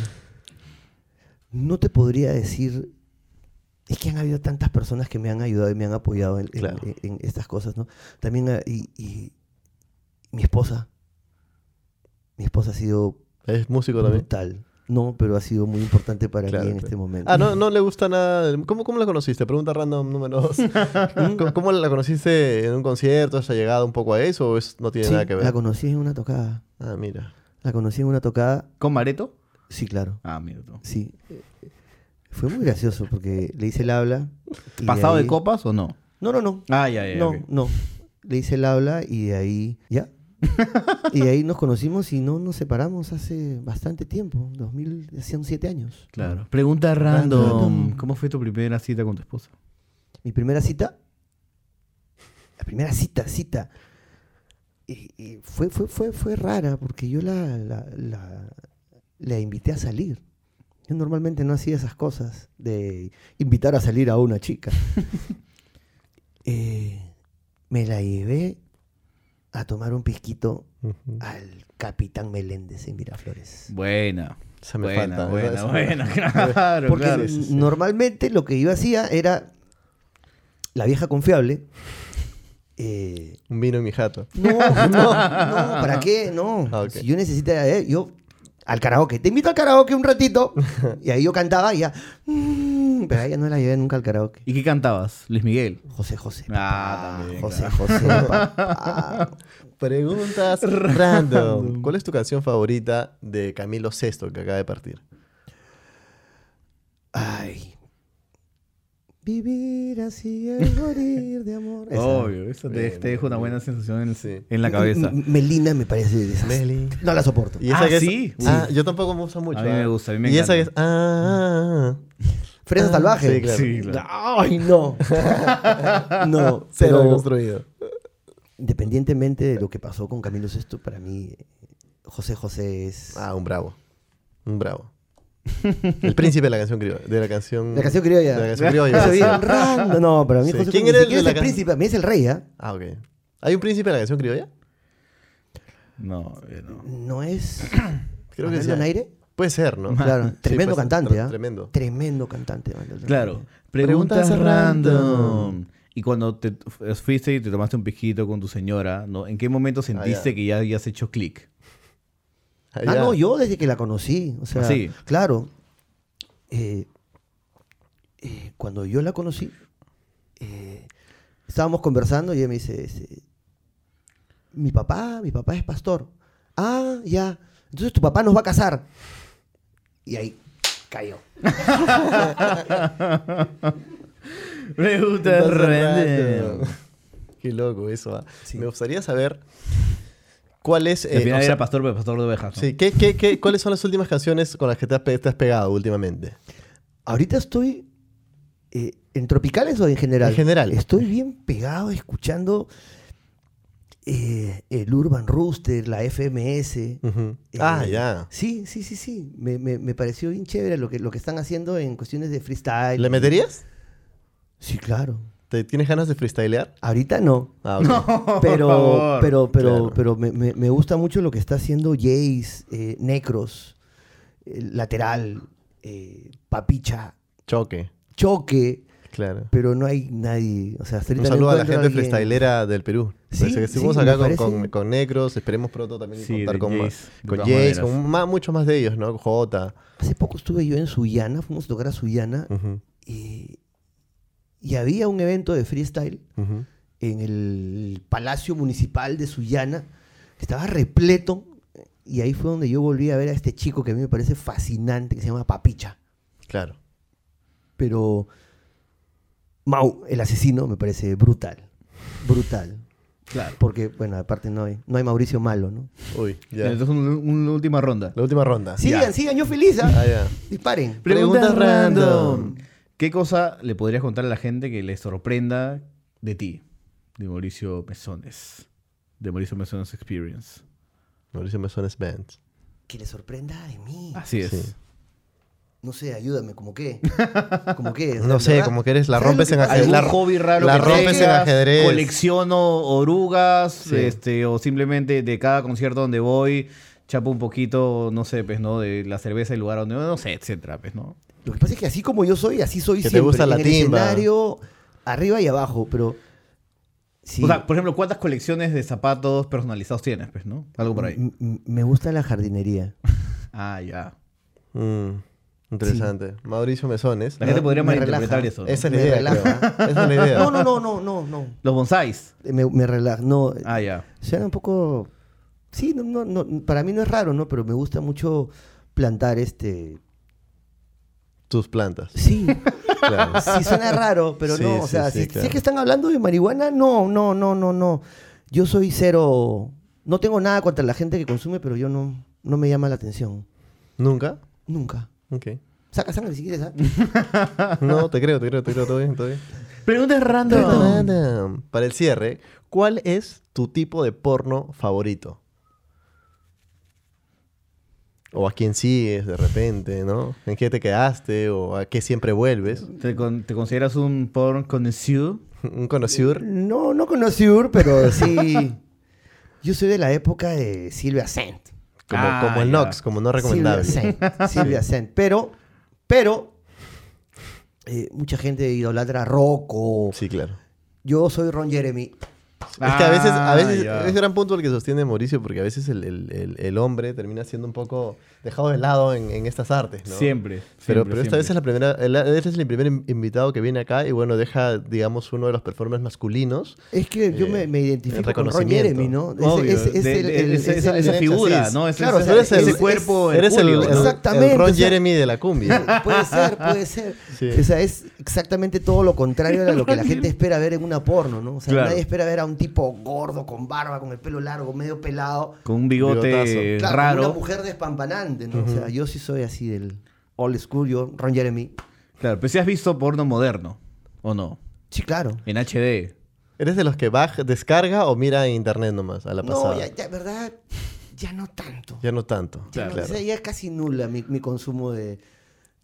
[SPEAKER 4] no te podría decir. Es que han habido tantas personas que me han ayudado y me han apoyado en, en-
[SPEAKER 1] Claro.
[SPEAKER 4] en- en estas cosas, ¿no? También, eh, y- y mi esposa. Mi esposa ha sido
[SPEAKER 1] Es músico también.
[SPEAKER 4] brutal. No, pero ha sido muy importante para
[SPEAKER 1] Claro,
[SPEAKER 4] mí en
[SPEAKER 1] claro.
[SPEAKER 4] este momento.
[SPEAKER 1] Ah, no, no le gusta nada. ¿Cómo, ¿Cómo la conociste? Pregunta random número dos. ¿Cómo, cómo la conociste en un concierto? ¿Has llegado un poco a eso o es- no tiene
[SPEAKER 4] Sí,
[SPEAKER 1] nada que ver?
[SPEAKER 4] La conocí en una tocada.
[SPEAKER 1] Ah, mira.
[SPEAKER 4] La conocí en una tocada.
[SPEAKER 2] ¿Con Mareto?
[SPEAKER 4] Sí, claro.
[SPEAKER 2] Ah, mira tú.
[SPEAKER 4] Sí. Eh, Fue muy gracioso porque le hice el habla. y
[SPEAKER 2] ¿Pasado de
[SPEAKER 4] ahí-
[SPEAKER 2] copas o no?
[SPEAKER 4] No, no, no.
[SPEAKER 2] Ah, ya, ya.
[SPEAKER 4] no,
[SPEAKER 2] ok.
[SPEAKER 4] no. Le hice el habla y de ahí. ¿Ya? y de ahí nos conocimos y no nos separamos hace bastante tiempo. 2000, hacían siete años.
[SPEAKER 2] Claro. Pregunta random. ¿Cómo fue tu primera cita con tu esposa?
[SPEAKER 4] Mi primera cita. La primera cita, cita. Y, y fue, fue, fue, fue rara porque yo la, la, la- la invité a salir. Yo normalmente no hacía esas cosas de invitar a salir a una chica. eh, me la llevé a tomar un pisquito al Capitán Meléndez en Miraflores.
[SPEAKER 2] Buena.
[SPEAKER 1] Esa me
[SPEAKER 2] buena,
[SPEAKER 1] falta,
[SPEAKER 2] buena,
[SPEAKER 1] esa me
[SPEAKER 2] buena,
[SPEAKER 1] falta.
[SPEAKER 2] claro,
[SPEAKER 4] Porque
[SPEAKER 2] claro.
[SPEAKER 4] n- normalmente lo que yo hacía era la vieja confiable. eh,
[SPEAKER 1] Un vino en mi jato.
[SPEAKER 4] no, no, no, ¿para qué? No.
[SPEAKER 1] Ah, ok.
[SPEAKER 4] Si yo necesito, eh, yo al karaoke. Te invito al karaoke un ratito. Y ahí yo cantaba y ya. mm, pero a ella no la llevé nunca al karaoke.
[SPEAKER 2] ¿Y qué cantabas? Luis Miguel.
[SPEAKER 4] José José.
[SPEAKER 2] Ah, también.
[SPEAKER 4] José
[SPEAKER 2] claro.
[SPEAKER 4] José. papá.
[SPEAKER 1] Preguntas random. ¿Cuál es tu canción favorita de Camilo VI que acaba de partir?
[SPEAKER 4] Ay. Vivir así es morir de amor. Esa.
[SPEAKER 2] Obvio, eso te,
[SPEAKER 1] Bien,
[SPEAKER 2] te deja una
[SPEAKER 1] bien.
[SPEAKER 2] buena sensación en,
[SPEAKER 1] Sí.
[SPEAKER 2] en la cabeza.
[SPEAKER 4] M- Melina me parece de esas.
[SPEAKER 1] Meli.
[SPEAKER 4] No la soporto.
[SPEAKER 1] ¿Y esa
[SPEAKER 2] Ah,
[SPEAKER 1] que es-
[SPEAKER 2] sí.
[SPEAKER 1] Ah, yo tampoco me gusta mucho.
[SPEAKER 2] A mí me
[SPEAKER 1] ah.
[SPEAKER 2] gusta, a mí me
[SPEAKER 1] Y esa que es.
[SPEAKER 2] encanta.
[SPEAKER 1] Ah, ah, ah.
[SPEAKER 4] Fresa
[SPEAKER 1] Ah,
[SPEAKER 4] salvaje.
[SPEAKER 1] sí, claro.
[SPEAKER 2] Sí, claro.
[SPEAKER 4] Ay, no. no,
[SPEAKER 1] Cero
[SPEAKER 4] pero
[SPEAKER 1] construido.
[SPEAKER 4] independientemente de lo que pasó con Camilo Sesto, para mí José José es
[SPEAKER 1] Ah, un bravo. Un bravo. El príncipe de la canción criolla. De la canción.
[SPEAKER 4] la canción criolla.
[SPEAKER 1] De la canción criolla.
[SPEAKER 4] Eso bien
[SPEAKER 1] sí.
[SPEAKER 4] random. No, pero a mí
[SPEAKER 1] Sí.
[SPEAKER 4] José
[SPEAKER 1] ¿Quién
[SPEAKER 4] José
[SPEAKER 1] era
[SPEAKER 4] ni
[SPEAKER 1] el
[SPEAKER 4] siquiera
[SPEAKER 1] de la
[SPEAKER 4] es el
[SPEAKER 1] can-
[SPEAKER 4] príncipe, a mí es el rey, ¿ah?
[SPEAKER 1] Ah, ok. ¿Hay un príncipe de la canción criolla?
[SPEAKER 2] No, yo no.
[SPEAKER 4] No es
[SPEAKER 1] Creo que sí.
[SPEAKER 4] en aire.
[SPEAKER 1] Puede ser, ¿no?
[SPEAKER 4] Claro,
[SPEAKER 1] Sí,
[SPEAKER 4] tremendo
[SPEAKER 1] puede ser,
[SPEAKER 4] cantante,
[SPEAKER 1] tre-
[SPEAKER 4] ¿ah?
[SPEAKER 1] Tremendo.
[SPEAKER 4] Tremendo cantante. Manuel.
[SPEAKER 2] Claro.
[SPEAKER 1] Preguntas
[SPEAKER 2] Preguntas
[SPEAKER 1] random.
[SPEAKER 2] random. Y cuando te fu- fuiste y te tomaste un pisquito con tu señora, ¿no? ¿En qué momento sentiste
[SPEAKER 1] Ah, ya.
[SPEAKER 2] que ya habías hecho clic?
[SPEAKER 1] Ah,
[SPEAKER 4] Ah,
[SPEAKER 1] ya.
[SPEAKER 4] no, yo desde que la conocí. O sea,
[SPEAKER 2] Ah, sí.
[SPEAKER 4] claro. Eh, eh, cuando yo la conocí, eh, estábamos conversando y ella me dice, este, mi papá, mi papá es pastor. Ah, ya. Entonces tu papá nos va a casar. Y ahí cayó.
[SPEAKER 2] Preguntas
[SPEAKER 1] random.
[SPEAKER 2] random.
[SPEAKER 1] Qué loco eso. ¿ah? Me gustaría saber cuál es.
[SPEAKER 2] Al
[SPEAKER 1] eh,
[SPEAKER 2] final
[SPEAKER 1] o sea,
[SPEAKER 2] era pastor, pero pastor de ovejas. ¿no?
[SPEAKER 1] sí, ¿qué- qué- qué- cuáles son las últimas canciones con las que te has, pe- te has pegado últimamente?
[SPEAKER 4] Ahorita estoy eh, en tropicales o en general.
[SPEAKER 1] En general.
[SPEAKER 4] Estoy bien pegado escuchando eh, el Urban Rooster, la FMS.
[SPEAKER 1] Ujú.
[SPEAKER 4] Eh,
[SPEAKER 1] ah, ya.
[SPEAKER 4] Sí, sí, sí, sí. Me, me- me pareció bien chévere lo que, lo que están haciendo en cuestiones de freestyle.
[SPEAKER 1] ¿Le meterías?
[SPEAKER 4] Sí, claro.
[SPEAKER 1] ¿Te tienes ganas de freestylear?
[SPEAKER 4] Ahorita no.
[SPEAKER 1] Ah, ok.
[SPEAKER 4] Pero,
[SPEAKER 2] favor.
[SPEAKER 4] pero, pero,
[SPEAKER 1] Claro.
[SPEAKER 4] pero me, me- me gusta mucho lo que está haciendo Jace, eh, Necros, eh, Lateral, eh, Papicha,
[SPEAKER 1] Choque.
[SPEAKER 4] Choque.
[SPEAKER 1] Claro.
[SPEAKER 4] pero no hay nadie. O sea, hasta
[SPEAKER 1] Un
[SPEAKER 4] ahorita no
[SPEAKER 1] saludo a la
[SPEAKER 4] encuentro
[SPEAKER 1] gente
[SPEAKER 4] alguien.
[SPEAKER 1] freestylera del Perú.
[SPEAKER 4] Sí,
[SPEAKER 1] Parece que estuvimos
[SPEAKER 4] sí,
[SPEAKER 1] acá
[SPEAKER 4] me
[SPEAKER 1] con,
[SPEAKER 4] parece.
[SPEAKER 1] con, con Negros. Esperemos pronto también
[SPEAKER 2] Sí,
[SPEAKER 1] contar
[SPEAKER 2] de
[SPEAKER 1] con,
[SPEAKER 2] Jace, de
[SPEAKER 1] con
[SPEAKER 2] todas
[SPEAKER 1] Jace,
[SPEAKER 2] maneras.
[SPEAKER 1] con más- muchos más de ellos, ¿no? Con J.
[SPEAKER 4] Hace poco estuve yo en Sullana, fuimos a tocar a Sullana,
[SPEAKER 1] Ujú,
[SPEAKER 4] y, y había un evento de freestyle
[SPEAKER 1] ujú.
[SPEAKER 4] en el Palacio Municipal de Sullana, que estaba repleto, y ahí fue donde yo volví a ver a este chico que a mí me parece fascinante, que se llama Papicha.
[SPEAKER 1] Claro.
[SPEAKER 4] Pero Mau, el asesino, me parece brutal. Brutal.
[SPEAKER 2] Claro.
[SPEAKER 4] Porque, bueno, aparte no hay, no hay Mauricio Malo, ¿no?
[SPEAKER 1] Uy, ya.
[SPEAKER 2] Entonces, un- una última ronda.
[SPEAKER 1] La última ronda.
[SPEAKER 4] Sigan, sigan, yo feliz. ¿ah?
[SPEAKER 1] Ah, ya.
[SPEAKER 4] Disparen.
[SPEAKER 1] Ah, Preguntas
[SPEAKER 2] Preguntas
[SPEAKER 1] random.
[SPEAKER 2] random. ¿Qué cosa le podrías contar a la gente que le sorprenda de ti? De Mauricio Mesones. De Mauricio Mesones Experience.
[SPEAKER 1] Mauricio Mesones Band.
[SPEAKER 4] Que le sorprenda de mí.
[SPEAKER 2] Así es.
[SPEAKER 1] Ah, Sí.
[SPEAKER 4] No sé, ayúdame, ¿cómo qué? ¿Cómo qué? O sea,
[SPEAKER 1] No
[SPEAKER 4] en
[SPEAKER 1] sé,
[SPEAKER 4] verdad,
[SPEAKER 1] como que eres la
[SPEAKER 4] ¿sabes
[SPEAKER 1] rompes
[SPEAKER 4] lo
[SPEAKER 1] en
[SPEAKER 4] que pasa?
[SPEAKER 1] ajedrez.
[SPEAKER 2] ¿Algún
[SPEAKER 1] La-
[SPEAKER 2] hobby raro
[SPEAKER 1] la
[SPEAKER 2] que
[SPEAKER 1] rompes en
[SPEAKER 2] tengas?
[SPEAKER 1] ajedrez.
[SPEAKER 2] Colecciono orugas,
[SPEAKER 1] Sí.
[SPEAKER 2] este, o simplemente de cada concierto donde voy, chapo un poquito, no sé, pues, ¿no? De la cerveza del lugar donde voy, no sé, etcétera, pues, ¿no?
[SPEAKER 4] Lo que pasa es que así como yo soy, así soy
[SPEAKER 1] Que te
[SPEAKER 4] siempre.
[SPEAKER 1] gusta
[SPEAKER 4] en
[SPEAKER 1] la
[SPEAKER 4] el
[SPEAKER 1] timba.
[SPEAKER 4] escenario, arriba y abajo, pero... Sí,
[SPEAKER 2] O sea, por ejemplo, ¿cuántas colecciones de zapatos personalizados tienes, pues, no? Algo por ahí.
[SPEAKER 4] m- m- me gusta la jardinería.
[SPEAKER 2] Ah, ya.
[SPEAKER 1] Mm, interesante. Mauricio Mesones.
[SPEAKER 2] La gente podría
[SPEAKER 4] me
[SPEAKER 2] malinterpretar
[SPEAKER 4] relaja.
[SPEAKER 2] eso. ¿no?
[SPEAKER 1] Esa es la
[SPEAKER 4] Me
[SPEAKER 1] idea.
[SPEAKER 4] relaja.
[SPEAKER 1] creo, ¿eh? Esa es la idea.
[SPEAKER 4] No, no, no, no, no, no.
[SPEAKER 2] Los bonsais.
[SPEAKER 4] Me, me relaja, no.
[SPEAKER 2] Ah, ya.
[SPEAKER 4] Suena un poco... Sí, no, no, no, para mí no es raro, ¿no? Pero me gusta mucho plantar este...
[SPEAKER 1] Tus plantas.
[SPEAKER 4] Sí,
[SPEAKER 1] Claro.
[SPEAKER 4] Sí, suena raro, pero
[SPEAKER 1] Sí,
[SPEAKER 4] no. O
[SPEAKER 1] sí,
[SPEAKER 4] sea,
[SPEAKER 1] sí,
[SPEAKER 4] si, si
[SPEAKER 1] claro.
[SPEAKER 4] es que están hablando de marihuana, no, no, no, no, no. Yo soy cero. No tengo nada contra la gente que consume, pero yo no, no me llama la atención.
[SPEAKER 1] ¿Nunca?
[SPEAKER 4] Nunca.
[SPEAKER 1] Ok.
[SPEAKER 4] Saca sangre si quieres, ¿ah?
[SPEAKER 1] No, te creo, te creo, te creo. Todo bien, todo bien.
[SPEAKER 2] Preguntas random.
[SPEAKER 1] Tadadam. Para el cierre, ¿cuál es tu tipo de porno favorito? O a quién sigues de repente, ¿no? ¿En qué te quedaste? ¿O a qué siempre vuelves?
[SPEAKER 2] ¿Te, consideras un porn connoisseur?
[SPEAKER 1] ¿Un connoisseur?
[SPEAKER 4] No, no conocí Ur, pero sí. Yo soy de la época de Silvia Saint.
[SPEAKER 1] Como,
[SPEAKER 2] Ah,
[SPEAKER 1] como el
[SPEAKER 2] ya.
[SPEAKER 1] Nox, como no recomendable.
[SPEAKER 4] Silvia Saint. Silvia Saint. Pero, pero, eh, mucha gente idolatra a Rocco.
[SPEAKER 1] Sí, claro.
[SPEAKER 4] Yo soy Ron Jeremy.
[SPEAKER 1] Es que a veces, a veces
[SPEAKER 2] Ah, ya.
[SPEAKER 1] es gran punto el que sostiene Mauricio, porque a veces el, el- el- el hombre termina siendo un poco dejado de lado en, en estas artes, ¿no?
[SPEAKER 2] Siempre.
[SPEAKER 1] Pero, pero
[SPEAKER 2] siempre,
[SPEAKER 1] esta
[SPEAKER 2] siempre.
[SPEAKER 1] vez es la primera, el- este es el primer in- invitado que viene acá y bueno, deja, digamos, uno de los performers masculinos.
[SPEAKER 4] Es que yo
[SPEAKER 1] Eh,
[SPEAKER 4] me, me identifico
[SPEAKER 1] el
[SPEAKER 4] con Ron
[SPEAKER 1] reconocimiento.
[SPEAKER 4] Jeremy, ¿no? Ese-
[SPEAKER 2] Obvio,
[SPEAKER 4] ese- ese-
[SPEAKER 2] de-
[SPEAKER 4] el-
[SPEAKER 2] de-
[SPEAKER 4] el-
[SPEAKER 2] esa-
[SPEAKER 4] ese-
[SPEAKER 2] esa- esa
[SPEAKER 1] el-
[SPEAKER 2] figura,
[SPEAKER 1] el-
[SPEAKER 2] ¿no? Ese-
[SPEAKER 4] claro,
[SPEAKER 2] ese-
[SPEAKER 4] o sea,
[SPEAKER 2] ese
[SPEAKER 4] eres el-
[SPEAKER 2] cuerpo
[SPEAKER 1] Eres el,
[SPEAKER 2] hercúleo,
[SPEAKER 1] el-
[SPEAKER 2] ¿no?
[SPEAKER 4] Exactamente,
[SPEAKER 1] el Ron
[SPEAKER 4] o sea-
[SPEAKER 1] Jeremy de la cumbia.
[SPEAKER 4] Puede ser, puede ser.
[SPEAKER 1] Sí.
[SPEAKER 4] O sea, es exactamente todo lo contrario a lo que la gente espera ver en una porno, ¿no? O sea,
[SPEAKER 2] Claro.
[SPEAKER 4] nadie espera ver a un tipo gordo, con barba, con el pelo largo, medio pelado.
[SPEAKER 2] Con un bigote
[SPEAKER 1] Bigotazo.
[SPEAKER 4] Claro, una
[SPEAKER 2] Eh, raro.
[SPEAKER 4] mujer despampanante, ¿no? O sea, yo sí soy así del old school, yo, Ron Jeremy.
[SPEAKER 2] Claro, pero si has visto porno moderno, ¿o no?
[SPEAKER 4] Sí, claro.
[SPEAKER 2] En HD.
[SPEAKER 1] ¿Eres de los que baja, descarga o mira en internet nomás a la pasada?
[SPEAKER 4] No, ya,
[SPEAKER 1] ya,
[SPEAKER 4] ya, verdad, ya no tanto.
[SPEAKER 1] no tanto.
[SPEAKER 4] Ya, no-
[SPEAKER 1] claro.
[SPEAKER 4] o sea, ya es casi nula mi, mi consumo de,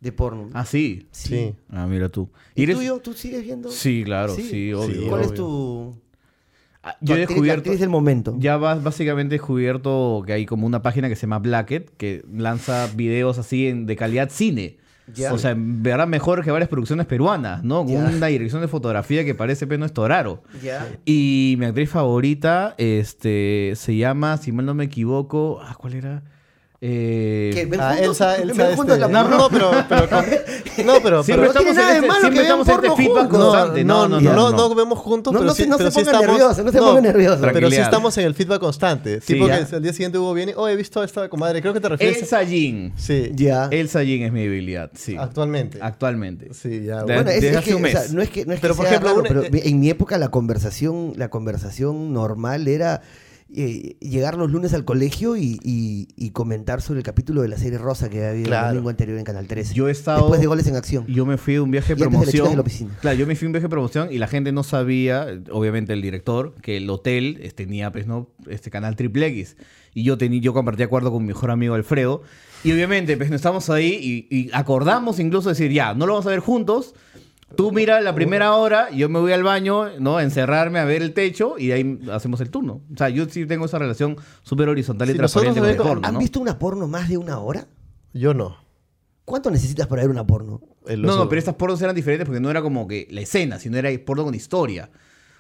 [SPEAKER 4] de porno.
[SPEAKER 2] Ah, sí.
[SPEAKER 1] Sí.
[SPEAKER 2] Ah, mira tú.
[SPEAKER 4] ¿Y
[SPEAKER 2] Eres-
[SPEAKER 4] tú, yo, tú sigues viendo?
[SPEAKER 2] Sí, claro, sí, obvio.
[SPEAKER 4] ¿Cuál es
[SPEAKER 1] obvio.
[SPEAKER 4] tu,
[SPEAKER 2] Ah,
[SPEAKER 4] tu
[SPEAKER 2] Yo he
[SPEAKER 4] actriz, la
[SPEAKER 2] descubierto.
[SPEAKER 4] actriz del momento?
[SPEAKER 2] Ya vas, básicamente he descubierto que hay como una página que se llama Blacket que lanza videos así en- de calidad cine.
[SPEAKER 4] Ya.
[SPEAKER 2] O sea, en verdad mejor que varias producciones peruanas, ¿no? Con
[SPEAKER 4] Ya.
[SPEAKER 2] una dirección de fotografía que parece Peno Estoraro.
[SPEAKER 4] Ya.
[SPEAKER 2] Y mi actriz favorita este, se llama, si mal no me equivoco, ah, ¿cuál era? Eh,
[SPEAKER 4] ¿Qué? ¿Ven
[SPEAKER 1] Ah,
[SPEAKER 4] juntos?
[SPEAKER 1] Elsa,
[SPEAKER 4] ¿Ven
[SPEAKER 1] Elsa,
[SPEAKER 4] juntos
[SPEAKER 1] este,
[SPEAKER 4] la
[SPEAKER 1] no,
[SPEAKER 4] porno?
[SPEAKER 1] no, pero, pero con- no, pero, pero-
[SPEAKER 2] Siempre
[SPEAKER 4] tiene
[SPEAKER 2] estamos en
[SPEAKER 4] nada de
[SPEAKER 2] este-
[SPEAKER 4] malo
[SPEAKER 2] siempre
[SPEAKER 4] que vean
[SPEAKER 2] estamos en este
[SPEAKER 4] porno
[SPEAKER 2] feedback
[SPEAKER 4] juntos.
[SPEAKER 2] constante.
[SPEAKER 1] no, no, no,
[SPEAKER 2] no.
[SPEAKER 1] no vemos juntos,
[SPEAKER 4] No,
[SPEAKER 1] pero
[SPEAKER 4] no se-
[SPEAKER 1] sí,
[SPEAKER 4] no se
[SPEAKER 1] pero sí
[SPEAKER 4] pongan
[SPEAKER 1] estamos,
[SPEAKER 4] nerviosos, no se pongan nerviosos.
[SPEAKER 1] Pero sí
[SPEAKER 2] Tranquilidad.
[SPEAKER 1] estamos en el feedback constante.
[SPEAKER 2] Sí,
[SPEAKER 1] tipo
[SPEAKER 2] ya.
[SPEAKER 1] que al día siguiente Hugo viene, oh, he visto a esta comadre, creo que te refieres.
[SPEAKER 2] Elsa Jean.
[SPEAKER 1] Sí,
[SPEAKER 4] Ya.
[SPEAKER 2] Elsa Jean es mi debilidad, sí.
[SPEAKER 1] actualmente.
[SPEAKER 2] Actualmente.
[SPEAKER 1] Sí, ya. bueno.
[SPEAKER 2] De-
[SPEAKER 4] Bueno, es,
[SPEAKER 2] desde
[SPEAKER 4] es
[SPEAKER 2] hace
[SPEAKER 4] que,
[SPEAKER 2] un
[SPEAKER 4] o sea,
[SPEAKER 2] mes.
[SPEAKER 4] no es que, no es que
[SPEAKER 1] Pero, por
[SPEAKER 4] sea
[SPEAKER 1] ejemplo,
[SPEAKER 4] raro,
[SPEAKER 1] una-
[SPEAKER 4] pero
[SPEAKER 1] eh,
[SPEAKER 4] en mi época la conversación, la conversación normal era eh, llegar los lunes al colegio y, y- y comentar sobre el capítulo de la serie Rosa que había
[SPEAKER 1] Claro.
[SPEAKER 4] el domingo anterior en Canal 13.
[SPEAKER 2] Yo he estado-
[SPEAKER 4] Después de Goles en Acción.
[SPEAKER 2] Yo me fui de un viaje de
[SPEAKER 4] Y antes de la chica
[SPEAKER 2] promoción.
[SPEAKER 4] de la piscina.
[SPEAKER 2] claro, yo me fui de un viaje de promoción y la gente no sabía, eh, obviamente el director, que el hotel eh, tenía pues no este canal Triple X y yo tenía yo compartía acuerdo con mi mejor amigo Alfredo y obviamente pues no estamos ahí y, y acordamos incluso decir, ya, no lo vamos a ver juntos. Tú mira la primera hora, yo me voy al baño, ¿no? A Encerrarme, a ver el techo y de ahí hacemos el turno. O sea, yo sí tengo esa relación súper horizontal y
[SPEAKER 1] Sí,
[SPEAKER 2] transparente
[SPEAKER 1] nosotros
[SPEAKER 2] con el
[SPEAKER 1] también-
[SPEAKER 2] porno,
[SPEAKER 4] ¿Han
[SPEAKER 2] ¿no?
[SPEAKER 4] visto una porno más de una hora?
[SPEAKER 1] Yo no.
[SPEAKER 4] ¿Cuánto necesitas para ver una porno?
[SPEAKER 1] Eh, lo
[SPEAKER 2] No, no,
[SPEAKER 1] subo.
[SPEAKER 2] pero estas pornos eran diferentes porque no era como que la escena, sino era porno con historia.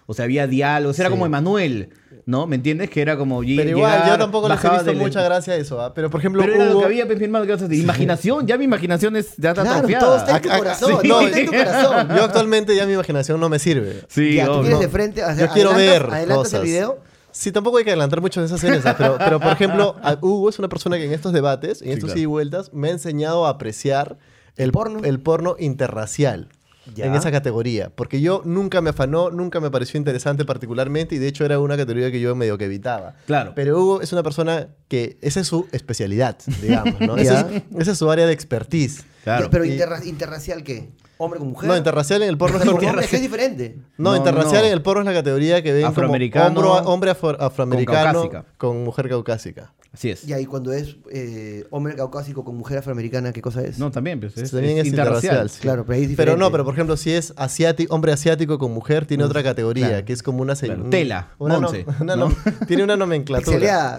[SPEAKER 2] O sea, había diálogos, era como Emanuel, ¿no? ¿Me entiendes? Que era como lle-
[SPEAKER 1] Pero igual,
[SPEAKER 2] llegar,
[SPEAKER 1] yo tampoco les he
[SPEAKER 2] bajaba
[SPEAKER 1] visto
[SPEAKER 2] del-
[SPEAKER 1] mucha gracia a eso, ¿ah? Pero por ejemplo,
[SPEAKER 2] Pero era lo
[SPEAKER 1] Hugo-
[SPEAKER 2] que había, pues, mi hermano, ¿qué vas a hacer? Imaginación, ya mi imaginación es ya está
[SPEAKER 4] Claro,
[SPEAKER 2] atrofiada.
[SPEAKER 4] todo está en tu
[SPEAKER 1] Ah, ah,
[SPEAKER 4] corazón,
[SPEAKER 1] sí.
[SPEAKER 4] todo
[SPEAKER 1] No,
[SPEAKER 4] está en tu corazón.
[SPEAKER 1] Yo actualmente ya mi imaginación no me sirve.
[SPEAKER 2] Sí,
[SPEAKER 4] ya, tú
[SPEAKER 2] obvio.
[SPEAKER 4] quieres de frente, o sea,
[SPEAKER 1] Yo quiero
[SPEAKER 4] adelantas-
[SPEAKER 1] ver
[SPEAKER 4] adelantas
[SPEAKER 1] cosas.
[SPEAKER 4] el video.
[SPEAKER 1] Sí, tampoco hay que adelantar mucho de esas series, ¿ah? pero, pero por ejemplo, a- Hugo es una persona que en estos debates, en estos
[SPEAKER 2] claro.
[SPEAKER 1] ida y vueltas, me ha enseñado a apreciar el
[SPEAKER 4] Porno.
[SPEAKER 1] porno, el porno interracial.
[SPEAKER 4] Ya.
[SPEAKER 1] En esa categoría. Porque yo nunca me afanó, nunca me pareció interesante particularmente y de hecho era una categoría que yo medio que evitaba.
[SPEAKER 2] Claro.
[SPEAKER 1] Pero Hugo es una persona que esa es su especialidad, digamos, ¿no? Esa es- esa es su área de expertise.
[SPEAKER 2] Claro.
[SPEAKER 4] Pero
[SPEAKER 1] Y-
[SPEAKER 4] interra- interracial, ¿qué? ¿Hombre con mujer.
[SPEAKER 1] No, interracial en el porno es como-
[SPEAKER 4] Hombre, que es diferente.
[SPEAKER 1] No,
[SPEAKER 2] No,
[SPEAKER 1] interracial
[SPEAKER 2] no.
[SPEAKER 1] en el porno es la categoría que ven
[SPEAKER 2] Afroamericano
[SPEAKER 1] como hombro- hombre afro- afroamericano con,
[SPEAKER 2] con caucásica.
[SPEAKER 1] mujer caucásica.
[SPEAKER 2] Así es.
[SPEAKER 4] Ya, y cuando es eh, hombre caucásico con mujer afroamericana, ¿qué cosa es?
[SPEAKER 2] No, también, pues, es,
[SPEAKER 1] También
[SPEAKER 2] es
[SPEAKER 1] es interracial,
[SPEAKER 2] interracial.
[SPEAKER 1] sí.
[SPEAKER 4] Claro, pero ahí es diferente.
[SPEAKER 1] Pero no, pero por ejemplo, si es asiático, hombre asiático con mujer, tiene otra categoría,
[SPEAKER 2] claro.
[SPEAKER 1] que es como una... se-
[SPEAKER 2] Claro.
[SPEAKER 1] un-
[SPEAKER 2] Tela,
[SPEAKER 1] una no-
[SPEAKER 2] Monse,
[SPEAKER 1] una
[SPEAKER 2] ¿no?
[SPEAKER 1] nom- tiene una nomenclatura.
[SPEAKER 4] Pixeleada,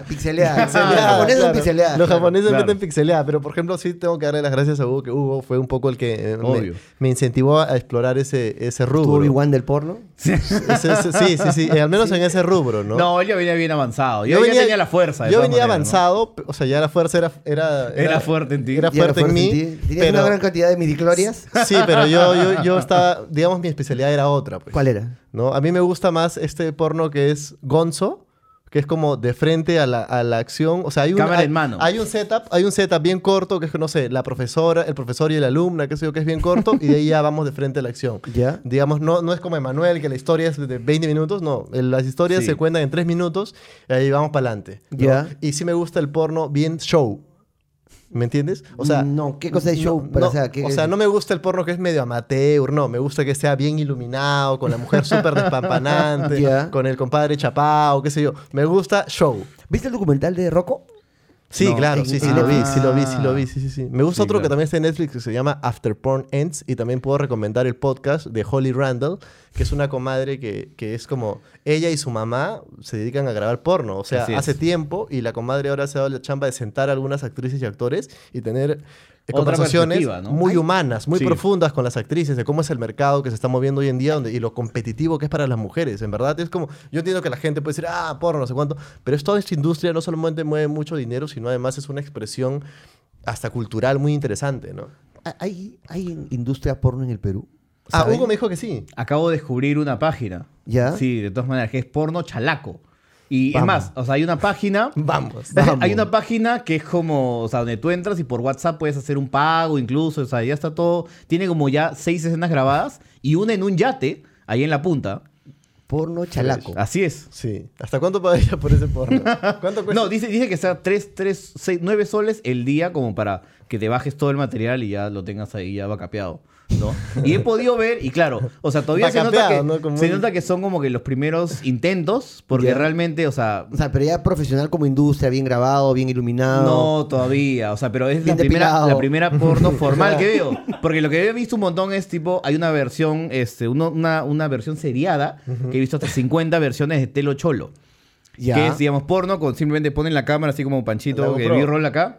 [SPEAKER 1] Pixeleada,
[SPEAKER 4] pixeleada. Los japoneses son
[SPEAKER 1] claro.
[SPEAKER 4] pixeleadas.
[SPEAKER 1] Los
[SPEAKER 4] claro.
[SPEAKER 1] japoneses
[SPEAKER 2] Claro.
[SPEAKER 1] meten pixeleada, pero por ejemplo sí tengo que darle las gracias a Hugo, que Hugo fue un poco el que eh, me,
[SPEAKER 2] Obvio.
[SPEAKER 1] me incentivó a explorar ese, ese
[SPEAKER 4] ¿Tú
[SPEAKER 1] rubro.
[SPEAKER 4] Obi-Wan del porno?
[SPEAKER 1] Ese- ese- sí, sí, sí, eh, al menos en ese rubro, ¿no?
[SPEAKER 2] No, él ya venía bien avanzado. Yo, ya tenía la fuerza. de
[SPEAKER 1] Yo
[SPEAKER 2] todas
[SPEAKER 1] venía
[SPEAKER 2] maneras, ¿no?
[SPEAKER 1] avanzado, p- o sea, ya la fuerza era. Era,
[SPEAKER 2] Era fuerte en ti.
[SPEAKER 1] Era
[SPEAKER 4] Ya
[SPEAKER 1] fuerte
[SPEAKER 4] lo
[SPEAKER 1] en mí.
[SPEAKER 4] ti. ¿Tenías
[SPEAKER 1] pero,
[SPEAKER 4] una gran cantidad de midiclorias?
[SPEAKER 1] Sí, pero yo, yo, yo estaba. Digamos, mi especialidad era otra. Pues,
[SPEAKER 4] ¿Cuál era?
[SPEAKER 1] ¿no? A mí me gusta más este porno que es Gonzo, que es como de frente a la, a la acción. O sea, hay un,
[SPEAKER 2] Cámara
[SPEAKER 1] hay,
[SPEAKER 2] en mano.
[SPEAKER 1] hay un setup, hay un setup bien corto, que es que no sé, la profesora, el profesor y la alumna, que sé yo, que es bien corto, y de ahí ya vamos de frente a la acción.
[SPEAKER 4] Ya.
[SPEAKER 1] Digamos, no, no es como Emanuel, que la historia es de 20 minutos, no. El- Las historias
[SPEAKER 2] Sí.
[SPEAKER 1] se cuentan en 3 minutos, y ahí vamos para adelante. ¿no?
[SPEAKER 4] Ya.
[SPEAKER 1] Y sí me gusta el porno bien show. ¿Me entiendes? O sea,
[SPEAKER 4] Mm, No, ¿qué cosa es show?
[SPEAKER 1] no,
[SPEAKER 4] Pero,
[SPEAKER 1] no,
[SPEAKER 4] o sea, ¿qué-
[SPEAKER 1] no me gusta el porno que es medio amateur, no. Me gusta que sea bien iluminado, con la mujer súper despampanante,
[SPEAKER 4] Ya.
[SPEAKER 1] con el compadre chapao, qué sé yo. Me gusta show.
[SPEAKER 4] ¿Viste el documental de Rocco?
[SPEAKER 1] Sí,
[SPEAKER 4] No,
[SPEAKER 1] claro,
[SPEAKER 4] en-
[SPEAKER 1] sí,
[SPEAKER 4] en
[SPEAKER 1] sí, lo vi,
[SPEAKER 4] Netflix.
[SPEAKER 1] sí, lo vi, sí, lo vi, sí, sí, sí. Me gusta
[SPEAKER 2] Ah. Sí,
[SPEAKER 1] otro que
[SPEAKER 2] claro.
[SPEAKER 1] también está en Netflix que se llama After Porn Ends y también puedo recomendar el podcast de Holly Randall, que es una comadre que, que es como ella y su mamá se dedican a grabar porno, o sea,
[SPEAKER 2] Así es.
[SPEAKER 1] hace tiempo y la comadre ahora se ha dado la chamba de sentar a algunas actrices y actores y tener eh,
[SPEAKER 2] Otra
[SPEAKER 1] conversaciones
[SPEAKER 2] perspectiva, ¿no?
[SPEAKER 1] muy
[SPEAKER 2] Ay.
[SPEAKER 1] humanas, muy
[SPEAKER 2] Sí.
[SPEAKER 1] profundas con las actrices, de cómo es el mercado que se está moviendo hoy en día donde, y lo competitivo que es para las mujeres. En verdad, es como, yo entiendo que la gente puede decir, ah, porno, no sé cuánto, pero es toda esta industria no solamente mueve mucho dinero, sino además es una expresión hasta cultural muy interesante, ¿no?
[SPEAKER 4] ¿Hay, hay industria porno en el Perú?
[SPEAKER 1] Ah,
[SPEAKER 4] ¿Saben?
[SPEAKER 1] Hugo me dijo que sí.
[SPEAKER 2] Acabo de descubrir una página.
[SPEAKER 4] ¿Ya?
[SPEAKER 2] Sí, de todas maneras, que es porno chalaco. Y
[SPEAKER 4] Vamos.
[SPEAKER 2] es más, o sea, hay una página.
[SPEAKER 1] Vamos.
[SPEAKER 2] Hay una página que es como, o sea, donde tú entras y por WhatsApp puedes hacer un pago incluso, o sea, ya está todo. Tiene como ya seis escenas grabadas y una en un yate, ahí en la punta.
[SPEAKER 4] Porno chalaco.
[SPEAKER 1] Ah.
[SPEAKER 2] Así es.
[SPEAKER 1] Sí. ¿Hasta cuánto pagaría por ese porno? ¿Cuánto cuesta?
[SPEAKER 2] No, dice, dice que sea 3, 3, 6, 9 soles el día como para que te bajes todo el material y ya lo tengas ahí ya vacapeado, ¿no? Y he podido ver, y claro, o sea, todavía se nota, que,
[SPEAKER 1] Vacapeado, ¿no? Como
[SPEAKER 2] se
[SPEAKER 1] un-
[SPEAKER 2] nota que son como que los primeros intentos, porque
[SPEAKER 4] Ya.
[SPEAKER 2] realmente, o sea,
[SPEAKER 4] O sea, pero ya profesional como industria, bien grabado, bien iluminado.
[SPEAKER 2] no todavía, o sea, pero es la
[SPEAKER 4] Bien
[SPEAKER 2] primera,
[SPEAKER 4] depilado.
[SPEAKER 2] la primera porno formal que veo, porque lo que he visto un montón es tipo, hay una versión, este, uno- una, una versión seriada, que he visto hasta 50 versiones de Telo Cholo.
[SPEAKER 4] Ya.
[SPEAKER 2] Que es, digamos, porno, con simplemente ponen la cámara así como un
[SPEAKER 1] La
[SPEAKER 2] panchito,
[SPEAKER 1] GoPro.
[SPEAKER 2] que roll acá.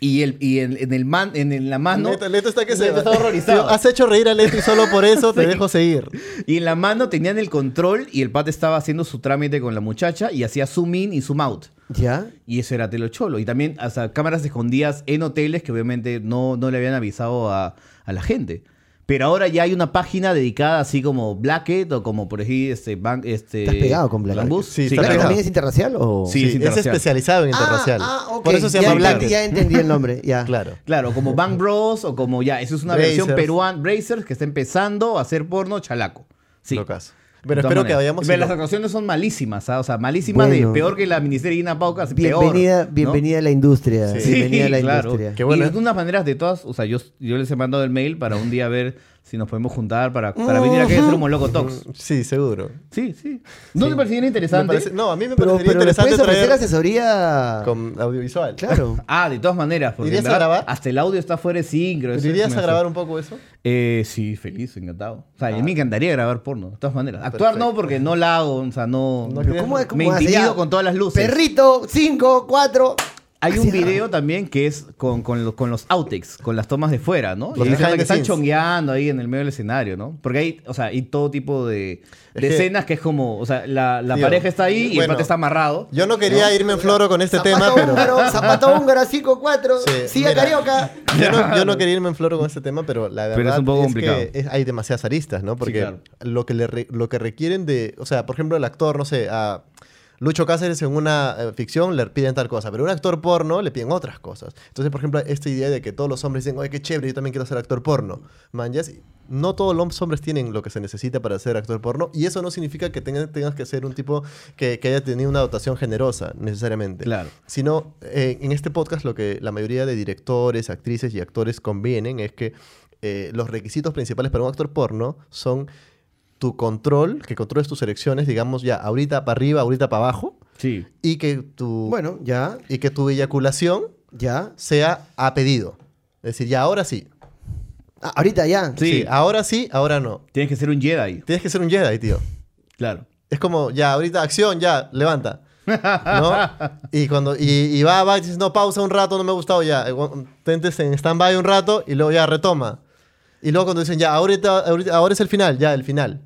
[SPEAKER 2] Y, el, y en, en el man, en, en la mano.
[SPEAKER 1] Leto, Leto está que se
[SPEAKER 2] Leto está horrorizado.
[SPEAKER 1] Has hecho reír a Leto y solo por eso te dejo seguir.
[SPEAKER 2] Y en la mano tenían el control y el pat estaba haciendo su trámite con la muchacha y hacía zoom in y zoom out.
[SPEAKER 4] ¿Ya?
[SPEAKER 2] Y eso era Telo Cholo. Y también hasta cámaras escondidas en hoteles que obviamente no, no le habían avisado a, a la gente. Pero ahora ya hay una página dedicada así como Blacket o como por ahí este... Ban- este
[SPEAKER 4] ¿Estás pegado con Blackett?
[SPEAKER 2] Bambus.
[SPEAKER 1] Sí, está
[SPEAKER 2] Sí,
[SPEAKER 4] ¿Black
[SPEAKER 2] claro.
[SPEAKER 1] pegado.
[SPEAKER 4] también es interracial o...?
[SPEAKER 2] Sí, es
[SPEAKER 1] es
[SPEAKER 2] interracial.
[SPEAKER 1] especializado en interracial.
[SPEAKER 4] Ah, ah, ok.
[SPEAKER 1] Por eso se
[SPEAKER 4] Ya
[SPEAKER 1] llama
[SPEAKER 4] entendí-
[SPEAKER 1] Black.
[SPEAKER 4] Ya entendí el nombre, ya.
[SPEAKER 1] Claro.
[SPEAKER 2] Claro, como Bang Bros o como ya, eso es una versión
[SPEAKER 1] Brazers.
[SPEAKER 2] peruana, Brazers, que está empezando a hacer porno chalaco. Sí.
[SPEAKER 1] Locazo.
[SPEAKER 2] De
[SPEAKER 1] Pero
[SPEAKER 2] todas
[SPEAKER 1] espero que
[SPEAKER 2] maneras.
[SPEAKER 1] vayamos.
[SPEAKER 2] Pero
[SPEAKER 1] y
[SPEAKER 2] las
[SPEAKER 1] lo-
[SPEAKER 2] actuaciones son malísimas, ¿ah? o sea, malísimas
[SPEAKER 4] Bueno.
[SPEAKER 2] de peor que la ministeria Ina Pauca, así, peor,
[SPEAKER 4] Bienvenida,
[SPEAKER 2] ¿no?
[SPEAKER 4] bienvenida a la industria.
[SPEAKER 1] Sí,
[SPEAKER 4] bienvenida a la
[SPEAKER 2] claro.
[SPEAKER 4] industria.
[SPEAKER 1] Qué bueno,
[SPEAKER 2] Y
[SPEAKER 1] ¿eh?
[SPEAKER 2] de unas maneras de todas, o sea, yo, yo les he mandado el mail para un día ver si nos podemos juntar para, para venir aquí a hacer un loco talks.
[SPEAKER 1] Sí, seguro.
[SPEAKER 2] Sí, sí. ¿No te pareciera interesante?
[SPEAKER 1] Me parece- no, a mí me
[SPEAKER 4] Pero,
[SPEAKER 1] parecería
[SPEAKER 4] pero les
[SPEAKER 1] interesante
[SPEAKER 4] puedes ofrecer
[SPEAKER 1] traer
[SPEAKER 4] asesoría...
[SPEAKER 1] con audiovisual.
[SPEAKER 4] Claro.
[SPEAKER 2] Ah, de todas maneras, porque en
[SPEAKER 1] ¿Irías a
[SPEAKER 2] verdad
[SPEAKER 1] grabar?
[SPEAKER 2] hasta el audio está fuera de sincro. eso es
[SPEAKER 1] ¿Irías a
[SPEAKER 2] menso.
[SPEAKER 1] grabar un poco eso?
[SPEAKER 2] Eh, sí, feliz, encantado. O sea, a mí me encantaría grabar porno, de todas maneras. Actuar
[SPEAKER 1] Ah, Perfecto.
[SPEAKER 2] no, porque no la hago, o sea, no...
[SPEAKER 1] No
[SPEAKER 4] Pero ¿cómo es? ¿Cómo
[SPEAKER 2] me
[SPEAKER 4] hace?
[SPEAKER 2] intimido
[SPEAKER 4] Ya.
[SPEAKER 2] con todas las luces.
[SPEAKER 4] Perrito, cinco, cuatro...
[SPEAKER 2] Hay
[SPEAKER 4] Así
[SPEAKER 2] un
[SPEAKER 4] es.
[SPEAKER 2] video también que es con, con, los, con los outtakes, con las tomas de fuera, ¿no?
[SPEAKER 1] Los
[SPEAKER 2] y
[SPEAKER 1] behind
[SPEAKER 2] hay gente
[SPEAKER 1] the
[SPEAKER 2] que están
[SPEAKER 1] scenes.
[SPEAKER 2] chongueando ahí en el medio del escenario, ¿no? Porque hay, o sea, hay todo tipo de,
[SPEAKER 1] Es
[SPEAKER 2] de
[SPEAKER 1] que-
[SPEAKER 2] escenas que es como, o sea, la, la
[SPEAKER 1] Tío,
[SPEAKER 2] pareja está ahí y el
[SPEAKER 1] bueno,
[SPEAKER 2] pate está amarrado.
[SPEAKER 1] Yo no quería irme en floro con este
[SPEAKER 4] zapato
[SPEAKER 1] tema, pero.
[SPEAKER 4] húngaro, zapato húngaro, cinco, cuatro,
[SPEAKER 1] Sí,
[SPEAKER 4] sigue
[SPEAKER 1] mira.
[SPEAKER 4] carioca.
[SPEAKER 1] Yo no, yo no quería irme en floro con este tema, pero la verdad
[SPEAKER 2] Pero es un poco complicado.
[SPEAKER 1] que es- hay demasiadas aristas, ¿no? Porque
[SPEAKER 2] claro.
[SPEAKER 1] lo, que le re- lo que requieren de... O sea, por ejemplo, el actor, no sé, a Lucho Cáceres en una eh, ficción le piden tal cosa, pero a un actor porno le piden otras cosas. Entonces, por ejemplo, esta idea de que todos los hombres dicen, oye, qué chévere, yo también quiero ser actor porno. Man, yes, no todos los hombres tienen lo que se necesita para ser actor porno y eso no significa que tengan- tengas que ser un tipo que, que haya tenido una dotación generosa, necesariamente
[SPEAKER 2] Claro.
[SPEAKER 1] sino eh, en este podcast lo que la mayoría de directores, actrices y actores convienen es que eh, los requisitos principales para un actor porno son tu control, que controles tus elecciones, digamos ya, ahorita para arriba, ahorita para abajo,
[SPEAKER 2] Sí.
[SPEAKER 1] y que tu,
[SPEAKER 4] Bueno, ya,
[SPEAKER 1] y que tu eyaculación
[SPEAKER 4] ya.
[SPEAKER 1] sea a pedido. Es decir, ya ahora sí.
[SPEAKER 4] Ah, ahorita ya.
[SPEAKER 2] Sí.
[SPEAKER 1] ahora sí, ahora no.
[SPEAKER 2] Tienes que ser un Jedi,
[SPEAKER 1] Tienes que ser un Jedi, tío.
[SPEAKER 2] claro.
[SPEAKER 1] Es como, ya, ahorita acción, ya, levanta. ¿No? Y cuando y, y va, va, y dices, no, pausa un rato, no me ha gustado, ya. Eh, gu- Tentes en stand-by un rato y luego ya retoma. Y luego cuando dicen, ya, ahorita, ahorita- ahora es el final, ya, el final.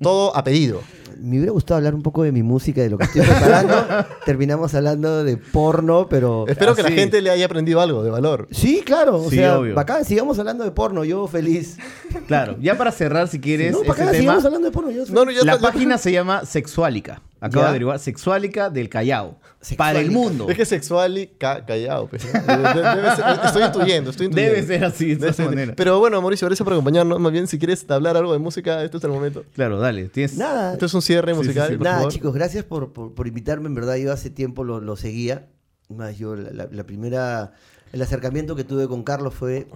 [SPEAKER 1] Todo a pedido.
[SPEAKER 4] Me hubiera gustado hablar un poco de mi música, de lo que estoy preparando. Terminamos hablando de porno, pero...
[SPEAKER 1] Espero que la
[SPEAKER 2] Así.
[SPEAKER 1] gente le haya aprendido algo de valor.
[SPEAKER 4] Sí, claro. O
[SPEAKER 2] Sí,
[SPEAKER 4] sea,
[SPEAKER 2] obvio.
[SPEAKER 4] bacán, sigamos hablando de porno, yo feliz.
[SPEAKER 2] Claro. Ya para cerrar, si quieres,
[SPEAKER 4] no,
[SPEAKER 2] este
[SPEAKER 4] bacán,
[SPEAKER 2] tema...
[SPEAKER 4] sigamos hablando de porno, yo feliz.
[SPEAKER 1] No, no, ya
[SPEAKER 2] La
[SPEAKER 1] está- ya-
[SPEAKER 2] página se llama Sexuálica. Acabo
[SPEAKER 4] Ya.
[SPEAKER 2] de averiguar. Sexuálica del Callao.
[SPEAKER 4] Sexuálica.
[SPEAKER 2] Para el mundo.
[SPEAKER 1] Es que sexual y ca- callado. pues, ¿no? Debe- debe ser- estoy intuyendo, estoy intuyendo.
[SPEAKER 2] Debe ser así, de
[SPEAKER 1] Debe
[SPEAKER 2] esa
[SPEAKER 1] ser-
[SPEAKER 2] manera.
[SPEAKER 1] Pero bueno, Mauricio, gracias por acompañarnos. Más bien, si quieres hablar algo de música, este es el momento.
[SPEAKER 2] Claro, dale. Tienes...
[SPEAKER 4] Nada.
[SPEAKER 1] Esto es un cierre
[SPEAKER 2] Sí, sí,
[SPEAKER 1] musical.
[SPEAKER 2] sí.
[SPEAKER 1] por
[SPEAKER 4] Ah. Nada,
[SPEAKER 1] favor.
[SPEAKER 4] chicos, gracias por, por- por invitarme. En verdad, yo hace tiempo lo, lo seguía. Más yo, la, la- la primera. El acercamiento que tuve con Carlos fue.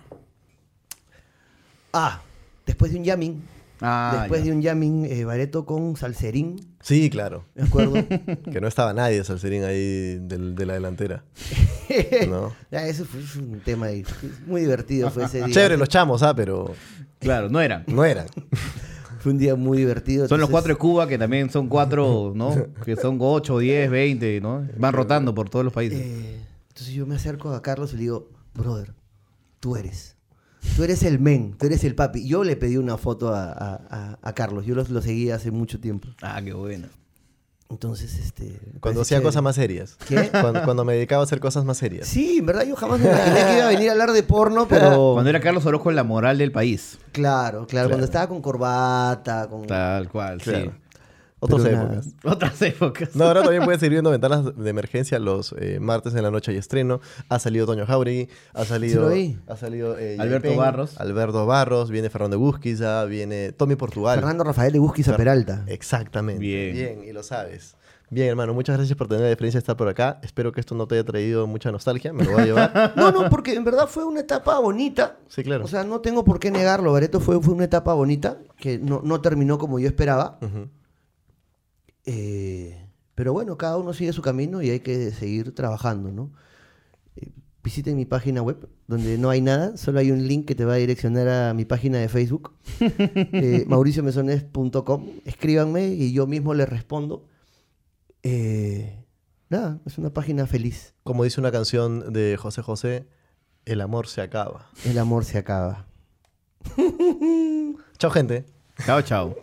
[SPEAKER 4] Ah, después de un jamming
[SPEAKER 2] Ah,
[SPEAKER 4] Después
[SPEAKER 2] ya.
[SPEAKER 4] de un jamming, eh, Bareto con Salserín,
[SPEAKER 1] Sí, claro.
[SPEAKER 4] ¿de acuerdo?
[SPEAKER 1] Que no estaba nadie de Salserín ahí del- de la delantera. ¿No?
[SPEAKER 4] Ya, eso fue fue un tema ahí. muy divertido. Fue ese día.
[SPEAKER 1] Chévere los chamos, ¿ah? Pero
[SPEAKER 2] Claro, no eran.
[SPEAKER 1] no eran.
[SPEAKER 4] Fue un día muy divertido.
[SPEAKER 2] Son los
[SPEAKER 4] entonces-
[SPEAKER 2] cuatro de Cuba, que también son cuatro, ¿no? Que son ocho, diez, veinte, ¿no? Van rotando por todos los países.
[SPEAKER 4] Eh, entonces yo me acerco a Carlos y le digo, brother, tú eres. Tú eres el men, tú eres el papi. Yo le pedí una foto a, a- a- a Carlos, yo los- lo seguía hace mucho tiempo.
[SPEAKER 2] Ah, qué bueno.
[SPEAKER 4] Entonces, este...
[SPEAKER 1] Cuando
[SPEAKER 4] me parece
[SPEAKER 1] hacía
[SPEAKER 4] chévere.
[SPEAKER 1] cosas más serias.
[SPEAKER 4] ¿Qué?
[SPEAKER 1] Cuando, cuando me dedicaba a hacer cosas más serias.
[SPEAKER 4] Sí, en verdad yo jamás me imaginé que iba a venir a hablar de porno, pero...
[SPEAKER 2] Cuando era Carlos Orozco, la moral del país.
[SPEAKER 4] Claro, claro, cuando estaba con corbata, con...
[SPEAKER 2] Tal cual,
[SPEAKER 1] Oh. Claro. Otras
[SPEAKER 2] sí.
[SPEAKER 4] Pero nada.
[SPEAKER 1] épocas.
[SPEAKER 2] Otras épocas.
[SPEAKER 1] No, ahora también puedes ir viendo ventanas de emergencia los eh, martes en la noche y estreno. Ha salido Toño Jauregui, ha
[SPEAKER 4] Sí lo
[SPEAKER 1] salido,
[SPEAKER 4] vi.
[SPEAKER 1] ha salido eh,
[SPEAKER 2] Alberto
[SPEAKER 1] Yepeng,
[SPEAKER 2] Barros.
[SPEAKER 1] Alberto Barros, viene Fernando Busquiza, viene Tommy Portugal.
[SPEAKER 4] Fernando Rafael de Busquiza Peralta.
[SPEAKER 1] Eh. Exactamente.
[SPEAKER 2] Bien.
[SPEAKER 1] Bien. y lo sabes. Bien, hermano, muchas gracias por tener la diferencia de estar por acá. Espero que esto no te haya traído mucha nostalgia, me lo voy a llevar.
[SPEAKER 4] No, no, porque en verdad fue una etapa bonita.
[SPEAKER 1] Sí, claro.
[SPEAKER 4] O sea, no tengo por qué negarlo. Bareto fue, fue una etapa bonita que no, no terminó como yo esperaba. Eh, pero bueno, cada uno sigue su camino y hay que seguir trabajando, ¿no? Eh, Visiten mi página web, donde no hay nada, solo hay un link que te va a direccionar a mi página de Facebook, eh, mauriciomesones.com. Escríbanme y yo mismo les respondo. Eh, nada, es una página feliz.
[SPEAKER 1] Como dice una canción de José José, el amor se acaba.
[SPEAKER 4] El amor se acaba.
[SPEAKER 1] Chao, gente.
[SPEAKER 2] Chao, chao.